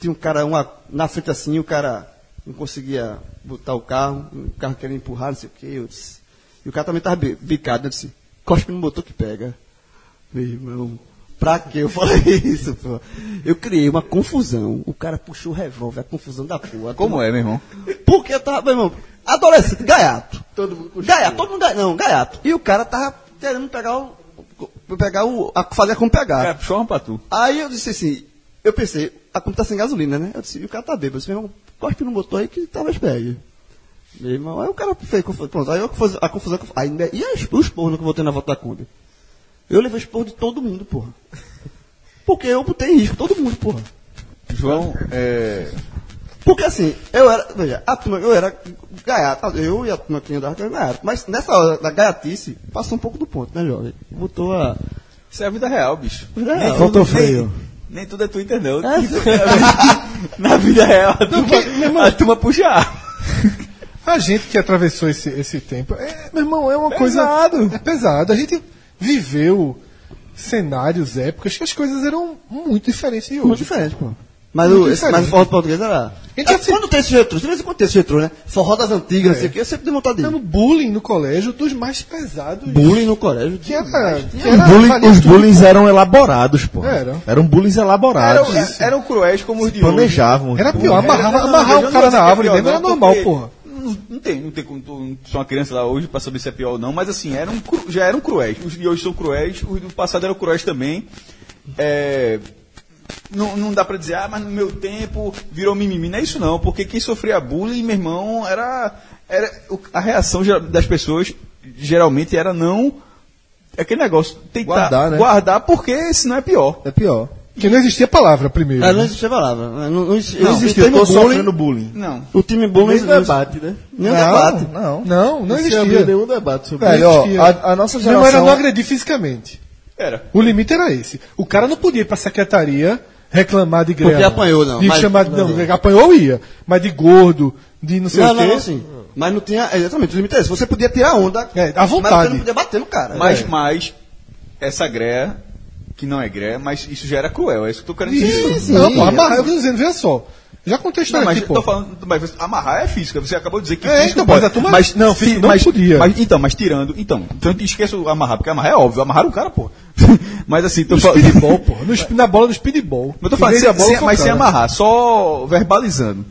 Speaker 4: Tinha um cara uma, na frente assim, o cara não conseguia botar o carro, o carro queria empurrar, não sei o que. Eu disse. E o cara também tava bi- bicado, né? eu disse, cospe no motor que pega. Meu irmão, pra que eu falei isso, pô? Eu criei uma confusão. O cara puxou o revólver, a confusão da porra.
Speaker 3: Como é, meu irmão?
Speaker 4: Porque eu tava, meu irmão, adolescente, gaiato. Todo mundo Gaiato, todo mundo gaiato, não, gaiato. E o cara tava querendo pegar o. pegar o. A, fazer como pegar.
Speaker 3: Cara, puxou uma pra tu.
Speaker 4: Aí eu disse assim, eu pensei, a conta tá sem gasolina, né? Eu disse, e o cara tá bêbado, eu disse, meu irmão, cospe no motor aí que talvez pegue. Meu irmão, aí o cara fez confusão, pronto, aí eu, confus- a confusão que eu- aí, né, e as, os porros que eu botei na volta da Kombi? Eu levei os porros de todo mundo, porra. Porque eu botei em risco todo mundo, porra.
Speaker 3: João, é.
Speaker 4: Porque assim, eu era, veja, a turma, eu era gaiato, eu e a turma que andava que era gaiato, mas nessa hora da gaiatice, passou um pouco do ponto, né, jovem? Botou a...
Speaker 3: Isso é a vida real, bicho. é
Speaker 4: Não,
Speaker 15: Faltou freio.
Speaker 3: Nem tudo é Twitter, não. Na vida real, a turma, a turma puxa ar.
Speaker 2: A gente que atravessou esse, esse tempo, é, meu irmão, é uma coisa. É pesado. A gente viveu cenários, épocas que as coisas eram muito diferentes de hoje.
Speaker 4: Muito diferente, pô. Mas
Speaker 2: Muito
Speaker 4: o, esse,
Speaker 2: diferente.
Speaker 4: mas o forró do português era.
Speaker 2: Ele já
Speaker 4: Ah,
Speaker 2: se-
Speaker 4: Quando tem esse retrô, de vez em quando tem esse retrô, né? Forró das antigas, não sei o que, eu sempre dei vontade de
Speaker 2: Temos
Speaker 4: ir.
Speaker 2: bullying no colégio dos mais pesados.
Speaker 4: Bullying no colégio.
Speaker 2: Que é, era, que
Speaker 1: Os
Speaker 2: era,
Speaker 1: bullying,
Speaker 2: valia
Speaker 1: os
Speaker 2: tudo.
Speaker 1: bullies eram elaborados, pô.
Speaker 2: Eram.
Speaker 1: Eram bullies elaborados.
Speaker 3: eram cruéis como os de
Speaker 1: Planejavam.
Speaker 2: Era
Speaker 1: Pô,
Speaker 2: pior, amarrava, amarrar o cara na
Speaker 3: é
Speaker 2: árvore mesmo era normal, porra.
Speaker 3: Não, não tem, não tem como tu tu ser uma criança lá hoje pra saber se é pior ou não, mas assim, eram, cru- já eram cruéis. Os de hoje são cruéis, os do passado eram cruéis também. É, não, não dá pra dizer, ah, mas no meu tempo virou mimimi. Não é isso não, porque quem sofria bullying, meu irmão, era. era o- a reação geral- das pessoas geralmente era não. é Aquele negócio, tentar
Speaker 1: Guardar, né?
Speaker 3: guardar porque senão é pior.
Speaker 1: É pior.
Speaker 2: Porque não existia palavra primeiro.
Speaker 4: Ah,
Speaker 2: né?
Speaker 4: não existia palavra. Não, não, exi-
Speaker 1: Não, existia,
Speaker 4: existia o
Speaker 1: eu tô
Speaker 4: termo bullying.
Speaker 1: sofrendo bullying.
Speaker 3: Não.
Speaker 4: O time bullying
Speaker 7: Nem debate, né?
Speaker 4: Nem debate.
Speaker 1: Não.
Speaker 2: Não, não
Speaker 7: Não abriu
Speaker 2: existia.
Speaker 7: nenhum debate sobre
Speaker 1: Velho, ó,
Speaker 2: existia.
Speaker 1: a, a nossa
Speaker 2: Não era
Speaker 1: geração...
Speaker 2: não agredir fisicamente.
Speaker 3: Era.
Speaker 2: O limite era esse. O cara não podia ir pra secretaria reclamar de greve.
Speaker 4: Porque apanhou, não,
Speaker 2: De
Speaker 4: mas-
Speaker 2: chamar de, não, apanhou ia. Mas de gordo, de não sei
Speaker 4: Não,
Speaker 2: o quê.
Speaker 4: não, assim. Mas não tinha. Exatamente, o limite é esse. Você podia tirar onda.
Speaker 2: É, à
Speaker 4: Mas
Speaker 2: vontade.
Speaker 4: você não podia bater no cara.
Speaker 3: Mas,
Speaker 4: É.
Speaker 3: mas, essa greia, que não é greia, mas isso já era cruel, é isso que eu tô querendo dizer.
Speaker 2: Isso, não, pô, amarrar, eu tô dizendo, veja só. Já contei a
Speaker 3: Não,
Speaker 2: história
Speaker 3: mas
Speaker 2: aqui, pô.
Speaker 3: eu tô falando, mas amarrar é física, você acabou de dizer que
Speaker 2: tipo- É,
Speaker 3: físico
Speaker 2: então, mas a turma- não, físico não
Speaker 3: mas,
Speaker 2: podia.
Speaker 3: mas- então, mas tirando, então, então esqueça o amarrar, porque amarrar é óbvio, amarrar o cara, pô. mas assim, tô
Speaker 2: No
Speaker 3: falando-
Speaker 2: speedball, pô. No sp- na bola do speedball. é
Speaker 3: Eu tô falando,
Speaker 2: Em vez
Speaker 3: sem,
Speaker 2: da bola,
Speaker 3: sem- mas
Speaker 2: socada.
Speaker 3: é- sem amarrar, só verbalizando.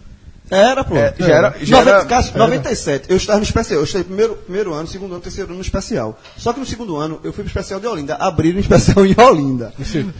Speaker 4: Era, pô.
Speaker 3: É, já era- já
Speaker 4: 90,
Speaker 3: era-
Speaker 4: Cássio, 97. Eu estava no especial. Eu estudei primeiro, primeiro ano, segundo ano, terceiro ano no especial. Só que no segundo ano, eu fui pro especial de Olinda. Abriram um especial em Olinda.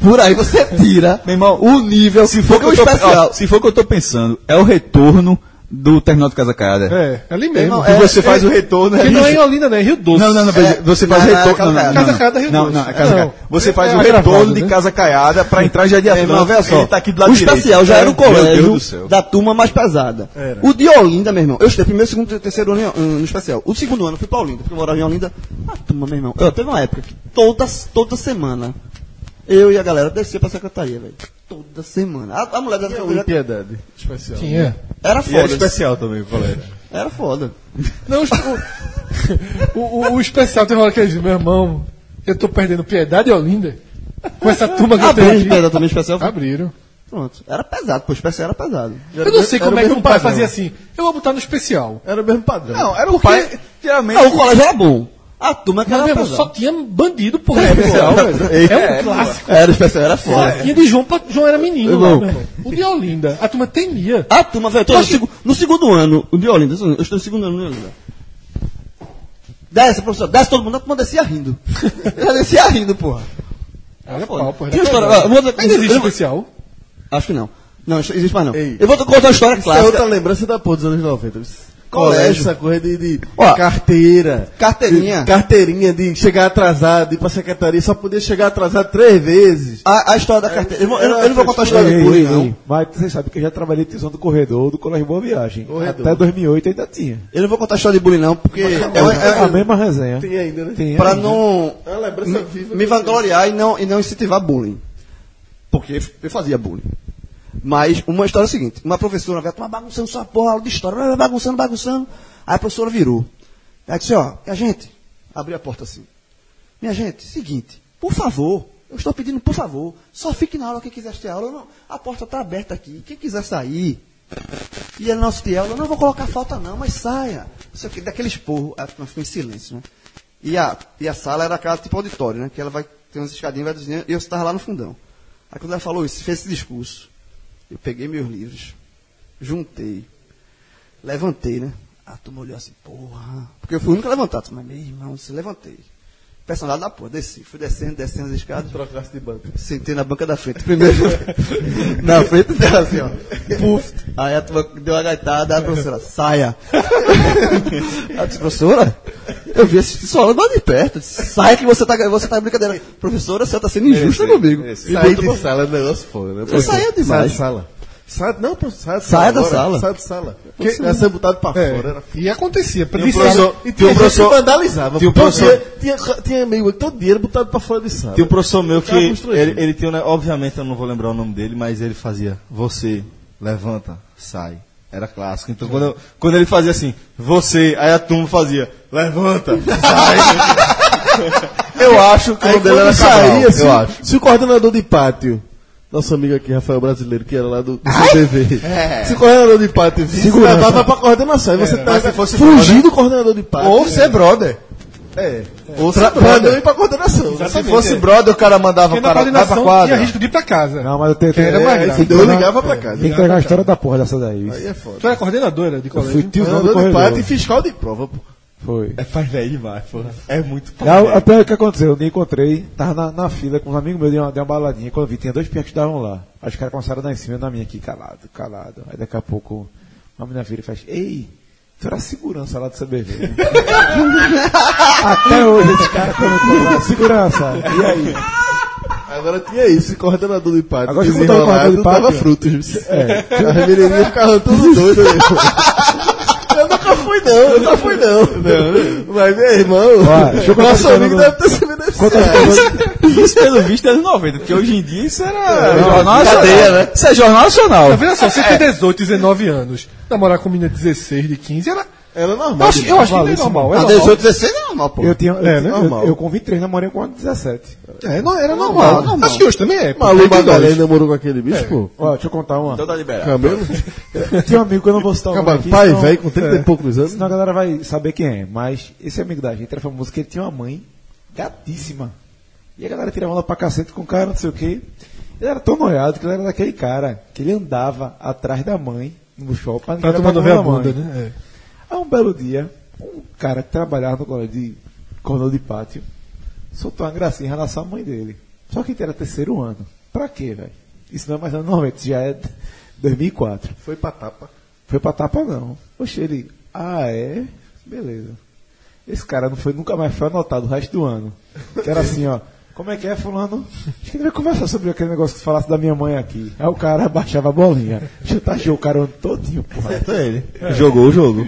Speaker 4: Por aí você tira
Speaker 3: Meu irmão,
Speaker 4: o nível.
Speaker 3: Se for, que eu
Speaker 4: Porque
Speaker 3: tô,
Speaker 4: o especial.
Speaker 3: ó, se for que eu tô pensando, é o retorno do terminal de Casa Caiada.
Speaker 2: É, ali mesmo.
Speaker 4: Irmão,
Speaker 3: Que
Speaker 4: é,
Speaker 3: você faz o retorno.
Speaker 2: que
Speaker 3: é
Speaker 2: não é
Speaker 3: isso.
Speaker 2: em Olinda, né? Em Rio Doce.
Speaker 3: Não, não, não,
Speaker 4: É,
Speaker 3: você faz
Speaker 4: na- na
Speaker 3: retorno.
Speaker 4: Casa
Speaker 3: Não,
Speaker 4: Caiada.
Speaker 3: não,
Speaker 2: Casa Caiada é
Speaker 3: não, não,
Speaker 2: Rio
Speaker 3: não,
Speaker 2: Doce.
Speaker 3: é Casa
Speaker 2: Não.
Speaker 3: Caiada. Você faz
Speaker 2: É,
Speaker 3: o
Speaker 2: é
Speaker 3: retorno
Speaker 2: gravado,
Speaker 3: de
Speaker 2: né?
Speaker 3: Casa Caiada pra entrar já de
Speaker 4: É, irmão, veja só.
Speaker 3: Ele tá aqui do lado
Speaker 4: o
Speaker 3: direito.
Speaker 4: especial já era o
Speaker 3: Meu Deus
Speaker 4: colégio
Speaker 3: do céu.
Speaker 4: da turma mais pesada. O de Olinda, meu irmão. Eu estudei primeiro, segundo, terceiro ano em- no especial. O segundo ano eu fui pra Olinda, porque eu morava em Olinda. A turma, meu irmão. Eu, teve uma época que toda, toda semana eu e a galera descia pra secretaria, velho. Toda semana. A, a mulher da secretaria
Speaker 7: piedade. Especial.
Speaker 2: Quem é?
Speaker 3: E
Speaker 4: era
Speaker 3: era
Speaker 4: foda.
Speaker 3: especial também, colega.
Speaker 4: Era foda.
Speaker 2: Não, o, o, o, o especial tem uma hora que ele diz, meu irmão, eu tô perdendo piedade e Olinda. Com essa turma que eu
Speaker 4: Abriram
Speaker 2: tenho aqui.
Speaker 4: especial também, especial.
Speaker 2: Abriram.
Speaker 4: Pronto. Era pesado, pô. Especial era pesado.
Speaker 2: Eu não sei
Speaker 7: Era o
Speaker 2: como é que
Speaker 7: mesmo
Speaker 2: o pai
Speaker 7: padrão.
Speaker 2: fazia assim. Eu vou botar no especial.
Speaker 7: Era o mesmo padrão.
Speaker 3: Não, era o
Speaker 7: é
Speaker 3: pai. Geralmente.
Speaker 4: Ah, o colégio era bom. A turma que
Speaker 2: Mas,
Speaker 4: era
Speaker 2: meu irmão,
Speaker 4: pesada.
Speaker 2: só tinha bandido, porra. É, especial, velho. é um clássico.
Speaker 4: Era especial, era
Speaker 2: Só
Speaker 4: foda.
Speaker 2: tinha de João, pra- João era menino lá, meu irmão. O de Olinda. A turma temia.
Speaker 4: A turma, velho, todo no, segu- no segundo ano, o de Olinda, eu estou no segundo ano de Olinda. Desce, professor, desce todo mundo, a turma descia rindo. Já descia rindo, porra.
Speaker 2: Olha pau, porra.
Speaker 4: Tinha história, ó, eu vou-
Speaker 2: Ainda existe
Speaker 4: eu-
Speaker 2: especial.
Speaker 4: Acho que não. Não, isso existe mais não.
Speaker 7: Ei.
Speaker 4: Eu vou contar uma história
Speaker 7: Isso é outra
Speaker 4: clássica.
Speaker 7: lembrança da porra dos anos 90.
Speaker 4: Colégio.
Speaker 7: Essa coisa de, de
Speaker 4: Ó,
Speaker 7: carteira.
Speaker 4: carteirinha.
Speaker 7: De, carteirinha de chegar atrasado, ir pra secretaria, só podia chegar atrasado três vezes.
Speaker 4: A, a história da carteira. Eu, vou- eu não- eu não vou contar a história
Speaker 7: Ei, ei,
Speaker 4: depois, não.
Speaker 7: ei, Mas você sabe que eu já trabalhei tesão do corredor do Colégio Boa Viagem.
Speaker 4: Corredor.
Speaker 7: Até 2008 ainda tinha.
Speaker 4: Eu não vou contar a história de bullying, não, porque é, uma- é,
Speaker 7: a mesma resenha. Tem ainda, né?
Speaker 4: é
Speaker 7: Tem
Speaker 4: pra
Speaker 7: ainda.
Speaker 4: não
Speaker 7: É uma lembrança viva.
Speaker 4: me vangloriar e não, e não incentivar bullying. Porque eu fazia bullying. Mas uma história é a seguinte: uma professora veio "Tá bagunçando sua porra, aula de história, blá, blá, bagunçando, bagunçando. Aí a professora virou. Aí disse: Ó, minha gente, abriu a porta assim. Minha gente, seguinte, por favor, eu estou pedindo por favor, só fique na aula quem quiser assistir a aula. Não, a porta está aberta aqui, quem quiser sair e ele não assistir a aula, não vou colocar falta não, mas saia. Isso aqui, daquele esporro, a turma ficou em silêncio, né? E a, e a sala era aquela tipo auditório, né? Que ela vai ter umas escadinhas, vai descendo, e eu estava lá no fundão. Aí quando ela falou isso, fez esse discurso, eu peguei meus livros, juntei, levantei, né? A turma olhou assim, porra. Porque eu fui o único a levantar, mas meu irmão, se levantei. Personalidade da porra, desci, fui descendo, descendo as escadas.
Speaker 7: Trocasse de banco.
Speaker 4: Sentei na banca da frente. Primeiro, na frente dela, assim, ó. Puf. Aí a turma deu uma gaitada, a professora, saia. Ela disse, professora, eu vi esse pessoal lá de perto. Saia que você tá, você tá de brincadeira. Professora, você tá sendo injusta comigo. E
Speaker 7: Sair
Speaker 4: botou-
Speaker 7: de sala é um negócio foda, né?
Speaker 4: Eu saía
Speaker 7: Sai da
Speaker 4: demais.
Speaker 7: sala. Sai, não, pô, sai da
Speaker 4: Sai da
Speaker 7: agora,
Speaker 4: sala.
Speaker 7: Sai da sala. Porque era ser botado pra
Speaker 2: É.
Speaker 7: fora. Era
Speaker 2: E acontecia.
Speaker 7: Tem um
Speaker 2: De
Speaker 7: professor,
Speaker 2: sala-
Speaker 7: e tinha um professor que vandalizava.
Speaker 1: tinha um
Speaker 7: Todo
Speaker 1: professor-
Speaker 7: dia- tinha, tinha meio que todo dinheiro botado pra Tá fora de sala.
Speaker 1: Tem um professor meu que
Speaker 7: Tá construído.
Speaker 1: ele, ele tem um, ne- obviamente eu não vou lembrar o nome dele, mas ele fazia você levanta, sai. Era clássico. Então quando, eu- quando ele fazia assim, você, aí a turma fazia levanta, sai. eu acho que o
Speaker 7: Aí
Speaker 1: nome dele
Speaker 7: quando
Speaker 1: era
Speaker 7: saía,
Speaker 1: Cabral,
Speaker 7: se,
Speaker 3: assim,
Speaker 1: eu acho.
Speaker 7: se o coordenador de pátio, nosso amigo aqui, Rafael Brasileiro, que era lá do, do CTV,
Speaker 1: É.
Speaker 7: se o coordenador de pátio visse,
Speaker 1: Segurança.
Speaker 7: levava pra coordenação. Aí você
Speaker 1: mas
Speaker 7: tava
Speaker 1: se fosse
Speaker 7: fugindo
Speaker 1: brother-
Speaker 7: do coordenador de pátio.
Speaker 1: Ou ser brother.
Speaker 7: É.
Speaker 1: Ou ser
Speaker 7: Pra, pra não ir
Speaker 1: brother.
Speaker 7: pra coordenação.
Speaker 1: Se fosse brother, o cara mandava
Speaker 2: Porque
Speaker 1: o
Speaker 2: na
Speaker 1: cara Então, vai pra
Speaker 2: coordenação tinha
Speaker 1: quadra.
Speaker 2: risco de ir pra casa.
Speaker 6: Não, mas eu tenho.
Speaker 2: Era mais
Speaker 6: é,
Speaker 2: grave.
Speaker 6: tem que
Speaker 7: Eu
Speaker 6: pegar-
Speaker 7: ligava pra casa.
Speaker 6: Tem que pegar a história da porra dessa daí.
Speaker 7: Aí é foda.
Speaker 2: Tu era coordenadora de
Speaker 6: Eu fui
Speaker 2: colégio?
Speaker 6: tiozão do
Speaker 7: Coordenador um de pátio e
Speaker 6: um corredor.
Speaker 7: fiscal de prova, pô.
Speaker 6: Foi.
Speaker 1: É faz velho demais, porra. É muito
Speaker 6: Não, a pior que aconteceu, eu nem encontrei, tava na, na fila com um amigo meu, deu uma, deu uma baladinha, quando eu vi, tinha dois pianos que estavam lá. Aí os caras começaram a dar em cima da minha aqui, calado, calado. Aí daqui a pouco, uma menina vira e faz, ei, tu era segurança lá do CBV. Até hoje esse cara comentou lá, segurança, e aí?
Speaker 7: Agora tinha isso, coordenador de pátio.
Speaker 6: Agora,
Speaker 7: Agora
Speaker 6: se botar um coordenador de
Speaker 7: desenrolado,
Speaker 6: pátio-
Speaker 7: dava frutos. É. As menininhas ficavam tudo doidas. Eu nunca fui não, eu nunca fui não. Mas meu irmão,
Speaker 6: Ó, deixa eu contar
Speaker 7: nosso
Speaker 6: uma
Speaker 7: amigo
Speaker 6: coisa-
Speaker 7: deve ter se beneficiado.
Speaker 3: Isso, isso pelo visto é anos 90, porque hoje em dia isso era
Speaker 1: É,
Speaker 3: jornal
Speaker 7: brincadeira,
Speaker 3: nacional.
Speaker 1: né?
Speaker 3: Isso é jornal nacional.
Speaker 2: Tá vendo só, você tem 18, 19 anos, namorar com menina de 16, de 15, era.
Speaker 7: Era normal.
Speaker 2: Eu acho, eu acho que é normal. É
Speaker 6: Tá
Speaker 2: normal.
Speaker 16: 16 é normal, pô.
Speaker 6: Eu tinha. Eu,
Speaker 2: É,
Speaker 6: tinha-
Speaker 2: né?
Speaker 6: eu-
Speaker 7: Normal.
Speaker 6: eu com 23 namorei com uma de 17.
Speaker 2: É, não, era normal.
Speaker 16: normal.
Speaker 2: Acho que hoje também é. pô,
Speaker 7: Malu
Speaker 2: tem que dar.
Speaker 7: Magalhães namorou com aquele
Speaker 1: É.
Speaker 7: bicho, pô.
Speaker 6: Ó, deixa eu contar uma.
Speaker 3: Então tá liberado.
Speaker 7: Cabelo?
Speaker 6: Tinha um amigo que eu não vou citar o nome
Speaker 7: Acabado.
Speaker 6: aqui,
Speaker 7: Pai,
Speaker 6: senão- é.
Speaker 7: velho, com 30 e poucos anos.
Speaker 6: Senão a galera vai saber quem é. Mas esse amigo da gente era famoso que ele tinha uma mãe gatíssima. E a galera tirava onda pra cacete com o cara, não sei o quê. Ele era tão noiado que ele era daquele cara que ele andava atrás da mãe no shopping. pra
Speaker 2: Pra
Speaker 6: ninguém
Speaker 2: tomar
Speaker 6: levar
Speaker 2: ver a
Speaker 6: mão da
Speaker 2: bunda,
Speaker 6: mãe.
Speaker 2: né? É.
Speaker 6: Aí um belo dia, um cara que trabalhava no colégio de corno de pátio soltou uma gracinha em relação à mãe dele. Só que era terceiro ano. Pra quê, velho? Isso não é mais ano 90, isso já é 2004.
Speaker 7: Foi pra tapa.
Speaker 6: Foi pra tapa, não. Poxa, ele. Ah, é? Beleza. Esse cara não foi, nunca mais foi anotado o resto do ano. Que era assim, ó. Como é que é, Fulano? Acho que ele vai conversar sobre aquele negócio que falasse da minha mãe aqui. Aí o cara baixava a bolinha. Chutachou o cara o ano todinho, porra. É.
Speaker 1: Jogou o jogo.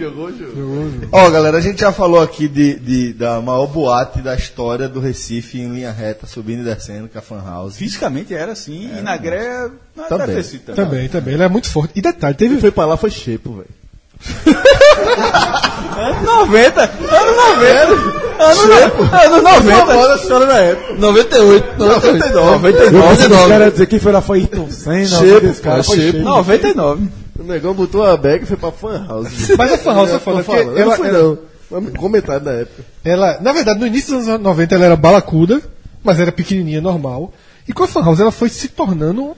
Speaker 1: Ó, galera, a gente já falou aqui de, de- da maior boate da história do Recife em linha reta, subindo e descendo, que é a Fan House.
Speaker 3: Fisicamente era assim, e na greia não
Speaker 1: Também.
Speaker 3: deve ter sido também.
Speaker 2: Também, também. Ele é muito forte. E detalhe, teve.
Speaker 7: Ele foi pra lá, foi chepo, velho.
Speaker 3: Ano 90, ano 90, ano, ano 90.
Speaker 7: Olha a história da época.
Speaker 16: 98, 98.
Speaker 7: 99.
Speaker 6: Eu pensei que os caras iam dizer quem foi lá foi Ayrton Senna. alguém
Speaker 7: Chepo,
Speaker 6: desse cara,
Speaker 7: cara,
Speaker 6: foi
Speaker 7: chepo.
Speaker 6: Chepo.
Speaker 3: 99.
Speaker 7: O negão botou a bag e foi pra fan house.
Speaker 2: Mas a Fan House é foda,
Speaker 7: Eu tô
Speaker 2: porque
Speaker 7: falando, eu
Speaker 2: ela-
Speaker 7: não fui
Speaker 2: ela-
Speaker 7: não. Mas Comentário da época.
Speaker 2: Ela, na verdade, no início dos anos 90 ela era balacuda, mas era pequenininha, normal. E com a Fan House ela foi se tornando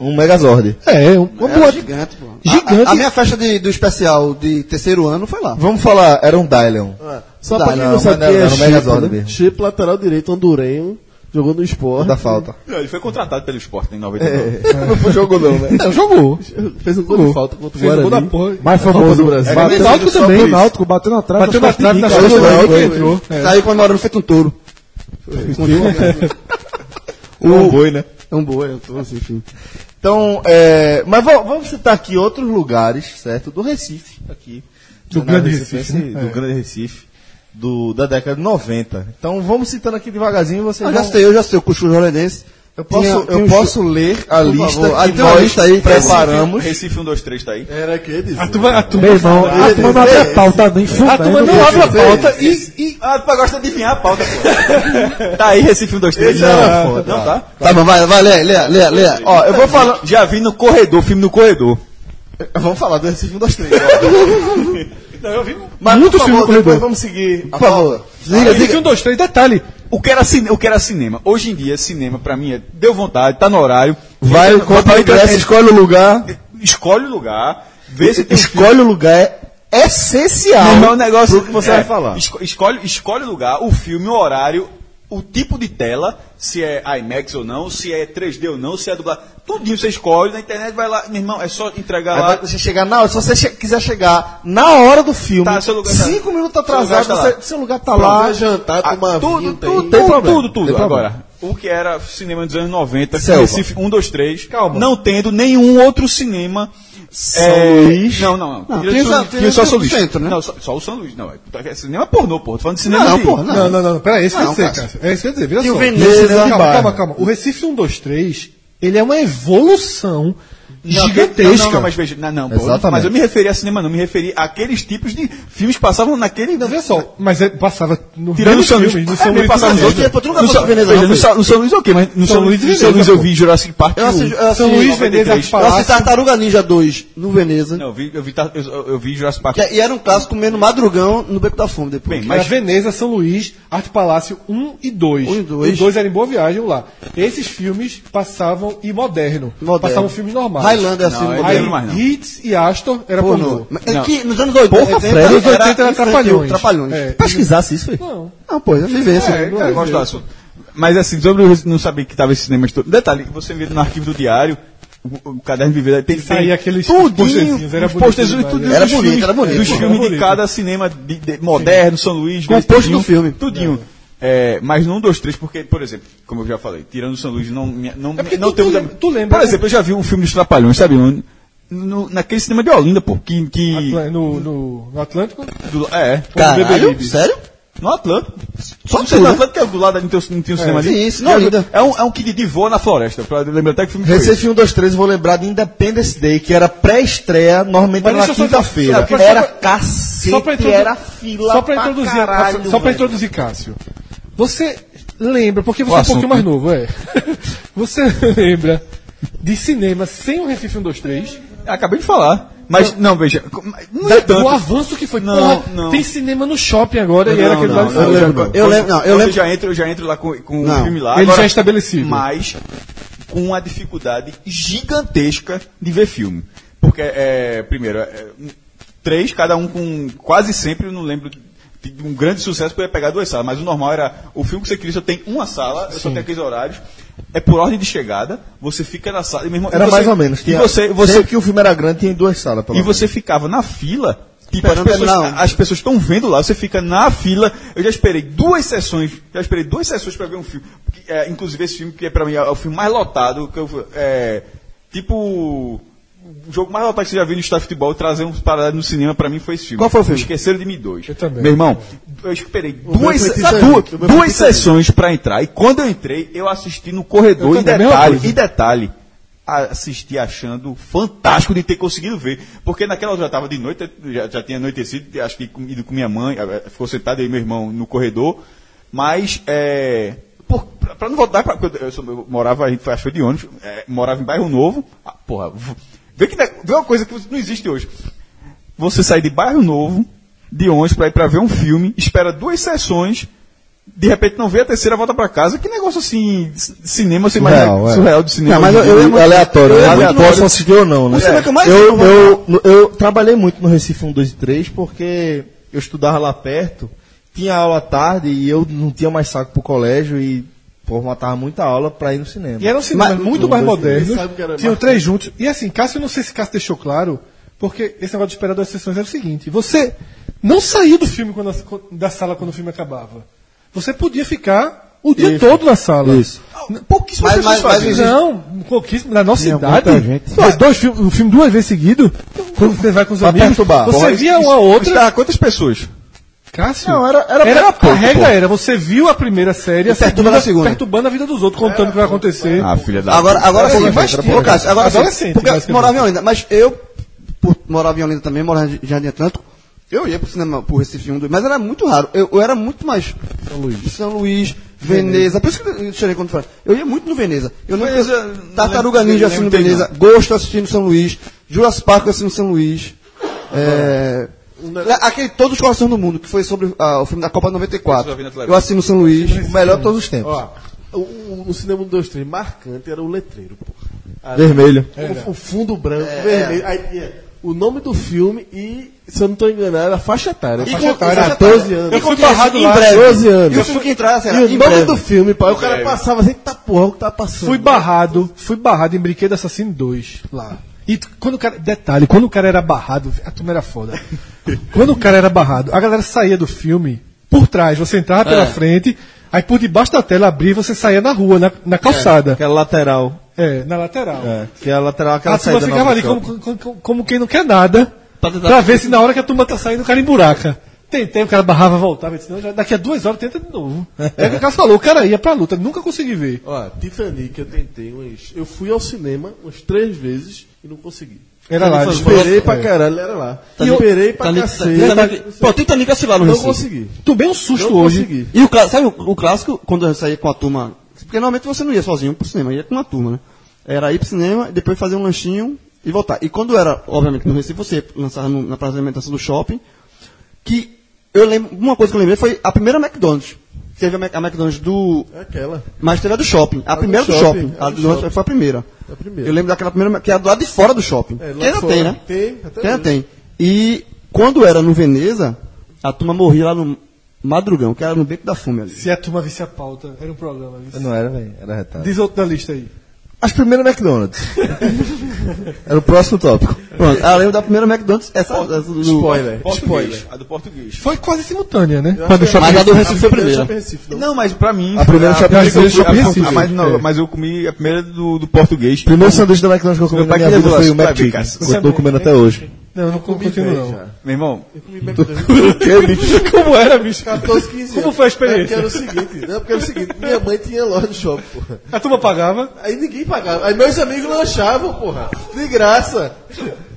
Speaker 1: Um Megazord.
Speaker 2: é, um- uma
Speaker 16: Era
Speaker 2: boate
Speaker 16: gigante, pô.
Speaker 2: gigante.
Speaker 16: A, a minha festa de- do especial de terceiro ano foi lá.
Speaker 1: Vamos falar, era um Dylion.
Speaker 7: Só
Speaker 1: Dá,
Speaker 7: pra quem
Speaker 1: não,
Speaker 7: Ah, não,
Speaker 1: mas
Speaker 7: sabe
Speaker 1: não,
Speaker 7: quem
Speaker 1: não,
Speaker 7: é
Speaker 1: não, Megazord
Speaker 7: Chip, né?
Speaker 1: mesmo.
Speaker 7: Chip, lateral direito, hondurenho, jogou no esporte.
Speaker 1: Da falta.
Speaker 3: Não, ele foi contratado pelo esporte em 99.
Speaker 1: É,
Speaker 7: Não foi jogo não, né?
Speaker 2: Não, Então, jogou.
Speaker 7: Fez um gol de falta contra o
Speaker 2: Fez o gol da
Speaker 7: Guarani.
Speaker 2: porra.
Speaker 6: Mais famoso.
Speaker 7: do Brasil.
Speaker 6: Bateu
Speaker 2: É,
Speaker 6: no Náutico
Speaker 2: só por
Speaker 6: também.
Speaker 2: isso.
Speaker 6: O Náutico bateu na trave.
Speaker 2: Bateu
Speaker 6: na
Speaker 2: na trave na
Speaker 6: cara.
Speaker 2: chave do
Speaker 7: Foi,
Speaker 1: né?
Speaker 2: Náutico
Speaker 7: foi,
Speaker 2: e entrou. É.
Speaker 16: Saiu comemorando feito um touro.
Speaker 1: Um boi, né?
Speaker 7: É um boi, eu tô assim, enfim.
Speaker 1: Então, é, mas va- vamos citar aqui outros lugares, certo? Do Recife, aqui.
Speaker 2: Do
Speaker 1: Na
Speaker 2: Grande
Speaker 1: Recifense,
Speaker 2: Recife, né?
Speaker 1: Do
Speaker 2: É.
Speaker 1: Grande Recife. do- da década de 90. Então vamos citando aqui devagarzinho e vocês
Speaker 16: Eu já
Speaker 1: vão...
Speaker 16: sei, eu já sei, o cochilo rolenense.
Speaker 1: Eu posso,
Speaker 16: Tinha- tinha
Speaker 1: eu
Speaker 16: um
Speaker 1: posso ler a
Speaker 16: Por
Speaker 1: lista
Speaker 16: favor, ah,
Speaker 1: que
Speaker 16: tem uma
Speaker 1: nós
Speaker 16: lista aí,
Speaker 1: preparamos.
Speaker 3: Recife 1, 2, 3 tá aí.
Speaker 1: É,
Speaker 7: Era que ele
Speaker 2: A turma, a turma,
Speaker 6: Meu irmão, a turma não abre a pauta nem
Speaker 2: a turma
Speaker 6: fudendo.
Speaker 2: não abre a pauta e, e
Speaker 3: Ah, tu gosta de adivinhar a pauta, pô. tá aí, Recife 1, 2, 3.
Speaker 1: Esse é era foda.
Speaker 3: Não, tá?
Speaker 16: Tá bom, vai, vai, lê, lê, lê, lê.
Speaker 1: Ó, eu vou falar...
Speaker 3: Já vi no corredor, filme no corredor.
Speaker 1: Vamos falar do Recife 1, 2, 3.
Speaker 6: Mas muito filme corredor.
Speaker 1: Vamos seguir.
Speaker 16: Por favor. Diga, diga.
Speaker 2: Recife 1, 2, 3, detalhe.
Speaker 3: O que, era cine- o que era cinema? Hoje em dia, cinema, pra mim, é- deu vontade, tá no horário.
Speaker 1: Vai, compra o ingresso, escolhe o lugar.
Speaker 3: Escolhe o lugar, vê se tem um
Speaker 1: Escolhe o lugar é essencial.
Speaker 3: Não é um negócio
Speaker 1: pro que você vai falar.
Speaker 3: esco- Escolhe, escolhe o lugar, o filme, o horário, o tipo de tela, se é IMAX ou não, se é 3D ou não, se é dublado. Tudinho você escolhe na internet, vai lá, meu irmão, é só entregar
Speaker 1: Aí vai-
Speaker 3: lá.
Speaker 1: você chegar na hora, se você che- quiser chegar na hora do filme,
Speaker 3: Tá, seu lugar tá-
Speaker 1: cinco minutos
Speaker 3: seu lugar
Speaker 1: atrasado,
Speaker 3: tá lá.
Speaker 1: você- seu lugar tá lá.
Speaker 7: Lá, jantar, tomar
Speaker 3: tudo,
Speaker 7: vinho, tem-
Speaker 3: tudo,
Speaker 1: Tem
Speaker 3: tudo,
Speaker 1: problema.
Speaker 3: tudo, tudo.
Speaker 1: Tem problema.
Speaker 3: Agora, o que era cinema dos anos 90,
Speaker 1: Selva.
Speaker 3: Recife 1, 2, 3,
Speaker 2: Calma.
Speaker 3: não tendo nenhum outro cinema. São
Speaker 1: Luís?
Speaker 3: Não, não, não.
Speaker 16: Não,
Speaker 3: Tira
Speaker 16: tem
Speaker 3: de
Speaker 16: só-
Speaker 3: São-
Speaker 16: tem
Speaker 3: tira só
Speaker 16: o
Speaker 3: São Luís.
Speaker 16: centro, né?
Speaker 3: Não, só, só o São Luís. Não, é, é cinema pornô, pô. Tô falando de cinema
Speaker 16: Não,
Speaker 3: de...
Speaker 16: porra,
Speaker 2: Não, não, não, não, pera aí, esse que eu
Speaker 16: Não,
Speaker 2: ia dizer,
Speaker 16: cara.
Speaker 2: Cássio. É isso que eu ia dizer, veja
Speaker 1: Tem o
Speaker 2: só.
Speaker 1: Veneza,
Speaker 2: calma,
Speaker 1: Bar.
Speaker 2: calma, calma. O Recife 1, 2, 3, ele é uma evolução
Speaker 3: Não,
Speaker 2: gigantesca.
Speaker 3: Não, não, não, mas veja, não, não, pô,
Speaker 1: Exatamente.
Speaker 3: mas eu me referi a cinema, não, me referi àqueles tipos de filmes que passavam naquele.
Speaker 2: Não, veja só, mas ele passava no
Speaker 3: Tirando o São Luís,
Speaker 2: filme, no
Speaker 3: é,
Speaker 2: São
Speaker 3: me
Speaker 2: Luís.
Speaker 3: passava nos
Speaker 2: também.
Speaker 3: outros.
Speaker 16: Pô, tu nunca
Speaker 3: No
Speaker 16: foi
Speaker 3: São-
Speaker 16: pra Veneza,
Speaker 3: veja,
Speaker 16: não
Speaker 3: no
Speaker 16: foi?
Speaker 3: São- No São Luís, ok, mas no São,
Speaker 2: Luís
Speaker 3: Luís,
Speaker 2: e
Speaker 3: no São
Speaker 2: Veneza,
Speaker 3: Luís eu
Speaker 2: pô.
Speaker 3: vi Jurassic Park.
Speaker 16: Eu assisti,
Speaker 3: 1.
Speaker 16: eu
Speaker 2: São Luís,
Speaker 16: assisti,
Speaker 2: Veneza,
Speaker 16: eu assisti
Speaker 2: Palácio.
Speaker 16: Tartaruga Ninja 2 no Veneza.
Speaker 3: Não, eu vi, eu vi, tar- eu, eu vi Jurassic Park.
Speaker 16: Que- e era um clássico comendo madrugão no Beco da Fome depois.
Speaker 3: Bem,
Speaker 2: Mas...
Speaker 3: mas
Speaker 2: Era Veneza, São Luís, Arte Palácio 1 e 2.
Speaker 16: Um e dois.
Speaker 2: O 2 era em Boa Viagem ou lá. Esses filmes passavam e moderno.
Speaker 16: Moderno.
Speaker 2: Passavam filmes normais.
Speaker 16: Highlander assim,
Speaker 3: Não,
Speaker 16: no
Speaker 3: é-
Speaker 2: Aí,
Speaker 16: modelo.
Speaker 3: lembro mais, não.
Speaker 2: Hits e Astor era
Speaker 16: Pô,
Speaker 2: pornô.
Speaker 16: não. Mas é
Speaker 3: Não.
Speaker 16: que nos anos 80,
Speaker 1: Porra, Fred,
Speaker 2: Nos 80 era,
Speaker 16: infantil,
Speaker 2: Trapalhões.
Speaker 16: Trapalhões.
Speaker 2: É.
Speaker 1: Pesquisasse isso, foi?
Speaker 2: Não.
Speaker 16: Não,
Speaker 1: Então,
Speaker 16: pô, eu vivi isso.
Speaker 2: É,
Speaker 16: não-
Speaker 3: então, Eu gosto do assunto. Mas assim, sobre o não saber que tava esse cinema de todo. Detalhe, você vê no arquivo do diário, o, o caderno de vida tem, tem
Speaker 2: saía aqueles posterzinhos,
Speaker 3: tudinho,
Speaker 2: era
Speaker 3: os posterzinhos,
Speaker 2: bonitinho,
Speaker 3: tudo
Speaker 2: era
Speaker 3: dos
Speaker 16: bonito,
Speaker 3: filmes-
Speaker 16: era bonito,
Speaker 3: dos
Speaker 16: pô,
Speaker 2: era
Speaker 3: filmes de
Speaker 2: bonito.
Speaker 3: cada cinema de- de- moderno, São Luís,
Speaker 16: Com o
Speaker 3: Luís,
Speaker 16: posto
Speaker 3: tudinho,
Speaker 16: do filme.
Speaker 3: Tudinho. É, mas não um, dois, três, porque, por exemplo, como eu já falei, tirando o São Luís, não, me- não,
Speaker 2: É porque
Speaker 3: não
Speaker 2: tu-
Speaker 3: tem
Speaker 2: tu
Speaker 3: muita-
Speaker 2: lem- tu lembra,
Speaker 3: Por
Speaker 2: né?
Speaker 3: exemplo, eu já vi um filme dos Trapalhões, sabe? onde? No- naquele cinema de Olinda, pô. Que. que
Speaker 2: Atl- No, no, no Atlântico?
Speaker 3: do- é.
Speaker 4: Caralho, sério?
Speaker 3: No Atlântico. Só
Speaker 4: Não
Speaker 3: no
Speaker 4: sei,
Speaker 3: Centro
Speaker 4: né?
Speaker 3: Atlântico, que é do lado ali, não tem, o- não tem o cinema ali.
Speaker 4: tem isso, não,
Speaker 3: é,
Speaker 4: ainda.
Speaker 3: É um, é um que Didi voa na floresta. pra- Eu lembro até que filme foi esse.
Speaker 1: Recife 1, 2, 3, eu vou lembrar de Independence Day, que era pré-estreia, normalmente
Speaker 2: Mas
Speaker 1: era na
Speaker 2: deixa eu só-
Speaker 1: quinta-feira.
Speaker 2: só pra-
Speaker 1: Era
Speaker 2: só pra-
Speaker 1: cacete,
Speaker 2: só pra introdu-
Speaker 1: era fila
Speaker 2: só pra introduzir,
Speaker 1: caralho,
Speaker 2: só pra
Speaker 1: velho.
Speaker 2: introduzir Cássio. Você lembra, porque você é um
Speaker 3: assunto,
Speaker 2: pouquinho mais novo, é. Você lembra de cinema sem o Recife 1, 2, 3?
Speaker 3: Acabei de falar. Mas, não, veja. Não é
Speaker 2: Da-
Speaker 3: tanto.
Speaker 2: O avanço que foi.
Speaker 3: Não,
Speaker 2: porra,
Speaker 3: não.
Speaker 2: Tem cinema no shopping agora e
Speaker 3: Não,
Speaker 2: era aquele
Speaker 3: não,
Speaker 2: lá de
Speaker 3: não,
Speaker 2: São Luís.
Speaker 4: Eu lembro, não, eu
Speaker 3: Então,
Speaker 4: lembro.
Speaker 3: já entro, eu já entro lá com, com o
Speaker 4: Não,
Speaker 3: filme lá.
Speaker 2: Ele
Speaker 3: agora-
Speaker 2: já é estabelecido.
Speaker 3: Mas com uma dificuldade gigantesca de ver filme. Porque, é, primeiro, é, um- três, cada um com quase sempre, eu não lembro. de Um grande sucesso para pegar duas salas, mas o normal era o filme que você queria só tem uma sala, eu só tem aqueles horários. É por ordem de chegada, você fica na sala. E mesmo,
Speaker 1: Era
Speaker 3: e você-
Speaker 1: mais ou menos.
Speaker 3: E
Speaker 1: Tinha,
Speaker 3: você, você
Speaker 1: sempre que o filme era grande, tinha em duas salas. pelo
Speaker 3: e
Speaker 1: menos.
Speaker 3: você ficava na fila. Tipo, as
Speaker 4: um Esperando
Speaker 3: pessoas,
Speaker 4: terminar.
Speaker 3: as pessoas estão vendo lá, você fica na fila. Eu já esperei duas sessões, já esperei duas sessões para ver um filme. que, é, inclusive esse filme que é para mim é o filme mais lotado, que eu, é, tipo o jogo mais lotado que você já viu no estádio de futebol trazer um parado no cinema para mim foi esse filme.
Speaker 4: Qual foi o filme?
Speaker 3: Esqueceram de mim dois.
Speaker 2: Eu também.
Speaker 3: Meu irmão, eu esperei duas,
Speaker 1: foi
Speaker 3: sabe,
Speaker 1: Titanic,
Speaker 3: duas,
Speaker 1: o meu foi
Speaker 3: duas
Speaker 1: Titanic.
Speaker 3: sessões para entrar e quando eu entrei eu assisti no corredor
Speaker 2: Eu
Speaker 3: e
Speaker 2: também, é a mesma
Speaker 3: detalhe,
Speaker 2: coisa.
Speaker 3: e detalhe, assisti achando fantástico de ter conseguido ver. Porque naquela hora eu já estava de noite, já, já tinha anoitecido, acho que com- ido com minha mãe, eh, ficou sentado aí meu irmão no corredor. Mas, é, para não voltar, pra, porque eu, eu sou- eu morava, a gente foi, acho que foi de ônibus, eh, morava em bairro novo. Ah, porra, v- vê, que, ne- vê uma coisa que não existe hoje. Você sai de bairro novo, de ônibus, para ir para ver um filme, espera duas sessões. De repente não vê a terceira, volta para casa. Que negócio assim, c- cinema, você imagina,
Speaker 1: Surreal, é.
Speaker 3: surreal de cinema.
Speaker 1: Não, mas eu, eu lembro- aleatório, né? Eu posso assistir ou não, né?
Speaker 4: cinema que eu mais
Speaker 1: eu,
Speaker 4: lembro,
Speaker 1: eu, eu trabalhei muito no Recife 1, 2 e 3 porque eu estudava lá perto, tinha aula à tarde e eu não tinha mais saco pro colégio e pô, matava muita aula pra ir no cinema.
Speaker 2: E eram cinemas muito
Speaker 1: um,
Speaker 2: mais
Speaker 1: dois, três.
Speaker 2: modernos.
Speaker 7: Sabe que era
Speaker 1: um
Speaker 2: Tinham três juntos. E assim, Cássio, não sei se Cássio deixou claro, porque esse negócio de esperar duas sessões era o seguinte: você não saía do filme quando a- da sala quando o filme acabava. Você podia ficar o dia todo na sala. Isso. Pouquíssimas
Speaker 4: Mas-
Speaker 2: pessoas
Speaker 4: mas- mas
Speaker 2: faziam.
Speaker 4: existe-
Speaker 2: Não, pouquíssimo. Na nossa
Speaker 17: Tinha
Speaker 2: idade.
Speaker 17: muita gente.
Speaker 2: pô, dois filmes, um filme duas vezes seguido, quando você vai com os amigos.
Speaker 1: perturbar.
Speaker 2: Você
Speaker 1: Porra,
Speaker 2: via uma outra.
Speaker 3: Tá, quantas pessoas?
Speaker 2: Cássio?
Speaker 1: Não, era- era- era pouco,
Speaker 2: A regra
Speaker 1: pô.
Speaker 2: É, era, você viu a primeira série, a
Speaker 4: perturba
Speaker 2: segunda,
Speaker 4: na segunda.
Speaker 2: perturbando a vida dos outros, contando o que vai acontecer.
Speaker 3: Ah, filha da.
Speaker 4: Agora, agora
Speaker 2: Era
Speaker 4: sim,
Speaker 2: pouca gente, era pouca
Speaker 4: Ô, Cássio,
Speaker 2: gente.
Speaker 4: agora sim.
Speaker 2: Adolescente,
Speaker 4: Porque eu
Speaker 2: basicamente.
Speaker 4: morava em Olinda, mas eu por, morava em Olinda também, morava em Jardim Atlântico. Eu ia pro cinema, pro Recife 1, 2, mas era muito raro. Eu, eu era muito mais. São Luís. São Luís, Veneza. Por isso que eu chorei quando falei. Eu ia muito no Veneza. Eu lembro
Speaker 3: Veneza,
Speaker 4: que eu- Tartaruga
Speaker 3: não lembro- não
Speaker 4: Ninja assistindo
Speaker 3: lembro
Speaker 4: Veneza, Gosto assistindo São Luís, Jurassic Park assistindo São Luís. É. Aquele Todos os Corações do Mundo, que foi sobre ah, o filme da Copa 94. Eu assisti no São Luís.
Speaker 1: O melhor de todos os tempos.
Speaker 7: Ó, o, o, o cinema 1, 2, 3 marcante era o letreiro, porra. Ah,
Speaker 1: Vermelho.
Speaker 2: É.
Speaker 7: O, o fundo branco, vermelho. Aí tinha o nome do filme e, se eu não estou enganado, a faixa etária. A faixa etária, 14 anos.
Speaker 2: Eu fui barrado lá.
Speaker 7: 12 anos.
Speaker 4: E o filme que é entrasse
Speaker 7: E
Speaker 4: era
Speaker 7: o
Speaker 4: em
Speaker 7: nome
Speaker 4: breve.
Speaker 7: do um filme, pai. O
Speaker 2: É.
Speaker 7: cara passava assim, tá porra, o que tá passando?
Speaker 2: Fui barrado, fui barrado em Brinquedo Assassino 2 lá. E t- quando o cara. Detalhe, quando o cara era barrado, a turma era foda. quando o cara era barrado, a galera saía do filme por trás, você entrava pela frente, aí por debaixo da tela abria e você saía na rua, na, na calçada.
Speaker 1: Aquela lateral.
Speaker 2: É, na lateral.
Speaker 1: É, que é a lateral,
Speaker 7: Ah,
Speaker 1: aquela
Speaker 2: A turma
Speaker 1: saída
Speaker 2: ficava
Speaker 1: nova
Speaker 2: ali
Speaker 1: do
Speaker 2: como,
Speaker 1: shopping.
Speaker 2: como- como- como quem não quer nada, pra,
Speaker 4: tentar-
Speaker 2: ver se na hora que a turma tá saindo, o cara emburaca. Tentei, o cara barrava, voltava, eu disse, não, já- daqui a duas horas tenta de novo. é o que o cara falou, o cara ia pra luta, nunca consegui ver.
Speaker 7: Ó, Titanic, eu tentei umas. Eu fui ao cinema umas três vezes e não consegui.
Speaker 2: Era lá,
Speaker 7: Esperei pra
Speaker 2: é.
Speaker 7: caralho, era lá. Esperei pra cacete.
Speaker 4: Pô, Titanic é assistiu lá no
Speaker 7: Não
Speaker 4: Recife.
Speaker 7: consegui.
Speaker 2: Tomei um susto
Speaker 7: Não
Speaker 2: hoje.
Speaker 7: consegui.
Speaker 4: E o, clá- sabe o, o clássico, quando eu saía com a turma? Porque normalmente você não ia sozinho pro cinema, ia com uma turma, né? Era ir pro cinema, depois fazer um lanchinho e voltar. E quando era, obviamente, no Recife, você lançava no- na praça de alimentação do shopping, que eu lembro, uma coisa que eu lembrei foi a primeira McDonald's. Teve a, Mac- a McDonald's do...
Speaker 7: É aquela.
Speaker 4: Mas teve a do shopping. A,
Speaker 7: do
Speaker 4: primeira do
Speaker 7: shopping,
Speaker 4: shopping.
Speaker 7: a
Speaker 4: A
Speaker 7: do
Speaker 4: do shopping
Speaker 7: shopping. É
Speaker 4: foi a primeira.
Speaker 7: A primeira.
Speaker 4: Eu lembro daquela primeira, que é a do lado de fora do shopping.
Speaker 7: É, lá
Speaker 4: que ainda
Speaker 7: fora.
Speaker 4: tem, né?
Speaker 7: Tem, até
Speaker 4: Tem,
Speaker 7: hoje.
Speaker 4: tem. E quando era no Veneza, a turma morria lá no Madrugão, que era no Beco da Fume ali.
Speaker 2: Se a turma visse a pauta, era um programa. viu?
Speaker 1: Não era, velho. Era retado.
Speaker 2: Diz outro da lista aí.
Speaker 1: As primeiras é McDonald's.
Speaker 4: Era o próximo tópico.
Speaker 7: É.
Speaker 4: Pronto, além da primeira McDonald's, essa, essa do,
Speaker 3: Spoiler. Português.
Speaker 4: Spoiler.
Speaker 3: A do português.
Speaker 2: Foi quase simutânea, né?
Speaker 4: Mas a do Recife foi a primeira.
Speaker 3: Não, mas pra mim.
Speaker 1: A primeira Shopping
Speaker 3: primeira que eu
Speaker 2: Recife,
Speaker 3: fui- a-
Speaker 2: Shopping Recife.
Speaker 3: a- mas, não,
Speaker 2: É.
Speaker 3: mas eu comi a primeira do, do português.
Speaker 1: Primeiro sanduíche da McDonald's que eu comi
Speaker 3: Meu
Speaker 1: na
Speaker 3: pai
Speaker 1: minha
Speaker 3: queria
Speaker 1: vida foi
Speaker 3: falar
Speaker 1: o
Speaker 3: sobre
Speaker 1: McChicken.
Speaker 3: Bicas.
Speaker 1: Eu tô comendo até hoje.
Speaker 2: Não, eu não continuo, não.
Speaker 3: Meu irmão,
Speaker 2: Como era, bicho?
Speaker 7: 14, 15
Speaker 2: Como foi a
Speaker 7: É porque
Speaker 2: experiência?
Speaker 7: era o seguinte, não, porque era o seguinte, minha mãe tinha loja de shopping, porra.
Speaker 2: A turma pagava.
Speaker 7: Aí ninguém pagava. Aí meus amigos lanchavam, porra. De graça.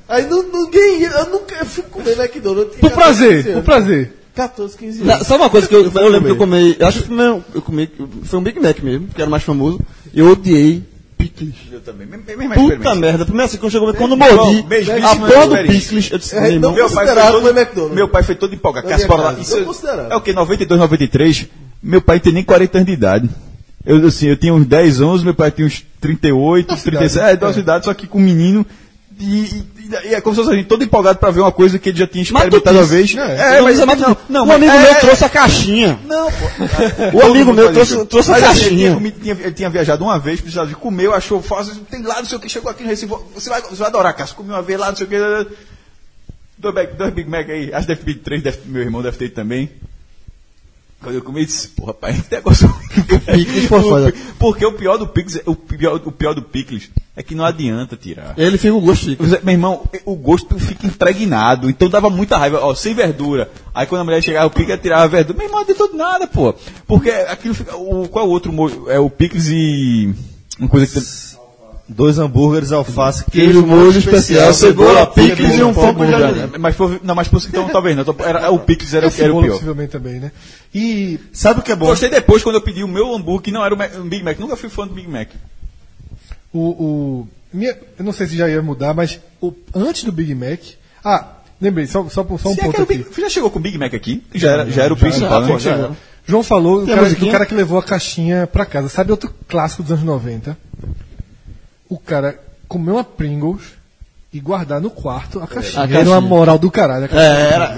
Speaker 7: Aí não, ninguém ia. Eu nunca eu fico comendo McDonald's.
Speaker 2: Por prazer, por prazer.
Speaker 7: 14, 15
Speaker 4: Na-
Speaker 7: anos.
Speaker 4: Sabe uma coisa que eu, eu lembro que eu comi? Eu acho que foi, eu comi, foi um Big Mac mesmo, que era o mais famoso. Eu odiei picles.
Speaker 3: eu também. Mesmo- mesmo a
Speaker 4: Puta
Speaker 3: experiência.
Speaker 4: merda, primeiro assim, quando chegou, quando eu
Speaker 3: Irmão,
Speaker 4: mordi,
Speaker 3: mesmíssima
Speaker 4: a porra do
Speaker 3: experiência.
Speaker 4: picles, eu disse,
Speaker 7: É,
Speaker 4: meu irmão,
Speaker 7: não-
Speaker 3: Meu pai, foi
Speaker 7: Considerado
Speaker 3: todo,
Speaker 7: como é McDonald's.
Speaker 3: meu pai foi todo empolgado.
Speaker 7: Na
Speaker 3: Cássio,
Speaker 7: minha
Speaker 3: bora lá.
Speaker 7: casa,
Speaker 3: Isso,
Speaker 7: não considerado.
Speaker 3: é o que? 92, 93? Meu pai tem nem 40 anos de idade. Eu, assim, eu tinha uns 10, 11, meu pai tinha uns 38, 37, é, da nossa idade, só que com um menino. E, e- e é como se fosse a gente todo empolgado pra ver uma coisa que ele já tinha experimentado uma vez.
Speaker 7: né?
Speaker 4: É, mas é não, não, um amigo meu trouxe a caixinha.
Speaker 3: Não, pô.
Speaker 4: O amigo meu trouxe, trouxe a
Speaker 3: Mas assim, ele, tinha
Speaker 4: caixinha.
Speaker 3: comido- tinha- ele tinha viajado uma vez para os Estados Unidos, comeu, achou fácil, tem lá, não sei o que, chegou aqui no Recife, você vai, você vai adorar, Cássio, comeu uma vez lá, não sei o que. Dois, Mac- dois Big Mac aí, acho que deve ter três, deve- meu irmão deve ter também. Quando eu comi, eu disse, porra, pai, que negócio.
Speaker 4: Picles foi
Speaker 3: O
Speaker 4: foda.
Speaker 3: pi- Porque o pior do Picles, é- o pior, o pior do Picles é que não adianta tirar.
Speaker 4: Ele fica o gosto de-
Speaker 3: Mas, Meu irmão, o gosto fica impregnado, então dava muita raiva, ó, sem verdura. Aí quando a mulher chegava, o pica tirava a verdura. Meu irmão, não adiantou de nada, pô. Porque aquilo fica. O, qual é o outro molho? É o picles e. Uma coisa que tem.
Speaker 1: Dois hambúrgueres, alface,
Speaker 4: Queijo, molho especial, cebola,
Speaker 3: Picles e um
Speaker 4: pouco
Speaker 3: pouco de. Mas foi, não, mas fosse então, talvez não. Era, o picles era, o-
Speaker 2: Esse
Speaker 3: era o
Speaker 2: bolo,
Speaker 3: É pior.
Speaker 2: possivelmente, também, né? E
Speaker 1: Sabe o que é bom?
Speaker 3: Gostei depois quando eu pedi o meu hambúrguer, que não era o Mac- o Big Mac. Nunca fui fã do Big Mac.
Speaker 2: O, o- minha- eu não sei se já ia mudar, mas o- antes do Big Mac. Ah, lembrei, só, só, só um
Speaker 3: Se é que
Speaker 2: ponto
Speaker 3: era o
Speaker 2: aqui.
Speaker 3: Big- já chegou com o Big Mac aqui? Já era, já era o principal, né?
Speaker 2: Chegou. João falou do
Speaker 4: Tem a
Speaker 2: cara,
Speaker 4: musiquinha?
Speaker 2: do cara que levou a caixinha pra casa. Sabe outro clássico dos anos 90? O cara comeu uma Pringles e guardar no quarto a caixinha.
Speaker 4: A
Speaker 2: Era uma
Speaker 4: caixinha.
Speaker 2: moral do caralho. a caixinha.
Speaker 4: É, era.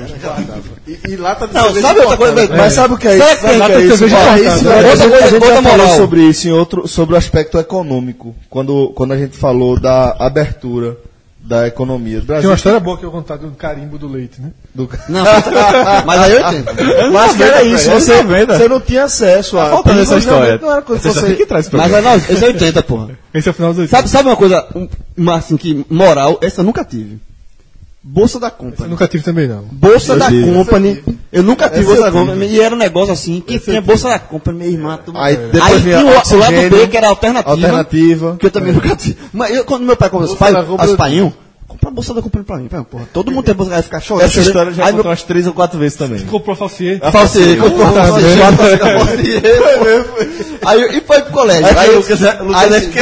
Speaker 7: E, e lá tá
Speaker 4: Não, sabe outra coisa,
Speaker 7: né?
Speaker 4: mas
Speaker 2: É.
Speaker 4: sabe o que é isso?
Speaker 2: Será que tem
Speaker 4: Sabe
Speaker 2: cerveja
Speaker 4: o isso?
Speaker 2: importada?
Speaker 4: Isso,
Speaker 1: Não, a
Speaker 4: Outra
Speaker 1: gente- a
Speaker 4: coisa,
Speaker 1: gente
Speaker 4: outra
Speaker 1: já falou
Speaker 4: moral.
Speaker 2: Então.
Speaker 1: sobre isso em outro, sobre o aspecto econômico, quando, quando a gente falou da abertura da economia do
Speaker 2: Tem
Speaker 1: Brasil.
Speaker 2: uma história boa que eu contar do carimbo do leite, né?
Speaker 1: Do...
Speaker 4: Não, mas aí eu entendo.
Speaker 1: Mas que era isso,
Speaker 4: né?
Speaker 3: Anos
Speaker 1: você,
Speaker 3: 90.
Speaker 1: você não tinha acesso a.
Speaker 3: faltando essa história.
Speaker 1: Não era coisa que
Speaker 3: Essa
Speaker 1: você.
Speaker 3: história que traz pra
Speaker 4: Mas aí nós, esse é 80, porra.
Speaker 2: Esse é o final dos 80.
Speaker 4: Sabe, sabe uma coisa, um- uma assim, que moral, essa eu nunca tive. Bolsa da
Speaker 2: Eu
Speaker 4: compra.
Speaker 2: nunca tive também, não.
Speaker 4: Bolsa da
Speaker 1: tive.
Speaker 4: Company. Eu nunca
Speaker 1: é
Speaker 4: tive Bolsa da Company. E era um negócio assim, quem tinha Bolsa da Company, meu irmão. tu-
Speaker 1: Aí depois vinha
Speaker 4: tinha o, o lado
Speaker 1: oxigênio,
Speaker 4: B, que era alternativa.
Speaker 1: Alternativa. É.
Speaker 4: Que eu também nunca tive. Mas eu, quando meu pai comprou os
Speaker 7: Bolsa
Speaker 4: pai,
Speaker 7: da Company
Speaker 4: os
Speaker 7: eu
Speaker 4: paiinhos, compra a Bolsa da Company pra mim. Pra, porra, todo mundo tem Bolsa da ficar chorando.
Speaker 1: Essa história já
Speaker 4: Aí meu
Speaker 1: contou umas três ou quatro vezes também.
Speaker 2: Comprou falsiê.
Speaker 4: Falsei, comprou um falsete, quatro falsete, falsete. Aí eu- e foi pro colégio. Aí, eu- aí eu- você- Aí eu disse,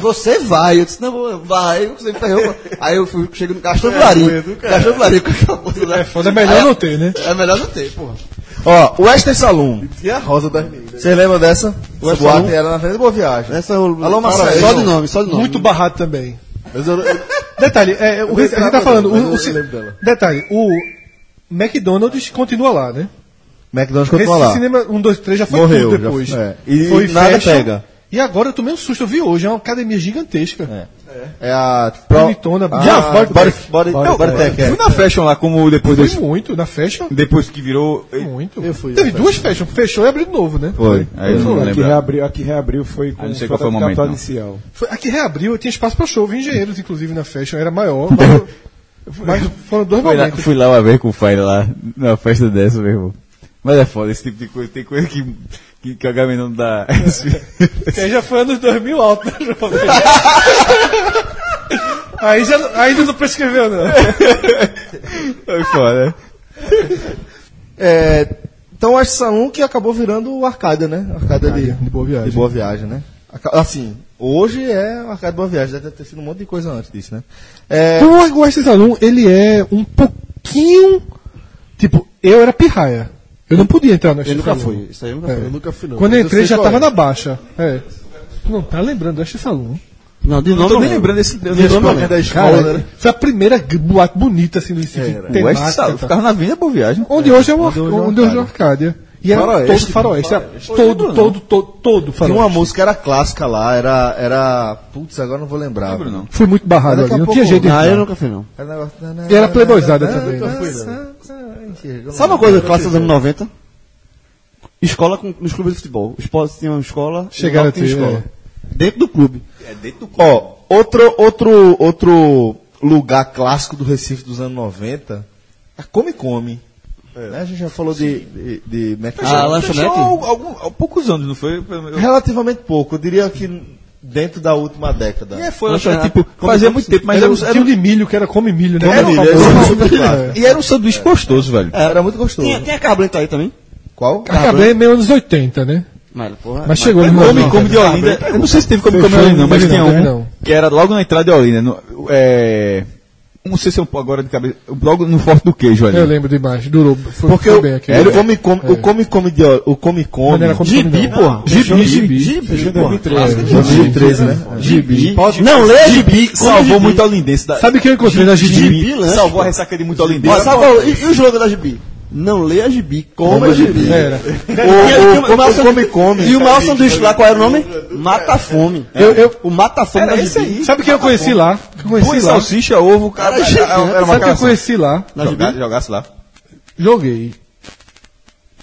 Speaker 4: você vai. Eu disse, não, vou- vai. Eu sempre ferrou. Aí eu fui, chego, no- gastou vilarinho. Gastou vilarinho com aquela bolsa da-
Speaker 2: É foda, é melhor
Speaker 4: Aí-
Speaker 2: não ter, né?
Speaker 4: É melhor não ter, porra.
Speaker 1: Ó, Western Saloon.
Speaker 7: E a rosa das meninas.
Speaker 1: Vocês lembram dessa? O
Speaker 4: Western
Speaker 1: boate
Speaker 4: Saloon?
Speaker 1: era na frente do Boa Viagem.
Speaker 4: Essa é o...
Speaker 1: Alô, Marcelo.
Speaker 4: Só de nome, só de nome.
Speaker 2: Muito barrado também.
Speaker 7: Mas eu, eu,
Speaker 2: Detalhe, é, o,
Speaker 7: vou
Speaker 2: a gente
Speaker 7: entrar
Speaker 2: tá falando.
Speaker 7: também,
Speaker 2: o-
Speaker 7: mas
Speaker 2: o
Speaker 7: eu
Speaker 2: se-
Speaker 7: lembro dela.
Speaker 2: detalhe, o McDonald's continua lá, né?
Speaker 1: McDonald's
Speaker 2: Esse
Speaker 1: continua lá.
Speaker 2: cinema 1, 2, 3 já foi
Speaker 1: Morreu,
Speaker 2: tudo
Speaker 1: já
Speaker 2: depois.
Speaker 1: foi- é. E
Speaker 2: foi
Speaker 1: nada
Speaker 2: fashion,
Speaker 1: pega.
Speaker 2: E agora eu tomei um susto, eu vi hoje, é uma academia gigantesca.
Speaker 1: É a. Pro...
Speaker 2: Bonitona,
Speaker 1: Ah,
Speaker 2: já foi
Speaker 1: body, body, body,
Speaker 3: Eu,
Speaker 1: Bodytech, é.
Speaker 3: fui na Fashion lá, como depois,
Speaker 2: Foi
Speaker 3: desse-
Speaker 2: muito, na fashion,
Speaker 3: depois que virou.
Speaker 2: muito. Teve duas fashion, fechou e abriu de novo, né?
Speaker 1: Foi.
Speaker 3: Aí eu não
Speaker 6: a, que
Speaker 3: lembro.
Speaker 6: reabriu, a que reabriu foi com
Speaker 3: Ah, não sei qual foi o
Speaker 6: Capital
Speaker 3: momento, não.
Speaker 6: inicial.
Speaker 2: Foi- a que reabriu, tinha espaço pra show, vi engenheiros, inclusive, na fashion, era maior. Mas, mas foram dois
Speaker 3: Fui lá,
Speaker 2: momentos.
Speaker 3: fui lá uma vez com o pai lá, numa festa dessa, meu irmão. Mas é foda, esse tipo de coisa. Tem coisa que, que, que o HM não dá.
Speaker 2: Porque aí já foi anos 2000 alto, né, João? Aí já não- ainda não prescreveu, né? não.
Speaker 3: é foda.
Speaker 1: É, então West Saloon que acabou virando o Arcada, né? Arcada de,
Speaker 2: de Boa Viagem.
Speaker 1: de Boa Viagem, né? Aca- Assim, hoje é o Arcada de Boa Viagem, deve ter sido um monte de coisa antes disso, né? É,
Speaker 2: O Western Saloon, ele é um pouquinho. Tipo, eu era pirraia. Eu não podia entrar no Western
Speaker 4: Nunca
Speaker 2: Saloon.
Speaker 4: fui. Isso aí eu nunca
Speaker 2: É.
Speaker 4: fui.
Speaker 7: nunca fui, não.
Speaker 2: Quando
Speaker 7: Mas
Speaker 2: eu entrei
Speaker 7: sei
Speaker 2: já
Speaker 7: qual
Speaker 2: tava
Speaker 7: é.
Speaker 2: na baixa. É. Tu não tá lembrando Western Saloon?
Speaker 4: Não, de nome
Speaker 3: Tô
Speaker 4: não
Speaker 3: nem
Speaker 4: lembro.
Speaker 3: lembrando desse. desse
Speaker 7: Esse
Speaker 3: momento.
Speaker 7: momento da escola,
Speaker 2: Cara,
Speaker 7: né?
Speaker 2: foi a primeira g- boate bonita assim do Recife.
Speaker 3: O West
Speaker 2: temática,
Speaker 3: Sal,
Speaker 2: tá?
Speaker 3: ficava na Avenida Boa Viagem.
Speaker 2: Onde hoje é o Ar- onde hoje é o Arcádia. E era
Speaker 1: Faroeste,
Speaker 2: todo faroeste. era Todo, todo, todo, todo
Speaker 1: Tinha
Speaker 2: faroeste.
Speaker 1: uma música, era clássica lá, era. era putz, agora não vou lembrar.
Speaker 3: Lembro não.
Speaker 2: Fui muito barrado
Speaker 1: Daqui
Speaker 2: ali,
Speaker 1: a
Speaker 2: não
Speaker 1: pouco-
Speaker 2: tinha jeito de
Speaker 4: Ah, eu
Speaker 2: entrar.
Speaker 4: nunca fui, não.
Speaker 1: Era um negócio- né,
Speaker 2: E era playboyzada também.
Speaker 1: É, Nunca
Speaker 3: Ah,
Speaker 2: né?
Speaker 1: tá fui, não.
Speaker 4: Sabe uma coisa clássica dos anos 90? Escola com, nos clubes de futebol. Os postos tinham escola.
Speaker 2: Chegaram a
Speaker 4: e o Náutico tinha
Speaker 2: ter,
Speaker 4: escola. Dentro do clube.
Speaker 3: É dentro do clube.
Speaker 1: Ó, outro, outro, outro lugar clássico do Recife dos anos 90 é Come Come. Né? A gente já falou de, de, de McDonald's.
Speaker 4: Ah, lanchonete?
Speaker 3: É. Fechou há algum- há poucos anos, não foi? Eu-
Speaker 1: Relativamente pouco, eu diria que dentro da última década.
Speaker 3: É, foi,
Speaker 4: Lanchonete.
Speaker 3: era, tipo, fazia muito tempo, mas
Speaker 2: Era
Speaker 3: era,
Speaker 2: um
Speaker 3: um-
Speaker 2: tinha
Speaker 3: era
Speaker 2: um
Speaker 3: um-
Speaker 2: de milho que era come milho, né?
Speaker 1: Come
Speaker 2: Era
Speaker 1: milho,
Speaker 2: um
Speaker 1: era
Speaker 2: famoso.
Speaker 1: um super clássico.
Speaker 3: e era um sanduíche gostoso, velho.
Speaker 1: Era muito gostoso.
Speaker 4: Tem, tem a Carblenta aí também?
Speaker 1: Qual?
Speaker 3: Tá
Speaker 2: Acabei meio anos 80, né?
Speaker 4: Mas, porra.
Speaker 2: Mas chegou no
Speaker 3: Come, come de Olinda. Eu não sei se teve como comer Olinda, não, mas
Speaker 2: Teve
Speaker 3: tinha
Speaker 2: não,
Speaker 3: um
Speaker 2: teve não.
Speaker 3: que era logo na entrada de Olinda. No, é, não sei se é um- agora de cabeça. Logo no Forte do Queijo ali.
Speaker 2: Eu lembro demais, durou. Foi,
Speaker 1: Porque
Speaker 2: foi
Speaker 1: o,
Speaker 2: bem aqui.
Speaker 3: né?
Speaker 1: o Come Come,
Speaker 2: É.
Speaker 1: o Come Come de o Come Come.
Speaker 2: Mas não era Come Come, não.
Speaker 1: porra.
Speaker 3: Gibi, Gibi.
Speaker 6: Fechou em 2013.
Speaker 2: É,
Speaker 1: Em 2013, né?
Speaker 3: Gibi.
Speaker 1: Pode-
Speaker 3: Não, lê Gibi. Salvou muito Olindense. da-
Speaker 2: Sabe quem eu encontrei na Gibi?
Speaker 4: né?
Speaker 3: Salvou a ressaca de muito Olindense.
Speaker 4: Ó,
Speaker 1: é
Speaker 4: sabe qual- e, e o slogan da Gibi? Não lê a Gibi, coma a Gibi.
Speaker 2: Era.
Speaker 4: O, o, o, maior
Speaker 1: Come
Speaker 4: sanduíche-
Speaker 1: Come.
Speaker 4: e o maior sanduíche lá, qual era o nome? Mata a Fome.
Speaker 2: Eu- eu-
Speaker 4: o Mata a Fome
Speaker 3: Era
Speaker 4: da
Speaker 3: É esse
Speaker 4: Gibi.
Speaker 3: aí.
Speaker 2: Sabe quem eu conheci lá? Que eu
Speaker 3: Põe
Speaker 2: Conheci lá.
Speaker 3: salsicha, ovo, cara.
Speaker 4: Era gigante.
Speaker 3: Era uma
Speaker 2: Sabe quem eu
Speaker 3: cara.
Speaker 2: conheci lá?
Speaker 3: Joga- Jogasse lá.
Speaker 2: Joguei.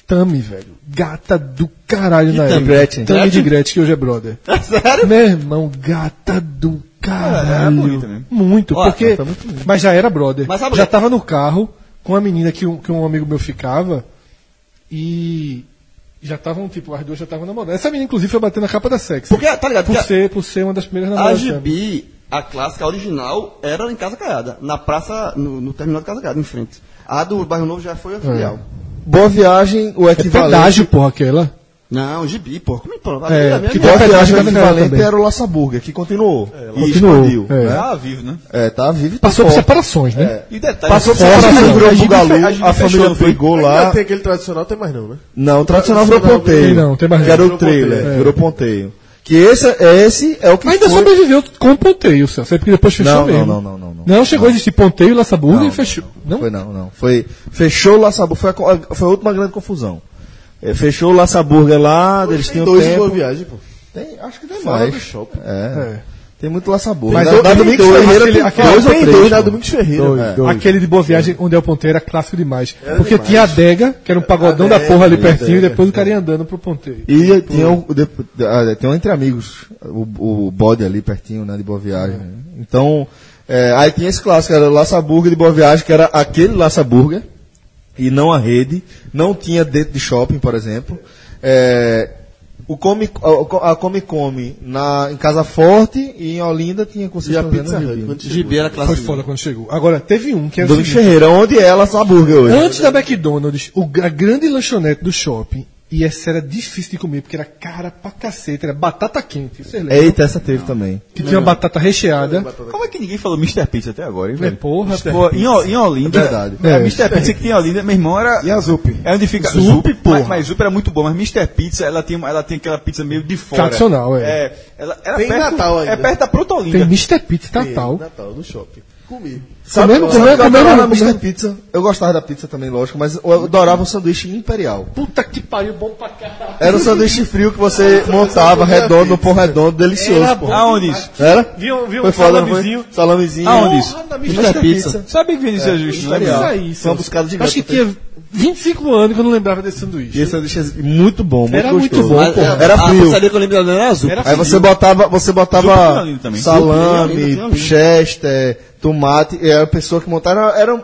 Speaker 2: Tami, velho. Gata do caralho na
Speaker 1: Tami?
Speaker 2: época.
Speaker 1: Gretchen.
Speaker 2: Tami de Gretchen, que hoje é brother.
Speaker 4: Sério?
Speaker 2: Meu irmão, gata
Speaker 1: É,
Speaker 2: do caralho.
Speaker 3: Era bonita mesmo.
Speaker 2: Muito,
Speaker 4: Ó,
Speaker 1: tá
Speaker 2: porque. mas já era brother.
Speaker 4: Mas sabe-
Speaker 2: já tava no carro com a menina que um, que um amigo meu ficava e. Já estavam, tipo, as duas já estavam namorando. Essa menina, inclusive, foi bater na capa da sexy.
Speaker 4: Porque, tá ligado?
Speaker 2: Por
Speaker 4: Porque
Speaker 2: ser, por ser uma das primeiras
Speaker 4: a, a
Speaker 2: namoradas. dela.
Speaker 4: Gibi, a clássica original, era em Casa Caiada. Na praça, no, no terminal de Casa Caiada, em frente. A do Bairro Novo já foi a filial.
Speaker 1: Boa viagem, o
Speaker 2: É
Speaker 1: equivalente.
Speaker 2: pedágio, porra, aquela.
Speaker 4: Não, Gibi, porra. Como é que pronto?
Speaker 2: É,
Speaker 4: A minha-
Speaker 2: que
Speaker 4: minha-
Speaker 1: Boa
Speaker 2: Tem
Speaker 1: viagem,
Speaker 2: pedágio
Speaker 1: o
Speaker 2: na
Speaker 1: equivalente
Speaker 2: também.
Speaker 1: era o Laça Burger, que continuou. e
Speaker 2: continuou,
Speaker 1: expandiu.
Speaker 2: é.
Speaker 1: né?
Speaker 3: Tá vivo, né?
Speaker 1: É, tá vivo e tá
Speaker 2: Passou por
Speaker 1: forte.
Speaker 2: separações, né?
Speaker 3: E detalhe,
Speaker 1: Passou por
Speaker 2: Fora
Speaker 1: separação,
Speaker 2: que
Speaker 1: virou um
Speaker 3: a Gibi fe- a
Speaker 1: Bugalu,
Speaker 3: Gibi
Speaker 1: a família
Speaker 3: fechou, foi?
Speaker 1: brigou
Speaker 7: Ainda
Speaker 1: lá.
Speaker 7: tem aquele tradicional, tem mais não, né?
Speaker 1: Não, o tradicional virou
Speaker 7: Tradicional virou-
Speaker 1: ponteiro.
Speaker 2: Não, tem mais
Speaker 1: Que era
Speaker 7: nada.
Speaker 1: o trailer,
Speaker 2: É.
Speaker 1: virou ponteio. Que esse, esse é o que
Speaker 2: Ainda
Speaker 1: foi...
Speaker 2: sobreviveu com o ponteio, Celso. é Porque depois fechou
Speaker 1: Não, não,
Speaker 2: mesmo.
Speaker 1: não, não, não, não.
Speaker 2: chegou a existir ponteio, Laça Burger
Speaker 1: Não,
Speaker 2: e fechou. Não,
Speaker 1: Foi não, não. Foi, fechou o Laça Burger, foi, a co- a- foi a última grande confusão. É, fechou o Laça Burger lá, eles tinham
Speaker 7: Dois em
Speaker 1: tempo.
Speaker 7: boa viagem, pô.
Speaker 1: Tem, acho que tem
Speaker 7: Fora
Speaker 1: mais.
Speaker 7: do shopping.
Speaker 1: É.
Speaker 2: É.
Speaker 1: Tem muito Laça Burger.
Speaker 2: Mas
Speaker 1: Da-
Speaker 2: eu-
Speaker 1: da
Speaker 2: tem
Speaker 1: Domingos
Speaker 2: dois,
Speaker 1: Ferreira
Speaker 2: aquele-
Speaker 1: tem
Speaker 2: aquele-
Speaker 1: dois ou
Speaker 7: Tem
Speaker 1: três,
Speaker 7: dois na
Speaker 1: mano.
Speaker 7: Domingos Ferreira.
Speaker 1: É.
Speaker 2: Aquele de Boa Viagem, onde é o ponteiro, era clássico demais. porque tinha a adega, que era um pagodão da porra ali pertinho, e depois o cara ia andando pro ponteio.
Speaker 1: E tinha o, de- ah, tem um entre amigos, o, o bode ali pertinho, né, de Boa Viagem. né? Então, é, aí tinha esse clássico, era o Laça Burger de Boa Viagem, que era aquele Laça Burger, e não a rede, não tinha dentro de shopping, por exemplo. É, o Come, a, a Come Come na, em Casa Forte e em Olinda tinha com
Speaker 7: E
Speaker 1: vocês
Speaker 7: a
Speaker 1: estão vendo,
Speaker 7: Pizza
Speaker 1: né,
Speaker 7: Hut.
Speaker 1: Gibi?
Speaker 7: quando chegou?
Speaker 4: Gibi era
Speaker 2: Foi
Speaker 4: clássica.
Speaker 2: foda quando chegou. Agora, teve um que era o
Speaker 1: Domingos
Speaker 2: seguinte,
Speaker 1: Ferreira, onde é Laça Burger hoje?
Speaker 2: Antes da McDonald's, o, a grande lanchonete do shopping, e essa era difícil de comer, porque era cara pra cacete, era batata quente, vocês lembram?
Speaker 1: Eita, essa teve também.
Speaker 2: Que tinha uma batata recheada.
Speaker 3: Como é que ninguém falou Mr. Pizza até agora,
Speaker 2: É,
Speaker 3: hein, velho?
Speaker 2: porra,
Speaker 3: Pô, em, O- em Olinda.
Speaker 1: É verdade.
Speaker 3: É, Mr. Pizza que tem em Olinda, meu irmão, era.
Speaker 6: E a Zup?
Speaker 3: É onde fica.
Speaker 2: Zup, porra.
Speaker 3: Mas, mas Zup era muito bom, mas Mr. Pizza, ela tem, ela tem aquela pizza meio de fora.
Speaker 2: Tradicional, é.
Speaker 3: é ela, era
Speaker 7: Tem
Speaker 3: perto,
Speaker 7: Natal ainda.
Speaker 3: É perto da Proto
Speaker 2: Tem
Speaker 3: Olinda.
Speaker 2: Mr. Pizza Natal.
Speaker 7: Natal, no shopping. Comi.
Speaker 2: Comendo, comendo,
Speaker 1: é? Eu adorava
Speaker 2: comendo,
Speaker 1: Mr.
Speaker 2: comendo.
Speaker 1: Pizza. Eu gostava da pizza também, lógico, mas eu adorava o sanduíche imperial.
Speaker 2: Puta que pariu, bom pra caralho.
Speaker 1: Era um sanduíche frio que você montava redondo no pão redondo, delicioso, pô.
Speaker 3: Aonde isso?
Speaker 1: Era?
Speaker 2: Viam, viam
Speaker 1: Foi
Speaker 2: um
Speaker 1: foda, não
Speaker 2: salamezinho.
Speaker 1: foi? Salamezinho.
Speaker 3: Aonde isso?
Speaker 2: Porra, na
Speaker 1: Mr. Pizza.
Speaker 3: Sabe que Vinícius é, Justo, né?
Speaker 1: Imperial.
Speaker 3: meu?
Speaker 2: aí,
Speaker 1: Foi uma buscada de
Speaker 2: Acho que tinha 25 anos que eu não lembrava desse sanduíche.
Speaker 1: E esse sanduíche é muito bom, muito
Speaker 2: Era muito
Speaker 1: gostoso.
Speaker 2: bom,
Speaker 1: Mas,
Speaker 2: pô. Ah,
Speaker 1: é, Era
Speaker 4: A
Speaker 1: frio.
Speaker 4: pizzaria Ah, que eu lembro dela era azul.
Speaker 2: Era
Speaker 1: Aí você botava, você
Speaker 3: Zupa tinha
Speaker 1: botava
Speaker 3: lindo também.
Speaker 1: salame,
Speaker 4: Zupa tinha lindo, tinha lindo.
Speaker 1: chester, tomate, e a pessoa que montaram era um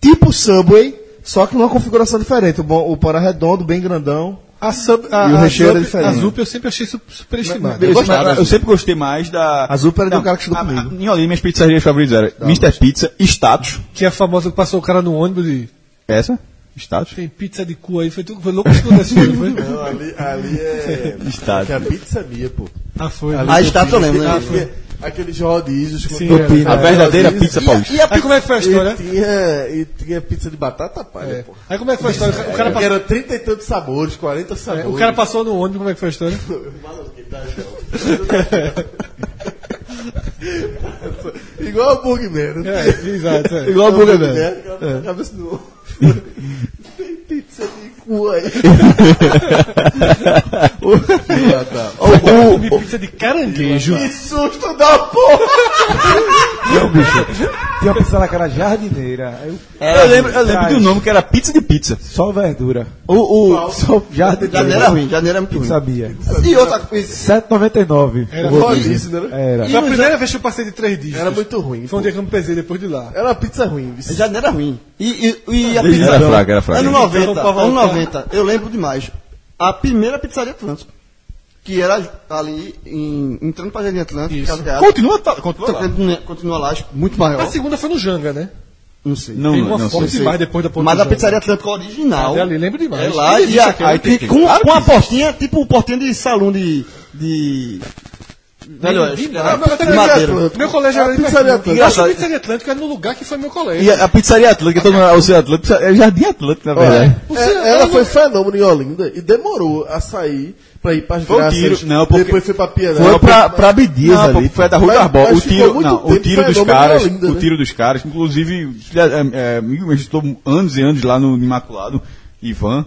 Speaker 1: tipo Subway, só que numa configuração diferente. O, bom, o pão era redondo, bem grandão.
Speaker 2: A sub, a,
Speaker 1: E o
Speaker 2: a
Speaker 1: recheio era
Speaker 2: Zup-
Speaker 1: diferente.
Speaker 2: A Zup eu sempre achei su- superestimada.
Speaker 3: Eu, gostava, eu sempre gostei mais da.
Speaker 1: A Zupa era de um cara que estudou
Speaker 3: a-
Speaker 1: comigo. Tá,
Speaker 3: a- Em Olinda, minhas pizzarias favoritas eram Mr. Pizza, Status. É
Speaker 2: Que a famosa que passou o cara no ônibus e
Speaker 3: Essa? Status?
Speaker 2: tem pizza de cu aí. Foi, tu, foi louco que tudo desse filme, foi?
Speaker 7: Não, ali, ali é.
Speaker 3: Status.
Speaker 7: que é a pizza minha, pô.
Speaker 2: Ah, foi.
Speaker 4: A estátua eu lembro, né?
Speaker 2: Ah,
Speaker 7: Aqueles rodízios com
Speaker 2: Sim,
Speaker 7: propina.
Speaker 3: A verdadeira pizza
Speaker 4: E a-
Speaker 3: paulista.
Speaker 4: E a
Speaker 2: Aí como é que foi a história?
Speaker 7: E tinha, e tinha pizza de batata palha,
Speaker 2: É.
Speaker 7: pô.
Speaker 2: Aí como é que foi a história? O cara
Speaker 7: Porque
Speaker 2: passou,
Speaker 7: era trinta e tantos sabores, 40 sabores.
Speaker 2: o cara passou no ônibus, como é que foi a história?
Speaker 7: Igual a Bugman. né?
Speaker 2: É, exato. é.
Speaker 7: Igual a Bugman. Cabeça no Tem pizza de
Speaker 4: cu aí.
Speaker 2: de pizza de caranguejo.
Speaker 4: Susto da porra!
Speaker 6: Não, bicho. Tinha uma pizza lá que era jardineira. Aí eu-
Speaker 3: eu lembro, eu lembro de um nome que era pizza de pizza.
Speaker 6: Só verdura.
Speaker 3: O, o,
Speaker 6: Só jardineira.
Speaker 4: Janeiro era ruim, janeiro era muito ruim.
Speaker 6: Sabia.
Speaker 4: E outra coisa.
Speaker 6: 7,99.
Speaker 2: Era
Speaker 6: O
Speaker 2: só
Speaker 6: rodízio.
Speaker 7: isso, né?
Speaker 6: Era.
Speaker 2: Foi a primeira vez que eu passei de três dígitos.
Speaker 7: Era muito ruim.
Speaker 2: Foi um dia que eu me pesei depois de lá.
Speaker 7: Era uma pizza ruim. viu?
Speaker 4: Janeiro era ruim. E, e, e a
Speaker 3: Era
Speaker 4: pizza.
Speaker 3: fraca, era fraca.
Speaker 4: Ano 90,
Speaker 2: Então, pra
Speaker 4: ano
Speaker 2: voltar.
Speaker 4: 90, eu lembro demais. A primeira pizzaria Atlântico, que era ali, em, entrando pra Jardim Atlântico, Casa Real.
Speaker 3: Continua, tá- continua lá.
Speaker 4: Continua, continua lá, muito
Speaker 2: A
Speaker 4: maior.
Speaker 2: segunda foi no Janga, né?
Speaker 4: Não sei.
Speaker 3: Não,
Speaker 2: Tem
Speaker 3: não,
Speaker 2: uma
Speaker 3: sei.
Speaker 2: forte mais depois da ponte
Speaker 4: Mas
Speaker 2: do
Speaker 4: a
Speaker 2: Janga.
Speaker 4: pizzaria Atlântico original.
Speaker 2: É ali, lembro demais.
Speaker 4: É lá
Speaker 2: Ele
Speaker 4: e a,
Speaker 2: disse que era
Speaker 4: aí tem-
Speaker 3: tem-
Speaker 4: com,
Speaker 3: claro
Speaker 4: com uma portinha, tipo um portinha de salão de. de velho Oeste, cara,
Speaker 2: Ah, mas
Speaker 4: de
Speaker 2: eu também
Speaker 4: madeira.
Speaker 3: é
Speaker 2: era- Meu colégio era ali
Speaker 7: Pizzaria
Speaker 2: pertinho.
Speaker 7: Atlântico.
Speaker 2: Engraçado. A pizzaria Atlântica era no lugar que foi meu colégio.
Speaker 3: E a, a pizzaria Atlântica, todo mundo, o seu Atlântico, é Jardim Atlântico, na verdade.
Speaker 7: É, ela, foi fenômeno em Olinda e demorou a sair pra ir pras
Speaker 3: Foi o
Speaker 7: graças.
Speaker 3: tiro, não, porque-
Speaker 7: Depois foi pra Piedade.
Speaker 3: Foi pra,
Speaker 7: Mas-
Speaker 3: pra Abdias
Speaker 7: Não,
Speaker 3: ali.
Speaker 7: pô,
Speaker 3: Foi a da Rua
Speaker 7: mas-
Speaker 3: Garbó.
Speaker 7: mas
Speaker 3: O
Speaker 7: ficou
Speaker 3: tiro,
Speaker 7: muito
Speaker 3: não, o
Speaker 7: tempo
Speaker 3: tiro dos
Speaker 7: fenômeno
Speaker 3: caras,
Speaker 7: na Olinda,
Speaker 3: o
Speaker 7: né?
Speaker 3: tiro dos caras, inclusive, filha- é, é, amigo meu estou anos e anos lá no Imaculado, Ivan.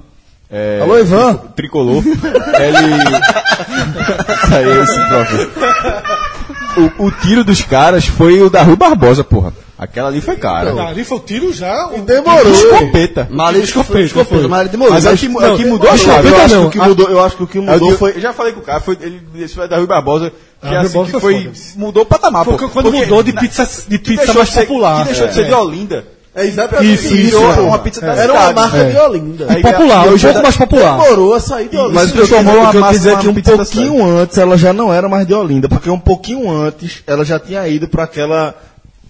Speaker 3: é,
Speaker 7: Alô, Ivan?
Speaker 3: Tricolor. ele. Saiu esse próprio. O, o tiro dos caras foi o da Rui Barbosa, porra. Aquela ali foi cara.
Speaker 2: Ali foi o tiro já.
Speaker 7: E
Speaker 2: o-
Speaker 7: demorou.
Speaker 3: Escopeta.
Speaker 4: Mas ele escopeta, escopeta, mas ele demorou.
Speaker 3: Mas é o que, mu- é o que mudou a chave.
Speaker 7: Eu
Speaker 3: Eu acho
Speaker 7: acho que
Speaker 3: que
Speaker 7: o que mudou, eu acho que o que
Speaker 3: Eu
Speaker 7: mudou foi.
Speaker 3: já falei com o cara, foi, ele, esse foi da Rui Barbosa, que,
Speaker 2: Ah, Rui
Speaker 3: assim,
Speaker 2: Barbosa
Speaker 3: que
Speaker 2: foi
Speaker 3: foi, mudou o patamar. pô.
Speaker 2: Porque quando
Speaker 3: Porque
Speaker 2: mudou de
Speaker 3: na-
Speaker 2: pizza, de
Speaker 3: que
Speaker 2: pizza
Speaker 3: deixou
Speaker 2: mais
Speaker 3: de ser-
Speaker 2: popular.
Speaker 3: Que deixou de ser de Olinda.
Speaker 7: É exatamente
Speaker 2: Isso,
Speaker 7: virou
Speaker 2: isso,
Speaker 7: uma,
Speaker 2: é.
Speaker 7: pizza
Speaker 3: É.
Speaker 7: da Era uma
Speaker 3: cidade.
Speaker 7: marca de Olinda.
Speaker 1: É
Speaker 3: Aí,
Speaker 2: Popular,
Speaker 3: e
Speaker 2: um
Speaker 3: hoje
Speaker 2: pouco mais popular.
Speaker 7: Demorou a sair de Olinda.
Speaker 1: Mas o que eu
Speaker 3: transformou
Speaker 1: o
Speaker 3: uma
Speaker 1: que eu quis dizer é
Speaker 3: massa
Speaker 1: que um
Speaker 3: numa pizza da
Speaker 1: pouquinho antes ela já não era mais de Olinda, porque um pouquinho antes ela já tinha ido para aquela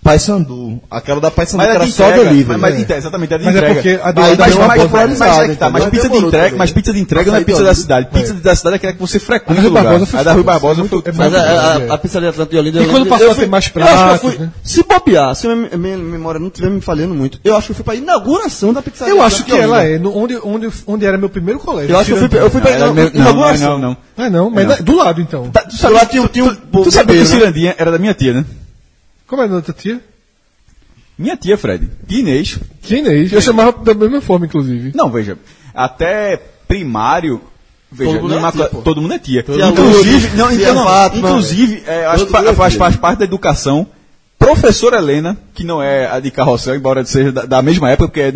Speaker 1: Paysandu, aquela da Paysandu que
Speaker 3: era
Speaker 1: era
Speaker 3: de
Speaker 1: só
Speaker 3: entrega,
Speaker 1: delivery.
Speaker 3: Mas, mas de entrega, exatamente, era de
Speaker 2: Mas é
Speaker 3: entrega.
Speaker 2: porque a
Speaker 3: mas,
Speaker 2: demanda
Speaker 3: mas,
Speaker 2: deu uma
Speaker 3: mas, mas,
Speaker 7: popularizada,
Speaker 3: mas é que tá, mas
Speaker 7: mas
Speaker 3: pizza de
Speaker 7: demorou
Speaker 3: entrega,
Speaker 7: também.
Speaker 3: mas pizza de entrega não é
Speaker 7: Açaí
Speaker 3: pizza
Speaker 7: de
Speaker 3: da
Speaker 7: Olinda.
Speaker 3: cidade. Pizza da cidade é aquela que você frequenta
Speaker 2: A da
Speaker 3: o
Speaker 2: Rui
Speaker 3: lugar.
Speaker 2: Barbosa foi
Speaker 3: A da Rui
Speaker 2: foda,
Speaker 3: Barbosa
Speaker 2: muito-
Speaker 3: foi...
Speaker 2: é
Speaker 4: Mas
Speaker 2: muito
Speaker 4: a,
Speaker 2: grande,
Speaker 4: a, a pizzaria Atlântico de Olinda.
Speaker 2: E quando passou
Speaker 4: eu
Speaker 2: a ter mais
Speaker 4: eu acho que eu
Speaker 2: pratos,
Speaker 4: fui-
Speaker 2: né?
Speaker 4: Se bobear, se a minha, minha memória não estiver me falhando muito, eu acho que eu fui pra inauguração da pizzaria
Speaker 2: Eu acho que
Speaker 4: Atlântico de
Speaker 2: ela
Speaker 4: Olinda.
Speaker 2: é no- onde, onde, onde era meu primeiro colégio.
Speaker 4: Eu acho que eu fui,
Speaker 2: é,
Speaker 4: pra- eu fui pra
Speaker 3: Não,
Speaker 4: ina-
Speaker 3: não, não,
Speaker 4: inauguração.
Speaker 3: não, não.
Speaker 2: Não é não, mas
Speaker 3: Não.
Speaker 2: da- do lado então.
Speaker 4: Tá, tu sabe lá tinha, tinha um.
Speaker 3: Tu sabia que
Speaker 4: bombeiro, né?
Speaker 3: Cirandinha era da minha tia, né?
Speaker 2: Como é a outra tia?
Speaker 3: Minha tia, Fred. Tia Inês.
Speaker 2: Tia Inês. Eu chamava da mesma forma,
Speaker 4: Uhum.
Speaker 2: inclusive.
Speaker 3: Não, veja, até primário. Veja,
Speaker 4: Todo mundo
Speaker 3: no
Speaker 4: é
Speaker 3: Imacula-
Speaker 4: tia, pô.
Speaker 3: todo mundo é tia.
Speaker 4: Tia
Speaker 3: inclusive,
Speaker 4: Lourdes,
Speaker 3: não,
Speaker 4: tia
Speaker 3: então, não,
Speaker 4: Fátima.
Speaker 3: inclusive é, acho que
Speaker 4: mundo é
Speaker 3: fa- faz,
Speaker 4: tia.
Speaker 3: faz parte da educação. Professora Helena, que não é a de carrossel, embora seja da, da mesma época, porque é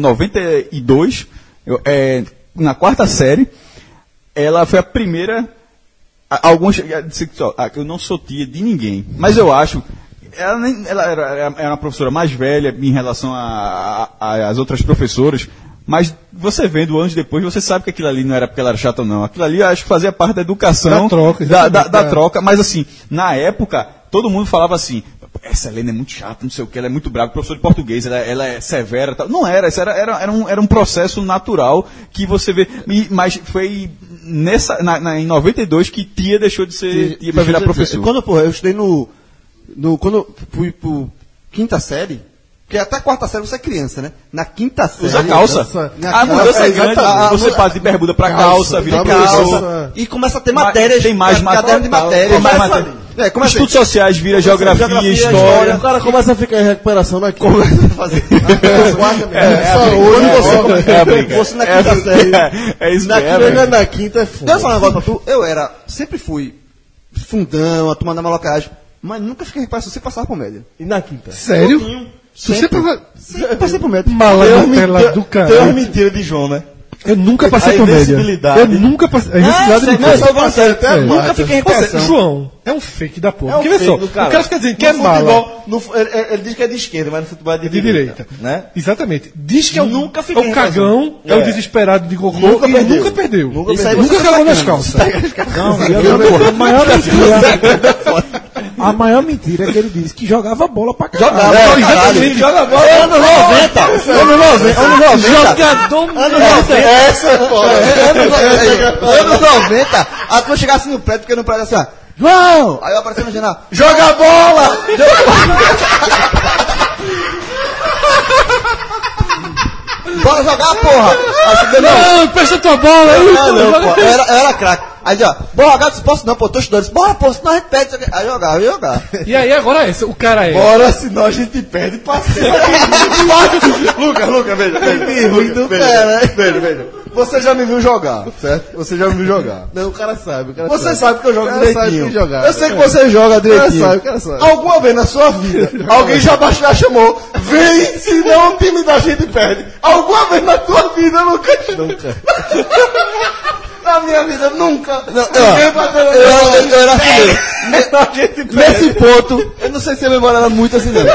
Speaker 3: 92, eu- é, na quarta série, ela foi a primeira. a- Alguns já disse que só, ah, eu não sou tia de ninguém, mas eu acho. Ela, nem- ela era, era uma professora mais velha em relação a- a- a- às outras professoras, mas você vendo anos depois, você sabe que aquilo ali não era porque ela era chata ou não. Aquilo ali eu acho que fazia parte da educação.
Speaker 2: Da troca,
Speaker 3: da, da-
Speaker 2: exatamente,
Speaker 3: da
Speaker 2: é.
Speaker 3: troca. Mas assim, na época, todo mundo falava assim. Essa Helena é muito chata, não sei o que, ela é muito brava, professor de português, ela, ela é severa. Tal. Não era, isso era, era, era um, era um processo natural que você vê. e- mas foi nessa, na, na- em 92 que tia deixou de ser tia, pra virar professor.
Speaker 4: Quando porra, eu estudei no, no. Quando eu fui pro quinta série, porque até a quarta série você é criança, né? Na quinta série.
Speaker 3: Usa calça.
Speaker 4: Na
Speaker 3: A
Speaker 4: quinta-
Speaker 3: mudança é grande,
Speaker 4: exatamente.
Speaker 3: você
Speaker 4: A-
Speaker 3: passa de bermuda pra calça, vira calça.
Speaker 4: calça. E começa a ter matérias.
Speaker 3: Tem mais
Speaker 4: caderno
Speaker 3: matéria.
Speaker 4: de matérias.
Speaker 3: Tem mais
Speaker 4: começa-
Speaker 3: matéria.
Speaker 4: É, começa
Speaker 3: Estudos sociais vira geografia, história.
Speaker 7: O cara começa a ficar em recuperação na quinta.
Speaker 4: a fazer. É,
Speaker 7: Só hoje você-
Speaker 3: É a briga.
Speaker 4: Você na
Speaker 3: É a
Speaker 4: quinta
Speaker 3: briga.
Speaker 4: série.
Speaker 3: É, é isso
Speaker 7: Na
Speaker 3: mesmo. é a briga.
Speaker 7: quinta, na quinta é
Speaker 4: Deixa eu
Speaker 7: foda.
Speaker 4: falar um negócio pra tu. Eu era, sempre fui fundão, a turma da malocagem, mas nunca fiquei reparado se você passava por média.
Speaker 7: E na quinta?
Speaker 2: Sério? Se você
Speaker 4: Sempre.
Speaker 2: prova-
Speaker 4: Sempre passei por média.
Speaker 2: Malandela do caralho.
Speaker 1: mentiras de João, né?
Speaker 2: Eu nunca passei por média.
Speaker 1: invencibilidade.
Speaker 2: Eu nunca passei. A invencibilidade
Speaker 4: sério,
Speaker 2: me
Speaker 4: não,
Speaker 2: fez.
Speaker 4: eu tô falando sério, até
Speaker 2: É.
Speaker 4: agora. Nunca fiquei em
Speaker 2: Você, João, é um fake da porra.
Speaker 1: É um
Speaker 2: Porque vê
Speaker 1: fake
Speaker 2: só,
Speaker 1: do
Speaker 2: o
Speaker 1: cara.
Speaker 2: cara fica dizendo que é
Speaker 1: No
Speaker 2: mala.
Speaker 1: futebol, no fu- ele, ele- ele diz que é de esquerda, mas no futebol é de,
Speaker 2: de direita.
Speaker 1: Né?
Speaker 2: Exatamente. Diz que é o,
Speaker 1: Nunca
Speaker 2: é
Speaker 1: fiquei
Speaker 2: o cagão, é. o
Speaker 1: É.
Speaker 2: desesperado de cocô
Speaker 1: Nunca
Speaker 2: e
Speaker 1: perdeu.
Speaker 2: nunca perdeu.
Speaker 1: Nunca
Speaker 2: Isso aí
Speaker 1: perdeu.
Speaker 2: Nunca cagou nas calças.
Speaker 6: Não, e a, minha- a maior mentira. a maior mentira é que ele disse que jogava bola pra caralho.
Speaker 4: Jogava, é, exatamente. Joga bola. Ano 90. Ano 90. Ano 90.
Speaker 2: Jogador
Speaker 4: Ano 90. Essa é foda. Ano 90. Ano 90. A tua chegasse no prédio, porque no prédio assim, ó. João! Aí eu apareci no jornal. Joga a bola! Bora jogar, porra! Aí você deu, não,
Speaker 2: Não, presta tua bola aí.
Speaker 4: não, não, pô. Eu era, eu era craque. Aí dizia, ó, bora jogar, eu disse, posso não, pô, tô estudando. Eu disse, Bora, pô, senão a gente perde. isso aqui." Aí jogava, ia jogar.
Speaker 2: E aí agora é essa, o cara é.
Speaker 4: Bora, senão a gente perde parceiro.
Speaker 1: Lucas, Lucas, veja, veja.
Speaker 4: ruim do cara, né?
Speaker 1: Veja, veja. Você já me viu jogar, Tá, certo? Você já me viu jogar.
Speaker 18: Não, o cara sabe. O cara
Speaker 1: Você sabe que eu jogo
Speaker 18: O cara
Speaker 1: direitinho.
Speaker 18: sabe que jogar.
Speaker 4: né?
Speaker 18: né?
Speaker 1: eu sei que você joga direitinho.
Speaker 18: sabe, o cara sabe.
Speaker 1: Alguma vez na sua vida, alguém já baixou já chamou. Vem, senão o time da gente perde. Alguma vez na tua vida, Lucas. Nunca. na minha vida, nunca.
Speaker 4: Não, eu, eu, eu, eu era assim mesmo. Nesse ponto, eu não sei se a memória era muito assim não.
Speaker 1: É,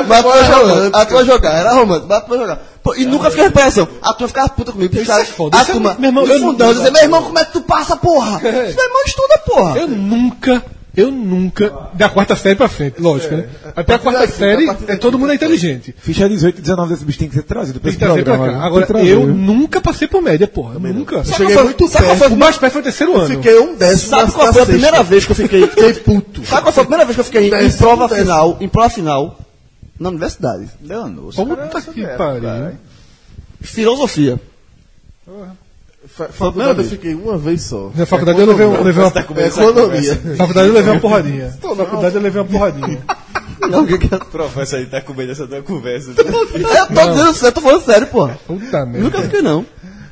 Speaker 4: Mas, mas a tua jogando, a tua jogar, era romântico, mas a tua jogar. Pô,
Speaker 1: É
Speaker 4: e nunca fiquei reparação. A tua ficava puta comigo, porque
Speaker 2: é foda,
Speaker 4: a
Speaker 2: isso é
Speaker 4: turma,
Speaker 2: muito- meu irmão,
Speaker 4: no
Speaker 2: eu
Speaker 4: fundão,
Speaker 2: não-
Speaker 4: eu dizia, meu irmão, como é que tu passa, porra? Meu irmão estuda, porra.
Speaker 2: Eu nunca, eu nunca, da quarta série pra frente, lógico, né? Até a quarta série, é todo mundo é inteligente.
Speaker 6: Ficha 18 e 19 desse bicho tem que ser trazido pra
Speaker 2: Tem
Speaker 6: esse
Speaker 2: que trazer pra cá.
Speaker 6: programa.
Speaker 2: Então,
Speaker 6: né?
Speaker 2: Agora,
Speaker 6: Tem que trazer.
Speaker 2: eu nunca passei por média, porra. Nunca.
Speaker 4: Sabe qual foi- sabe qual foi-
Speaker 2: O mais perto foi o terceiro ano.
Speaker 18: Fiquei um décimo
Speaker 4: Sabe
Speaker 18: na-
Speaker 1: tá
Speaker 4: qual
Speaker 18: na
Speaker 4: foi a
Speaker 18: sexta.
Speaker 4: primeira vez que eu fiquei, fiquei
Speaker 18: puto.
Speaker 4: Sabe qual foi a primeira vez que eu fiquei em
Speaker 18: Décimo,
Speaker 1: um
Speaker 4: prova
Speaker 18: décimo.
Speaker 4: final, em prova final, na universidade?
Speaker 2: Puta que pariu.
Speaker 4: Filosofia.
Speaker 18: Fa- Faculdade eu fiquei uma vez só.
Speaker 2: Na faculdade eu levei, um- levei uma.
Speaker 18: Economia.
Speaker 2: Na faculdade eu levei uma porradinha. Na faculdade eu levei uma porradinha.
Speaker 4: Não, o que que é?
Speaker 3: Professor aí tá com medo dessa tua conversa.
Speaker 4: Eu tô dizendo sério, tô falando sério, porra.
Speaker 2: Puta merda.
Speaker 4: Nunca fiquei, não.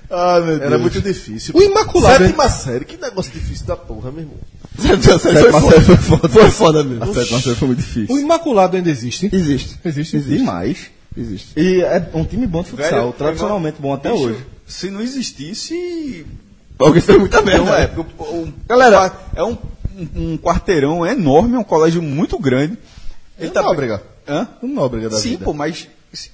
Speaker 18: Ah, meu Deus. Era muito difícil.
Speaker 2: O Imaculado,
Speaker 18: Sétima série, que negócio difícil da porra, meu irmão.
Speaker 4: Sétima série foi foda. Foi foda mesmo.
Speaker 3: foi muito difícil.
Speaker 2: O Imaculado ainda existe.
Speaker 4: Existe.
Speaker 2: Existe.
Speaker 1: Demais. Existe. E é um time bom de futsal,
Speaker 3: Velho,
Speaker 1: tradicionalmente bom até
Speaker 3: Bicho,
Speaker 1: hoje.
Speaker 3: Se não existisse.
Speaker 4: Alguém fez muita merda.
Speaker 3: Não é, porque o- o-
Speaker 1: Galera-
Speaker 3: é um, um, um quarteirão enorme, é um colégio muito grande. Ele tá.
Speaker 1: Nóbrega.
Speaker 3: Hã?
Speaker 1: Um Nóbrega da
Speaker 3: Sim,
Speaker 1: vida.
Speaker 3: pô, mas.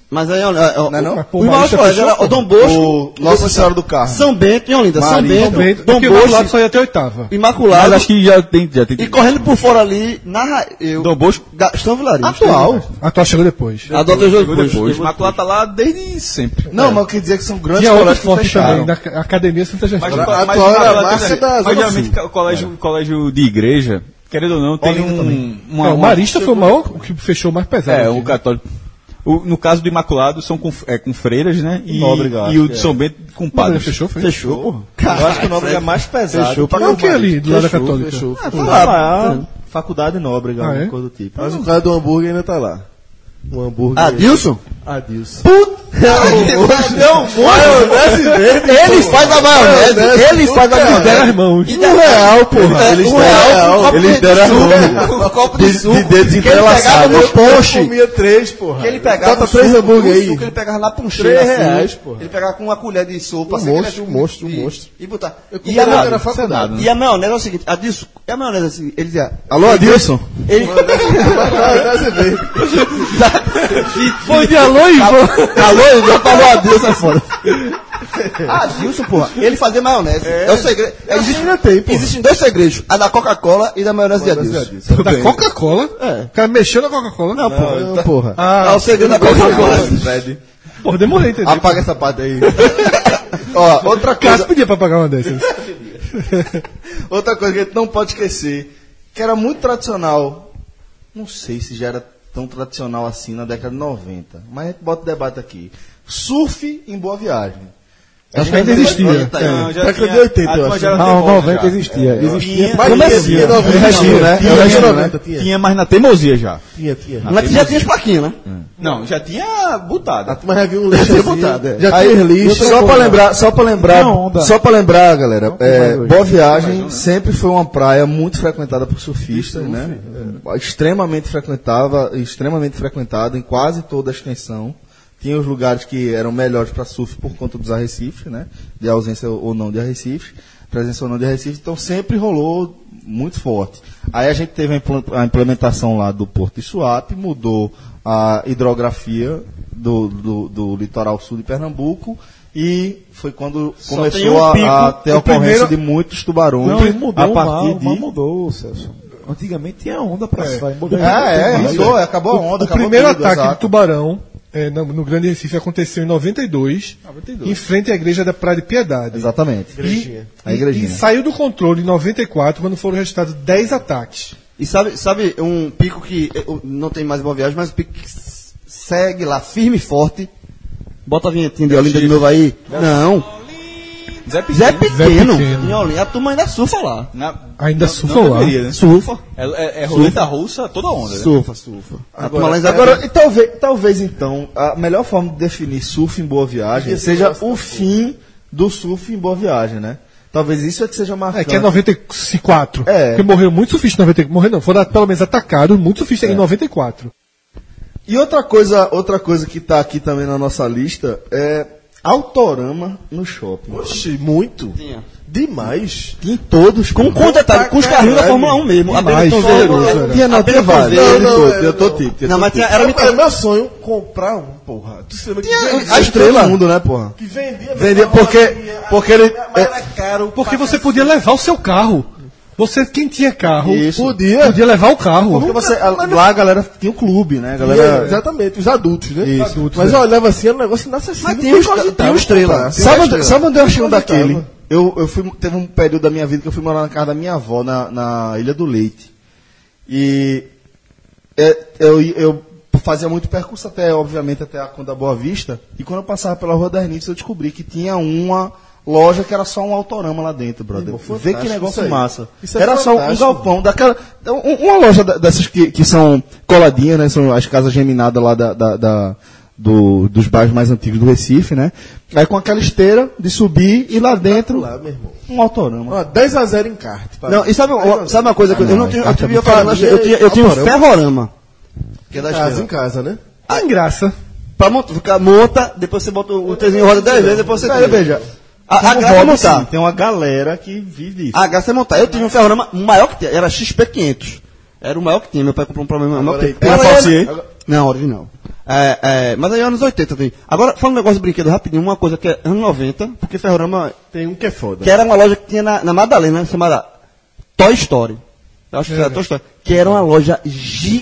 Speaker 4: Mas aí, olha, ó,
Speaker 1: Não é não?
Speaker 4: o- o maior colégio era o Dom Bosco,
Speaker 1: O um Nossa Senhora do Carmo.
Speaker 4: São Bento e Olinda. São
Speaker 1: Marinho,
Speaker 4: Bento,
Speaker 2: Dom Bento.
Speaker 4: Dom
Speaker 2: Porque o Imaculado
Speaker 4: Bosco,
Speaker 2: só ia até a oitava.
Speaker 4: Imaculado.
Speaker 3: que já tem. Já tem
Speaker 4: E correndo por fora ali, na ra- eu,
Speaker 3: Dom Bosco?
Speaker 4: Gastão Vilarinho.
Speaker 1: Atual.
Speaker 2: A tua chegou depois.
Speaker 4: A Dota Jogou
Speaker 3: depois.
Speaker 4: depois.
Speaker 3: O Maculá tá lá desde sempre.
Speaker 1: Não, mas eu queria dizer que são grandes
Speaker 2: Tinha outro
Speaker 1: colégios que
Speaker 2: forte também, né?
Speaker 1: fecharam.
Speaker 2: da Ac- Academia tá Santa
Speaker 3: Mas,
Speaker 2: Gertrude.
Speaker 3: mas, mas,
Speaker 1: atual
Speaker 4: é
Speaker 1: era
Speaker 3: Maculá
Speaker 1: Márcia
Speaker 3: tem-
Speaker 1: da
Speaker 3: mas
Speaker 1: Zona
Speaker 3: geralmente
Speaker 1: Sul.
Speaker 3: o colégio, o colégio de igreja, querendo ou não, tem
Speaker 1: Olinda
Speaker 3: um, uma,
Speaker 2: Não, É, o
Speaker 3: uma-
Speaker 2: Marista né? foi o maior, o que fechou mais pesado.
Speaker 3: É,
Speaker 2: aqui,
Speaker 3: o católico. O- no caso do Imaculado, são com, é, com freiras, né? E,
Speaker 1: Nóbrega,
Speaker 3: e
Speaker 1: acho
Speaker 3: o de
Speaker 1: que é.
Speaker 3: São Bento com
Speaker 2: Não, ele
Speaker 3: padres.
Speaker 2: Fechou, foi?
Speaker 1: Fechou, porra. eu acho que o Nóbrega é mais pesado.
Speaker 18: Fechou pra
Speaker 2: Não, o que é
Speaker 18: Cavalho.
Speaker 2: ali, do lado da
Speaker 18: Fechou,
Speaker 2: Católica?
Speaker 18: Fechou.
Speaker 1: Ah, tá lá, faculdade Nóbrega,
Speaker 2: Ah,
Speaker 1: alguma
Speaker 2: é?
Speaker 1: coisa do tipo.
Speaker 18: Mas o cara do hambúrguer ainda tá lá. O hambúrguer.
Speaker 4: Adilson?
Speaker 18: Adilson.
Speaker 4: Ele faz a maionese, ele faz a
Speaker 2: Não, deram
Speaker 4: maionese.
Speaker 2: as mãos.
Speaker 4: Um real, porra.
Speaker 1: Eles
Speaker 4: um
Speaker 1: deram-
Speaker 4: real, um copo
Speaker 1: eles
Speaker 4: de
Speaker 1: deram
Speaker 4: suco, um copo de
Speaker 1: De-
Speaker 4: suco.
Speaker 1: de dedos
Speaker 4: que ele pegava
Speaker 1: entrelaçados.
Speaker 4: no ponche.
Speaker 18: Comia três, porra.
Speaker 4: Que ele pegava
Speaker 18: Bota
Speaker 4: o
Speaker 18: três
Speaker 4: suco,
Speaker 18: hambúrguer
Speaker 4: o
Speaker 18: aí.
Speaker 4: suco ele pegava na poncheira.
Speaker 18: Três
Speaker 4: assim,
Speaker 18: reais, porra.
Speaker 4: Ele pegava com uma colher de sopa.
Speaker 18: Um
Speaker 4: assim,
Speaker 18: monstro,
Speaker 4: que ele-
Speaker 18: um monstro, um
Speaker 4: e-
Speaker 18: monstro.
Speaker 4: E botar.
Speaker 18: Eu
Speaker 4: E
Speaker 18: comia
Speaker 4: a,
Speaker 18: na primeira
Speaker 4: ma-
Speaker 18: faculdade.
Speaker 4: e a maionese é o seguinte, Adilson, e a maionese é o seguinte, ele dizia...
Speaker 1: Alô, Adilson?
Speaker 4: Ele...
Speaker 18: Maionese verde.
Speaker 4: Foi de alô, Ivan. Alô, Ivan, falou Adilson, é foda. Adilson, porra, ele fazia maionese. É, o segredo.
Speaker 18: assim
Speaker 4: Existe, existem dois segredos, a da Coca-Cola e da maionese de Adilson.
Speaker 2: Da Coca-Cola? O cara mexeu na Coca-Cola? Não, porra.
Speaker 18: Não, porra.
Speaker 4: Ah, o segredo da Coca-Cola.
Speaker 2: Porra, demorei, entendeu?
Speaker 1: Apaga essa parte aí.
Speaker 4: Ó, outra
Speaker 2: Cássio pedia pra pagar uma dessas.
Speaker 1: Outra coisa que a gente não pode esquecer, que era muito tradicional, não sei se já era tão tradicional assim na década de 90, mas a gente bota o debate aqui. Surf em Boa Viagem.
Speaker 2: Acho que ainda existia.
Speaker 4: Tá aí.
Speaker 3: Não, já
Speaker 18: Década
Speaker 3: tinha-
Speaker 18: de 80,
Speaker 3: a
Speaker 18: eu
Speaker 3: tua
Speaker 18: acho.
Speaker 3: já era
Speaker 6: Não,
Speaker 3: teimosa
Speaker 6: 90
Speaker 3: já.
Speaker 6: existia. Existia.
Speaker 18: Mas
Speaker 1: Comecinho,
Speaker 18: tinha,
Speaker 1: né?
Speaker 18: tinha,
Speaker 1: Restinho, né?
Speaker 18: Tinha,
Speaker 1: É o
Speaker 18: tinha,
Speaker 1: restinho,
Speaker 18: né?
Speaker 1: né?
Speaker 3: Tinha, mas na teimosia já.
Speaker 18: Tinha, tinha.
Speaker 4: Mas já tinha as plaquinhas, né?
Speaker 3: Não, já tinha botado.
Speaker 18: Mas havia um
Speaker 6: assim.
Speaker 18: lixo
Speaker 1: botada,
Speaker 18: Já
Speaker 1: é. Aí,
Speaker 18: tinha lixo.
Speaker 1: só para lembrar, só para lembrar,
Speaker 6: Uma onda.
Speaker 1: só para lembrar, galera,
Speaker 6: tem
Speaker 1: é,
Speaker 6: mais hoje.
Speaker 1: Boa Viagem sempre foi uma praia muito frequentada por surfistas, né? É, Extremamente frequentava, extremamente frequentada em quase toda a extensão. Tinha os lugares que eram melhores para surf por conta dos arrecifes, né? De ausência ou não de arrecifes, presença ou não de arrecifes, então sempre rolou muito forte. Aí a gente teve a implan- a implementação lá do Porto de Suape, mudou a hidrografia do, do, do litoral sul de Pernambuco e foi quando
Speaker 4: tem
Speaker 1: começou
Speaker 4: um
Speaker 1: a-
Speaker 4: pico.
Speaker 1: a, ter a
Speaker 4: O primeiro-
Speaker 1: ocorrência de muitos tubarões
Speaker 6: Não, ele mudou
Speaker 1: a
Speaker 6: o mar,
Speaker 1: partir
Speaker 6: o mar
Speaker 1: de...
Speaker 6: mudou, Celso. Antigamente tinha onda pra é.
Speaker 1: Ah, é, mudou, acabou a onda,
Speaker 2: O
Speaker 1: acabou
Speaker 2: primeiro
Speaker 1: tudo,
Speaker 2: ataque
Speaker 1: exato.
Speaker 2: de tubarão eh, no, no Grande Recife aconteceu em 92, em frente à igreja da Praia de Piedade.
Speaker 1: Exatamente.
Speaker 2: E,
Speaker 1: A
Speaker 2: e,
Speaker 1: igrejinha.
Speaker 2: e saiu do controle em 94, quando foram registrados 10 ataques.
Speaker 4: E sabe, sabe um pico que eh, o- não tem mais boa viagem, mas um pico que s- segue lá firme e forte. Bota a vinhetinha de Olinda de novo aí. Não.
Speaker 3: Zé Pequeno.
Speaker 4: Zé Pequeno,
Speaker 2: Pequeno.
Speaker 4: em Olinda, a turma ainda surfa lá.
Speaker 3: Na-
Speaker 2: Ainda
Speaker 3: não-
Speaker 2: surfa
Speaker 3: não
Speaker 2: lá.
Speaker 3: deveria, né?
Speaker 4: Surfa.
Speaker 3: É, é, é roleta russa toda onda, né?
Speaker 4: Surfa, surfa. A turma lá em Zé
Speaker 1: Agora, e talvez, talvez então, a melhor forma de definir surf em boa viagem seja o fim do surf em boa viagem, né? Talvez isso é que seja
Speaker 2: É,
Speaker 1: marcante.
Speaker 2: que é 94.
Speaker 1: É.
Speaker 2: Porque morreram muitos surfistas em 94. Morreram não, foram pelo menos atacados muitos surfistas em 94.
Speaker 1: E outra coisa, outra coisa que tá aqui também na nossa lista é autorama no shopping.
Speaker 7: Oxi, muito. Demais.
Speaker 1: Em todos, com
Speaker 4: Com detalhe, com os carrinhos da
Speaker 1: caralho.
Speaker 4: Fórmula 1 mesmo.
Speaker 2: Demais,
Speaker 4: Apenas
Speaker 2: horroroso,
Speaker 4: torneiro.
Speaker 2: era.
Speaker 1: Tinha não, tinha
Speaker 4: Apenas
Speaker 1: vários.
Speaker 4: torneiro.
Speaker 1: Eu tô-
Speaker 7: não,
Speaker 1: Eu tô tido. eu
Speaker 4: Não,
Speaker 1: tô
Speaker 4: mas
Speaker 1: tido.
Speaker 4: tinha- era
Speaker 7: É,
Speaker 4: muito...
Speaker 7: é meu sonho comprar um, porra. Tu se lembra que vendia?
Speaker 1: A estrela do mundo, né, porra?
Speaker 7: Que vendia,
Speaker 1: Vendia porque- porque ele- é,
Speaker 7: Mas era caro.
Speaker 2: Porque
Speaker 7: pra
Speaker 2: você podia levar o seu carro. Você, quem tinha carro,
Speaker 1: Isso.
Speaker 2: podia. podia levar o carro.
Speaker 1: Porque você, a-
Speaker 4: é
Speaker 1: lá a galera tinha o clube, né? A
Speaker 7: E é,
Speaker 1: galera.
Speaker 7: exatamente, os adultos, né?
Speaker 1: Isso.
Speaker 7: Adultos, Mas eu olhava assim, era um negócio inacessível.
Speaker 4: Mas tem os-
Speaker 7: Porque
Speaker 4: tem os estrela.
Speaker 7: Tem
Speaker 1: tá, Sabe,
Speaker 7: os
Speaker 1: onde-
Speaker 7: estrela.
Speaker 1: sabe onde eu achei um
Speaker 7: Onde é
Speaker 1: daquele?
Speaker 7: tava?
Speaker 1: Eu, eu fui, teve um período da minha vida que eu fui morar na casa da minha avó, na, na Ilha do Leite. E é, eu, eu fazia muito percurso até, obviamente, até a Conda Boa Vista. E quando eu passava pela Rua das Nives, eu descobri que tinha uma loja que era só um autorama lá dentro, brother. Vê que
Speaker 7: fantástico isso
Speaker 1: negócio
Speaker 7: aí.
Speaker 1: massa.
Speaker 7: Isso é
Speaker 1: era só um
Speaker 7: fantástico.
Speaker 1: galpão daquela. um- uma loja da- dessas que, que são coladinhas, né? São as casas geminadas lá da, da- da- do- dos bairros mais antigos do Recife, né? Aí com aquela esteira de subir e lá dentro
Speaker 7: Lá, meu irmão.
Speaker 1: um autorama.
Speaker 7: Ó, 10x0 em kart. pá.
Speaker 4: Não, e sabe,
Speaker 7: Aí, ó,
Speaker 4: sabe uma coisa que eu, eu não
Speaker 1: Ah,
Speaker 4: tinha...
Speaker 1: não,
Speaker 4: Eu tinha, eu
Speaker 1: tá
Speaker 4: tinha, eu tinha, eu tinha um
Speaker 7: Adoramos.
Speaker 4: ferrorama. Que é da
Speaker 7: em casa,
Speaker 4: estrela.
Speaker 7: em casa, né?
Speaker 2: Tem graça.
Speaker 4: Pra montar, ficar- monta, depois você bota o trezinho roda 10 vezes, depois você
Speaker 1: Cara,
Speaker 4: tira.
Speaker 1: veja,
Speaker 4: A, a
Speaker 1: como
Speaker 4: graça é
Speaker 1: hobby,
Speaker 4: montar.
Speaker 1: sim, tem uma galera que vive isso.
Speaker 4: A graça é montar. Eu tive um ferrorama maior que tinha, era XP500. Era o maior que tinha, meu pai comprou um problema maior que tinha.
Speaker 1: Era
Speaker 4: Agora,
Speaker 1: falso, hein?
Speaker 4: agora- Não, original. É, é, mas aí anos 80 tem. Agora, fala um negócio de brinquedo rapidinho, uma coisa que é anos 90, porque ferrorama,
Speaker 7: Tem um que é foda.
Speaker 4: que era uma loja que tinha na, na Madalena, chamada Toy Story. Eu acho que era Toy Story. Que era uma loja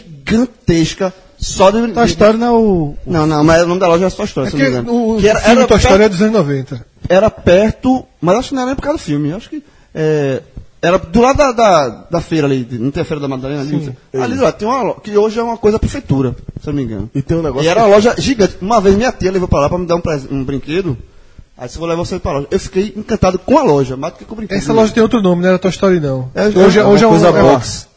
Speaker 4: gigantesca, só de brinquedo.
Speaker 1: não é o.
Speaker 4: Não, não, mas o nome da loja era Toy Story, se eu
Speaker 2: Porque
Speaker 4: não me engano.
Speaker 2: É o, o
Speaker 4: que era,
Speaker 2: filme Toy
Speaker 4: era perto-
Speaker 2: Story é dos anos 90.
Speaker 4: era perto, mas acho que não era nem por causa do filme, acho que é, era do lado da, da, da feira ali, de- não tem a feira da Madalena ali? não sei. Ali lá tem uma loja, que hoje é uma coisa da prefeitura, se eu não me engano.
Speaker 7: E tem um negócio
Speaker 4: E era
Speaker 7: que-
Speaker 4: uma loja gigante. Uma vez minha tia levou pra lá pra me dar um, presen- um brinquedo, aí você vou levar você pra loja. Eu fiquei encantado com a loja, mais do que com o brinquedo.
Speaker 2: Essa loja tem outro nome, não era Toy Story, não.
Speaker 4: Uhum. É,
Speaker 2: hoje,
Speaker 4: é
Speaker 2: hoje é
Speaker 4: uma
Speaker 2: um-
Speaker 4: coisa
Speaker 2: é uma-
Speaker 4: box.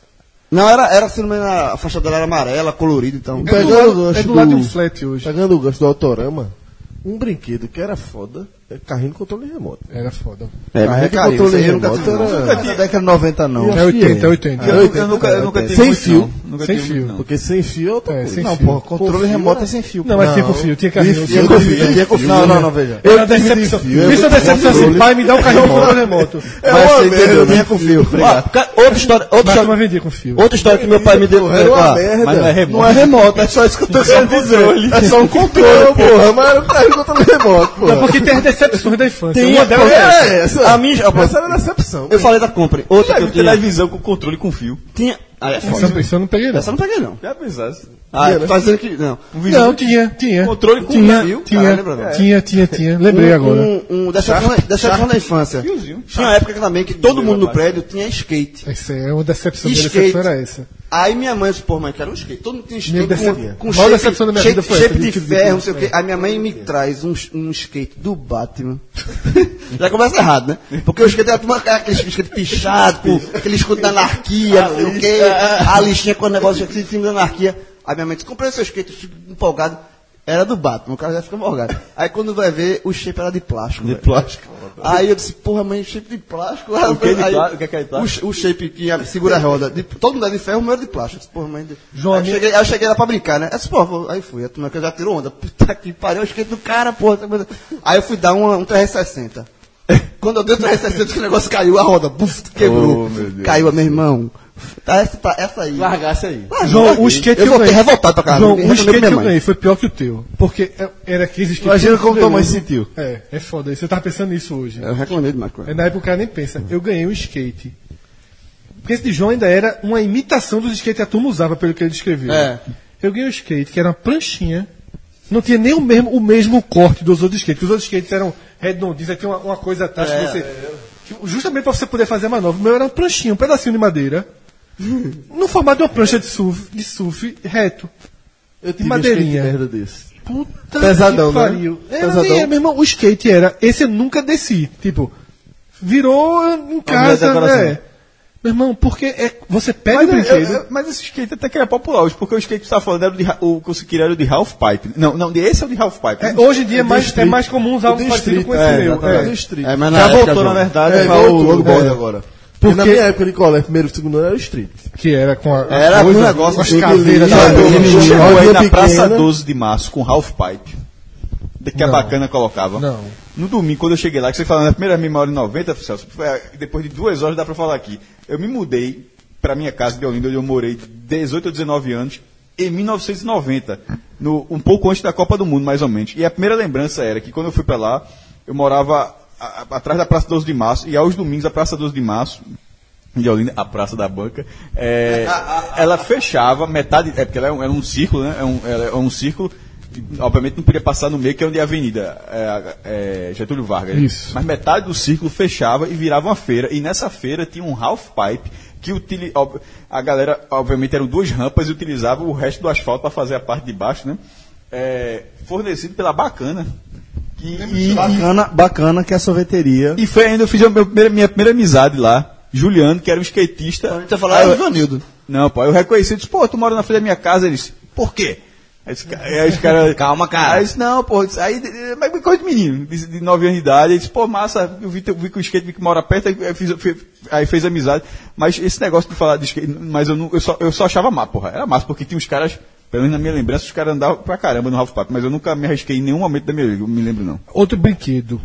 Speaker 4: Não, era, era se não me engano, a faixa dela era amarela, colorida,
Speaker 2: É
Speaker 4: então.
Speaker 2: do,
Speaker 7: Pegando o
Speaker 2: lado,
Speaker 7: gancho
Speaker 2: é do lado de
Speaker 7: do-
Speaker 2: um flat hoje.
Speaker 7: Pegando o gancho do Autorama, um brinquedo que era foda é carrinho de controle remoto.
Speaker 2: Era foda.
Speaker 4: É, mas
Speaker 7: Carrinho de
Speaker 4: caiu,
Speaker 7: controle
Speaker 4: você nunca
Speaker 7: remoto
Speaker 4: tinha-
Speaker 7: era...
Speaker 1: Na década de 90, não.
Speaker 2: É 80, é 80.
Speaker 3: Eu, nunca- eu nunca, eu nunca tive
Speaker 7: Sem
Speaker 3: muito,
Speaker 7: fio.
Speaker 3: não. Nunca
Speaker 2: Sem
Speaker 3: tive muito,
Speaker 2: fio.
Speaker 3: não.
Speaker 7: Porque sem fio é outra
Speaker 2: É,
Speaker 7: coisa.
Speaker 2: sem
Speaker 1: Não,
Speaker 2: fio.
Speaker 1: porra, controle remoto é sem fio.
Speaker 2: Não, mas tinha com fio, tinha carrinho.
Speaker 1: Tinha é com fio, tinha com fio. né? Não, não, não, veja.
Speaker 2: Eu decepção. Isso é decepção assim, pai, me dá um carrinho com controle remoto.
Speaker 1: Mas você entendeu, né? tinha é com fio.
Speaker 4: Ó, ca- outra história, outra
Speaker 2: Mas tu
Speaker 4: história,
Speaker 2: vendia com fio.
Speaker 4: outra É história que meu pai me deu.
Speaker 7: Era uma
Speaker 4: Ah,
Speaker 3: Mas
Speaker 7: merda.
Speaker 3: não é
Speaker 1: Não é remoto, é só isso que eu tô querendo dizer. É só um controle, porra. Mas era um carrinho controle remoto, porra.
Speaker 2: É porque tem as decepções da infância.
Speaker 4: Tem
Speaker 2: Uma
Speaker 4: uma
Speaker 2: delas é essa.
Speaker 4: é essa. A minha,
Speaker 7: Essa era a decepção.
Speaker 4: eu falei da compra.
Speaker 3: É,
Speaker 4: Outra que eu tinha,
Speaker 3: televisão com controle com fio.
Speaker 4: tinha. Ah, é foda.
Speaker 2: Essa- Isso eu não peguei, não.
Speaker 4: Essa eu não peguei, não.
Speaker 3: Já pensasse.
Speaker 4: Ah, tu tá dizendo que. Não.
Speaker 2: Não, tinha, tinha.
Speaker 3: Controle com
Speaker 2: tinha,
Speaker 3: fio,
Speaker 2: Tinha,
Speaker 4: cara, lembra não?
Speaker 2: tinha, tinha, tinha. Lembrei agora.
Speaker 4: Um, um, decepção, da- decepção da infância.
Speaker 3: Fiozinho.
Speaker 4: Tinha uma época que também que todo mundo no prédio tinha skate.
Speaker 2: Essa é uma decepção. Minha
Speaker 4: Skate.
Speaker 2: decepção era essa.
Speaker 4: Aí minha mãe disse, pô, mãe, quero um skate. Todo mundo tinha skate
Speaker 2: Minha
Speaker 4: com,
Speaker 2: decepção.
Speaker 4: com
Speaker 2: Maior
Speaker 4: shape,
Speaker 2: decepção da minha
Speaker 4: shape-
Speaker 2: vida foi essa,
Speaker 4: shape de
Speaker 2: de- de-
Speaker 4: ferro, não sei o quê. Aí minha mãe me traz um, um skate do Batman. Já começa errado, né? Porque o skate era uma- aquele skate pichado, com aquele escudo da anarquia, não sei o quê. A listinha com o negócio aqui em cima da anarquia. Aí minha mãe disse, comprei seu skate, eu fico empolgado. Era do Batman, o cara já fica empolgado. Aí quando vai ver, o shape era de plástico. De plástico. Aí eu disse, porra, mãe, shape de plástico.
Speaker 3: O que é de plá- o que é que é de plástico?
Speaker 4: O o shape que a- segura a roda. De, todo mundo é de ferro, o meu era de plástico. Eu disse, Porra, mãe. de-
Speaker 2: João,
Speaker 4: aí, eu
Speaker 2: minha-
Speaker 4: cheguei, aí eu cheguei lá pra brincar, né? Aí, eu disse, pô, vou- aí fui. A turma que eu já tirou onda. Puta que pariu, eu esqueci do cara, porra. essa coisa. Aí eu fui dar uma, um 360. Quando eu dei o 360, que o negócio caiu, a roda buf,
Speaker 3: Oh,
Speaker 4: quebrou. caiu, meu irmão. Tá essa, tá essa aí.
Speaker 7: Largasse aí.
Speaker 4: Ah,
Speaker 2: João,
Speaker 4: larguei.
Speaker 2: o skate
Speaker 4: eu
Speaker 2: que eu
Speaker 4: voltei
Speaker 2: ganhei.
Speaker 4: revoltado pra caralho.
Speaker 2: João,
Speaker 4: me
Speaker 2: o
Speaker 4: revoltei com
Speaker 2: skate que
Speaker 4: minha
Speaker 2: eu
Speaker 4: mãe.
Speaker 2: ganhei foi pior que o teu. Porque é- era aquele skate.
Speaker 1: Imagina como tua mãe sentiu.
Speaker 2: É, é foda isso. Eu tava pensando nisso hoje.
Speaker 4: Eu reclamei demais, cara.
Speaker 2: É, Na época o cara nem pensa. Eu ganhei um skate. Porque esse de João ainda era uma imitação dos skates que a turma usava, pelo que ele descreveu.
Speaker 4: É.
Speaker 2: Eu ganhei um skate que era uma pranchinha. Não tinha nem o mesmo, o mesmo corte dos outros skates. porque Os outros skates eram redondinhos, aí tinha uma, uma coisa atrás que você. que- Justamente pra você poder fazer a manobra. O meu era uma pranchinha, um pedacinho de madeira. no formato de uma prancha de surf, de surf reto.
Speaker 7: Eu
Speaker 2: madeirinha.
Speaker 7: um skate merda desse.
Speaker 2: Puta
Speaker 7: Pesadão,
Speaker 2: que
Speaker 7: né?
Speaker 2: pariu. Era,
Speaker 7: Pesadão.
Speaker 2: nem- meu irmão, o skate era. Esse eu nunca desci. Tipo, virou em casa,
Speaker 7: decoração.
Speaker 2: né? Meu irmão, porque é, né? você pega
Speaker 3: Mas,
Speaker 2: o
Speaker 3: eu-
Speaker 2: brinquedo.
Speaker 3: eu- mas esse skate até que era popular hoje, porque o skate que você estava falando era o, de, ra- o que eu queria era o de half pipe. Não, não, esse é o de half pipe.
Speaker 2: É, hoje em dia é mais, é
Speaker 7: street.
Speaker 2: mais comum usar
Speaker 7: O
Speaker 2: um
Speaker 7: do
Speaker 2: parecido
Speaker 7: street,
Speaker 2: com esse
Speaker 7: é,
Speaker 2: meu.
Speaker 7: exatamente.
Speaker 2: é.
Speaker 7: Do street.
Speaker 1: É, mas na
Speaker 7: Já
Speaker 1: época,
Speaker 7: voltou,
Speaker 1: João.
Speaker 7: na verdade,
Speaker 1: É,
Speaker 7: pra o
Speaker 1: voltou,
Speaker 7: longboard
Speaker 1: é.
Speaker 7: agora.
Speaker 2: Porque-
Speaker 7: Porque na minha época de colégio, primeiro, segundo ano, era o street.
Speaker 2: Que era com a.
Speaker 3: É.
Speaker 7: Era
Speaker 2: coisa,
Speaker 7: um negócio
Speaker 2: com as
Speaker 7: de
Speaker 2: caveiras.
Speaker 3: tá.
Speaker 7: menino,
Speaker 2: da-
Speaker 7: de menino.
Speaker 3: Ele chegou
Speaker 7: Rodinha
Speaker 3: aí na
Speaker 7: pequena.
Speaker 3: Praça 12 de Março com half pipe. de Que a
Speaker 2: Não.
Speaker 3: bacana colocava.
Speaker 2: Não.
Speaker 3: No domingo, quando eu cheguei lá, que você falou na primeira meia hora e 90, Celso, foi, ah, depois de duas horas dá pra falar aqui. Eu me mudei pra minha casa de Olinda, onde eu morei 18 ou 19 anos, em 1990. no- um pouco antes da Copa do Mundo, mais ou menos. E a primeira lembrança era que quando eu fui pra lá, eu morava a- a- atrás da Praça 12 de Março, e aos domingos a Praça 12 de Março, de Olinda, a Praça da Banca, é, ela fechava metade, é porque ela é um, era um círculo, né? É um, ela é um círculo, e, obviamente não podia passar no meio, que é onde é a avenida, é, é Getúlio Vargas. né?
Speaker 2: Isso.
Speaker 3: Mas metade do círculo fechava e virava uma feira, e nessa feira tinha um half pipe, que utili, ob- a galera, obviamente eram duas rampas e utilizava o resto do asfalto para fazer a parte de baixo, né? É, fornecido pela Bacana. Que, e- e-
Speaker 1: Bacana, bacana
Speaker 4: é
Speaker 1: que a sorveteria.
Speaker 3: e foi ainda, eu fiz a minha primeira, minha primeira amizade lá, Juliano, que era um skatista.
Speaker 16: Quando a gente tá falando,
Speaker 3: Aí
Speaker 16: é
Speaker 3: eu-
Speaker 16: Ivanildo.
Speaker 3: Não, pô, eu reconheci, disse, pô, tu mora na frente da minha casa. Ele disse, por quê? Aí os, ca- aí os caras. Calma, cara. Aí eu disse, não, pô, disse, aí, eh, mas coisa de menino, de, de 9 anos de idade. Ele disse, pô, massa, eu vi, teu- vi que o skate vi que mora perto, aí, eu fiz, eu fi- aí fez amizade. Mas esse negócio de falar de skate, mas eu, não, eu, só, eu só achava má, porra. Era massa, porque tinha uns caras, pelo menos na minha lembrança, os caras andavam pra caramba no Ralph Pack, mas eu nunca me arrisquei em nenhum momento da minha vida, eu me lembro não.
Speaker 2: Outro brinquedo.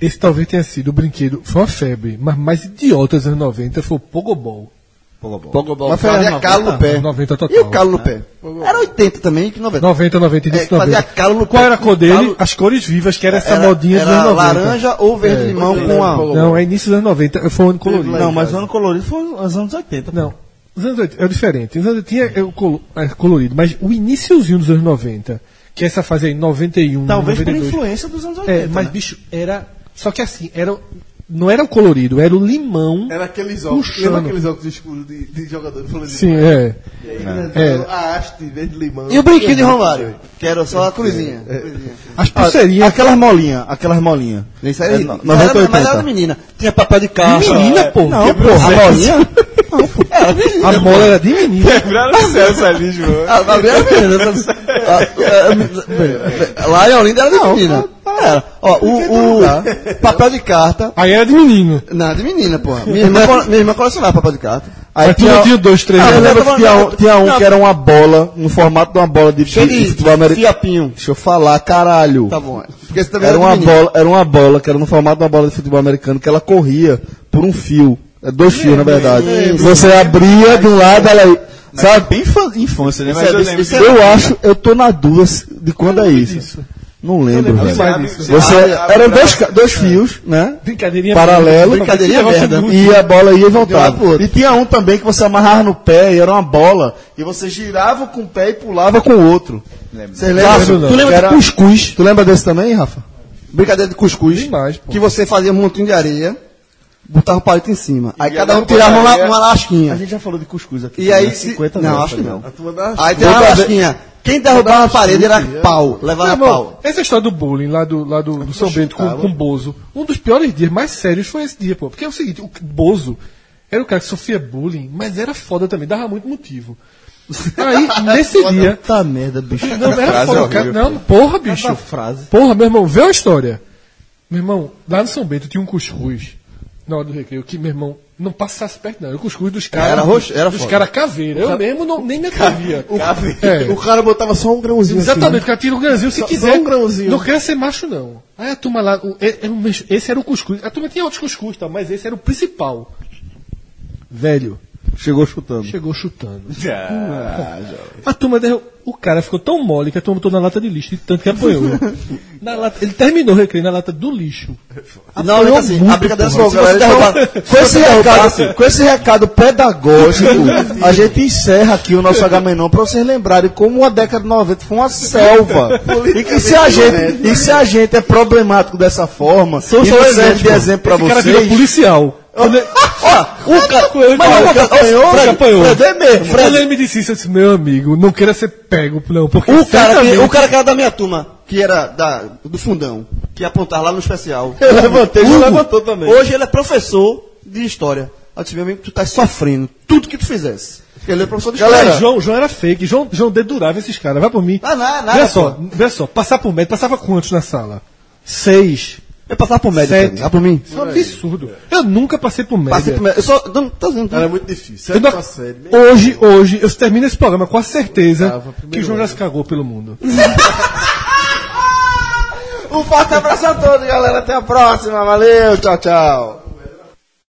Speaker 2: Esse talvez tenha sido o brinquedo. Foi uma febre, mas mais idiota dos anos 90 foi o Pogobol.
Speaker 4: Mas fazia calo no pé.
Speaker 2: 90 total.
Speaker 4: E o calo no pé?
Speaker 16: Era 80 também, que 90.
Speaker 2: 90, 90 e
Speaker 16: É, fazia calo no
Speaker 2: Qual
Speaker 16: pé.
Speaker 2: era a cor dele?
Speaker 16: Calo-
Speaker 2: As cores vivas, que era essa
Speaker 16: Era-
Speaker 2: modinha dos
Speaker 16: era
Speaker 2: anos 90.
Speaker 16: laranja ou verde-limão
Speaker 4: É.
Speaker 16: com a...
Speaker 2: Não, é início dos anos 90. Foi o um ano colorido.
Speaker 1: Não, mas o ano colorido foi os anos 80.
Speaker 2: Não. Os anos 80 é diferente. Os anos 80 tinha é o colo- é colorido, mas o iníciozinho dos anos 90, que é essa fase aí, 91,
Speaker 1: Talvez por
Speaker 2: 92.
Speaker 1: influência dos anos 80.
Speaker 2: É, mas bicho, era. Só que assim, era. Não era o colorido, era o limão.
Speaker 7: Era aqueles óculos.
Speaker 2: Puxando.
Speaker 7: Lembra aqueles óculos escuros de, de jogador falando de-
Speaker 2: Sim, é.
Speaker 7: É. A haste de verde limão.
Speaker 16: E o brinquedo de Romário? Que era só a cruzinha.
Speaker 1: É.
Speaker 16: cruzinha.
Speaker 2: As
Speaker 1: Ah,
Speaker 2: pulseirinhas.
Speaker 1: Aquelas molinhas, aquelas molinhas.
Speaker 16: Isso aí,
Speaker 1: É,
Speaker 16: mas
Speaker 1: 90,
Speaker 16: era- mas
Speaker 1: 80.
Speaker 16: era menina. Tinha papai de carro.
Speaker 2: menina, pô.
Speaker 1: Não, porra, a molinha.
Speaker 2: A mola era de menino.
Speaker 3: Quebraram o Celso ali, João.
Speaker 16: Ah, a minha menina. essa- Ah, ah, ah, Lá em Olinda era de menina.
Speaker 3: tá,
Speaker 16: Era. Ó, o, o papel de carta.
Speaker 2: Aí era de menino.
Speaker 16: Não, de menina, porra. Minha irmã, cole- minha irmã colecionava papel de carta.
Speaker 1: Aí
Speaker 2: Mas tu não tinha dois, três
Speaker 1: Ah, eu
Speaker 2: anos.
Speaker 1: lembro que tinha um, tinha um que era uma bola, um formato de uma bola de,
Speaker 16: Cheio
Speaker 1: de
Speaker 16: de
Speaker 1: futebol americano.
Speaker 16: fiapinho.
Speaker 1: Deixa eu falar, caralho.
Speaker 16: Tá bom. é. Porque esse também
Speaker 1: Era uma
Speaker 16: de menina.
Speaker 1: bola, era uma bola que era no formato de uma bola de futebol americano que ela corria por um fio. É, Dois fios, na verdade. Você abria de um lado, ela ia. Sabe?
Speaker 3: é Bem infan- infância, né?
Speaker 16: é
Speaker 3: Mas eu lembro.
Speaker 1: eu acho, eu tô na dúvida se- de quando é isso. Não lembro, velho. Você, eram dois, ca- dois fios, né?
Speaker 2: Brincadeirinha.
Speaker 1: Paralelo.
Speaker 16: Brincadeirinha merda.
Speaker 1: E a bola ia e
Speaker 16: lado pro
Speaker 1: voltava.
Speaker 16: outro.
Speaker 1: E tinha um também que você amarrava no pé e era uma bola. E você girava com o pé e pulava com o outro.
Speaker 16: Você lembra?
Speaker 2: Lembro, não.
Speaker 16: Tu lembra
Speaker 1: Era-
Speaker 16: de cuscuz?
Speaker 1: Tu lembra desse também, Rafa?
Speaker 16: Brincadeira de cuscuz.
Speaker 2: Demais, pô.
Speaker 16: Que você fazia um montinho de areia, botava o palito em cima. Aí
Speaker 3: E
Speaker 16: cada um
Speaker 3: agora
Speaker 16: tirava uma,
Speaker 3: areia-
Speaker 16: uma lasquinha.
Speaker 1: já falou de cuscuz aqui.
Speaker 16: E aí se... Não, acho que não. Aí tem uma lasquinha. Quem derrubava a parede era pau,
Speaker 2: Meu
Speaker 16: levava
Speaker 2: irmão,
Speaker 16: pau.
Speaker 2: essa história do bullying lá do, lá do, do São Bento com, com o Bozo, um dos piores dias mais sérios foi esse dia, pô. Porque é o seguinte, o Bozo era o cara que sofria bullying, mas era foda também, dava muito motivo. Aí, nesse dia.
Speaker 1: Tá merda, bicho.
Speaker 2: Não, era
Speaker 3: frase
Speaker 2: foda,
Speaker 3: é horrível,
Speaker 2: cara. Não, porra, bicho.
Speaker 1: frase.
Speaker 2: Porra, meu irmão, vê uma história. Meu irmão, lá no São Bento tinha um cuscuz na hora do recreio que, meu irmão, não passasse perto, não. Era o cuscuz dos caras.
Speaker 16: Era roxo- era
Speaker 2: Dos
Speaker 16: foda.
Speaker 2: caras caveira. Eu mesmo não, nem me atrevia. É.
Speaker 7: O cara botava só um grãozinho
Speaker 2: Exatamente, o cara tira um grãozinho se
Speaker 7: Só-
Speaker 2: quiser.
Speaker 7: só um grãozinho.
Speaker 2: Não quer ser macho, não. Aí a turma lá, o- é- é um mes- esse era o cuscuz. A turma tinha outros cuscuz, tá? mas esse era o principal. Velho,
Speaker 1: Chegou chutando.
Speaker 2: chegou chutando. a turma derru- O cara ficou tão mole que a turma botou na lata de lixo, de tanto que apanhou. na lata, ele terminou o recreio na lata do lixo.
Speaker 16: Não,
Speaker 2: Apanhou
Speaker 16: assim,
Speaker 2: muito,
Speaker 16: a brincadeira
Speaker 2: porra.
Speaker 16: foi
Speaker 1: Se você derrubar- com, esse
Speaker 16: assim,
Speaker 1: recado, com esse recado pedagógico, a gente encerra aqui o nosso Agamenon para vocês lembrarem como a década de 90 foi uma selva. e que se a gente, e se a
Speaker 16: um
Speaker 1: gente é problemático dessa forma, e não serve de exemplo para
Speaker 2: Esse cara virou
Speaker 1: vocês,
Speaker 2: policial. Quando ele-
Speaker 4: Ó, o cara. Mas eu vou contar. ó,
Speaker 2: Fred,
Speaker 4: Fred,
Speaker 2: apanhou.
Speaker 4: Fred, é mesmo.
Speaker 2: Quando
Speaker 4: Fred,
Speaker 2: ele me disse isso, eu disse, meu amigo, não queira ser pego, não, porque
Speaker 4: o cara, que,
Speaker 2: certamente-
Speaker 4: o cara que era da minha turma, que era da, do fundão, que ia apontar lá no especial.
Speaker 19: Eu levantei,
Speaker 4: Hugo,
Speaker 19: ele levantou também.
Speaker 4: Hoje ele é professor de história. Eu disse, meu amigo, tu tá sofrendo tudo que tu fizesse. Ele é professor de
Speaker 2: Cara,
Speaker 4: história.
Speaker 2: João, João era fake, João, João dedurava esses caras, vai por mim.
Speaker 4: Ah, nada, nada,
Speaker 2: Vê só,
Speaker 4: pô.
Speaker 2: vê só, passar por médio, passava quantos na sala? Seis.
Speaker 4: Eu passava por média,
Speaker 2: Sete.
Speaker 4: Fred. Ah, por mim?
Speaker 2: Isso é um absurdo. Eu nunca passei por média.
Speaker 4: Passei por média. Eu só. Não, tô dizendo.
Speaker 20: Era muito difícil.
Speaker 2: Eu
Speaker 20: Era
Speaker 2: ainda-
Speaker 20: uma é série. meu
Speaker 2: Então, hoje, hoje, eu termino esse programa com a certeza
Speaker 20: Tava, primeiro
Speaker 2: que o João já
Speaker 20: ano.
Speaker 2: se cagou pelo mundo.
Speaker 4: Um forte abraço a todos, galera. Até a próxima. Valeu, tchau, tchau.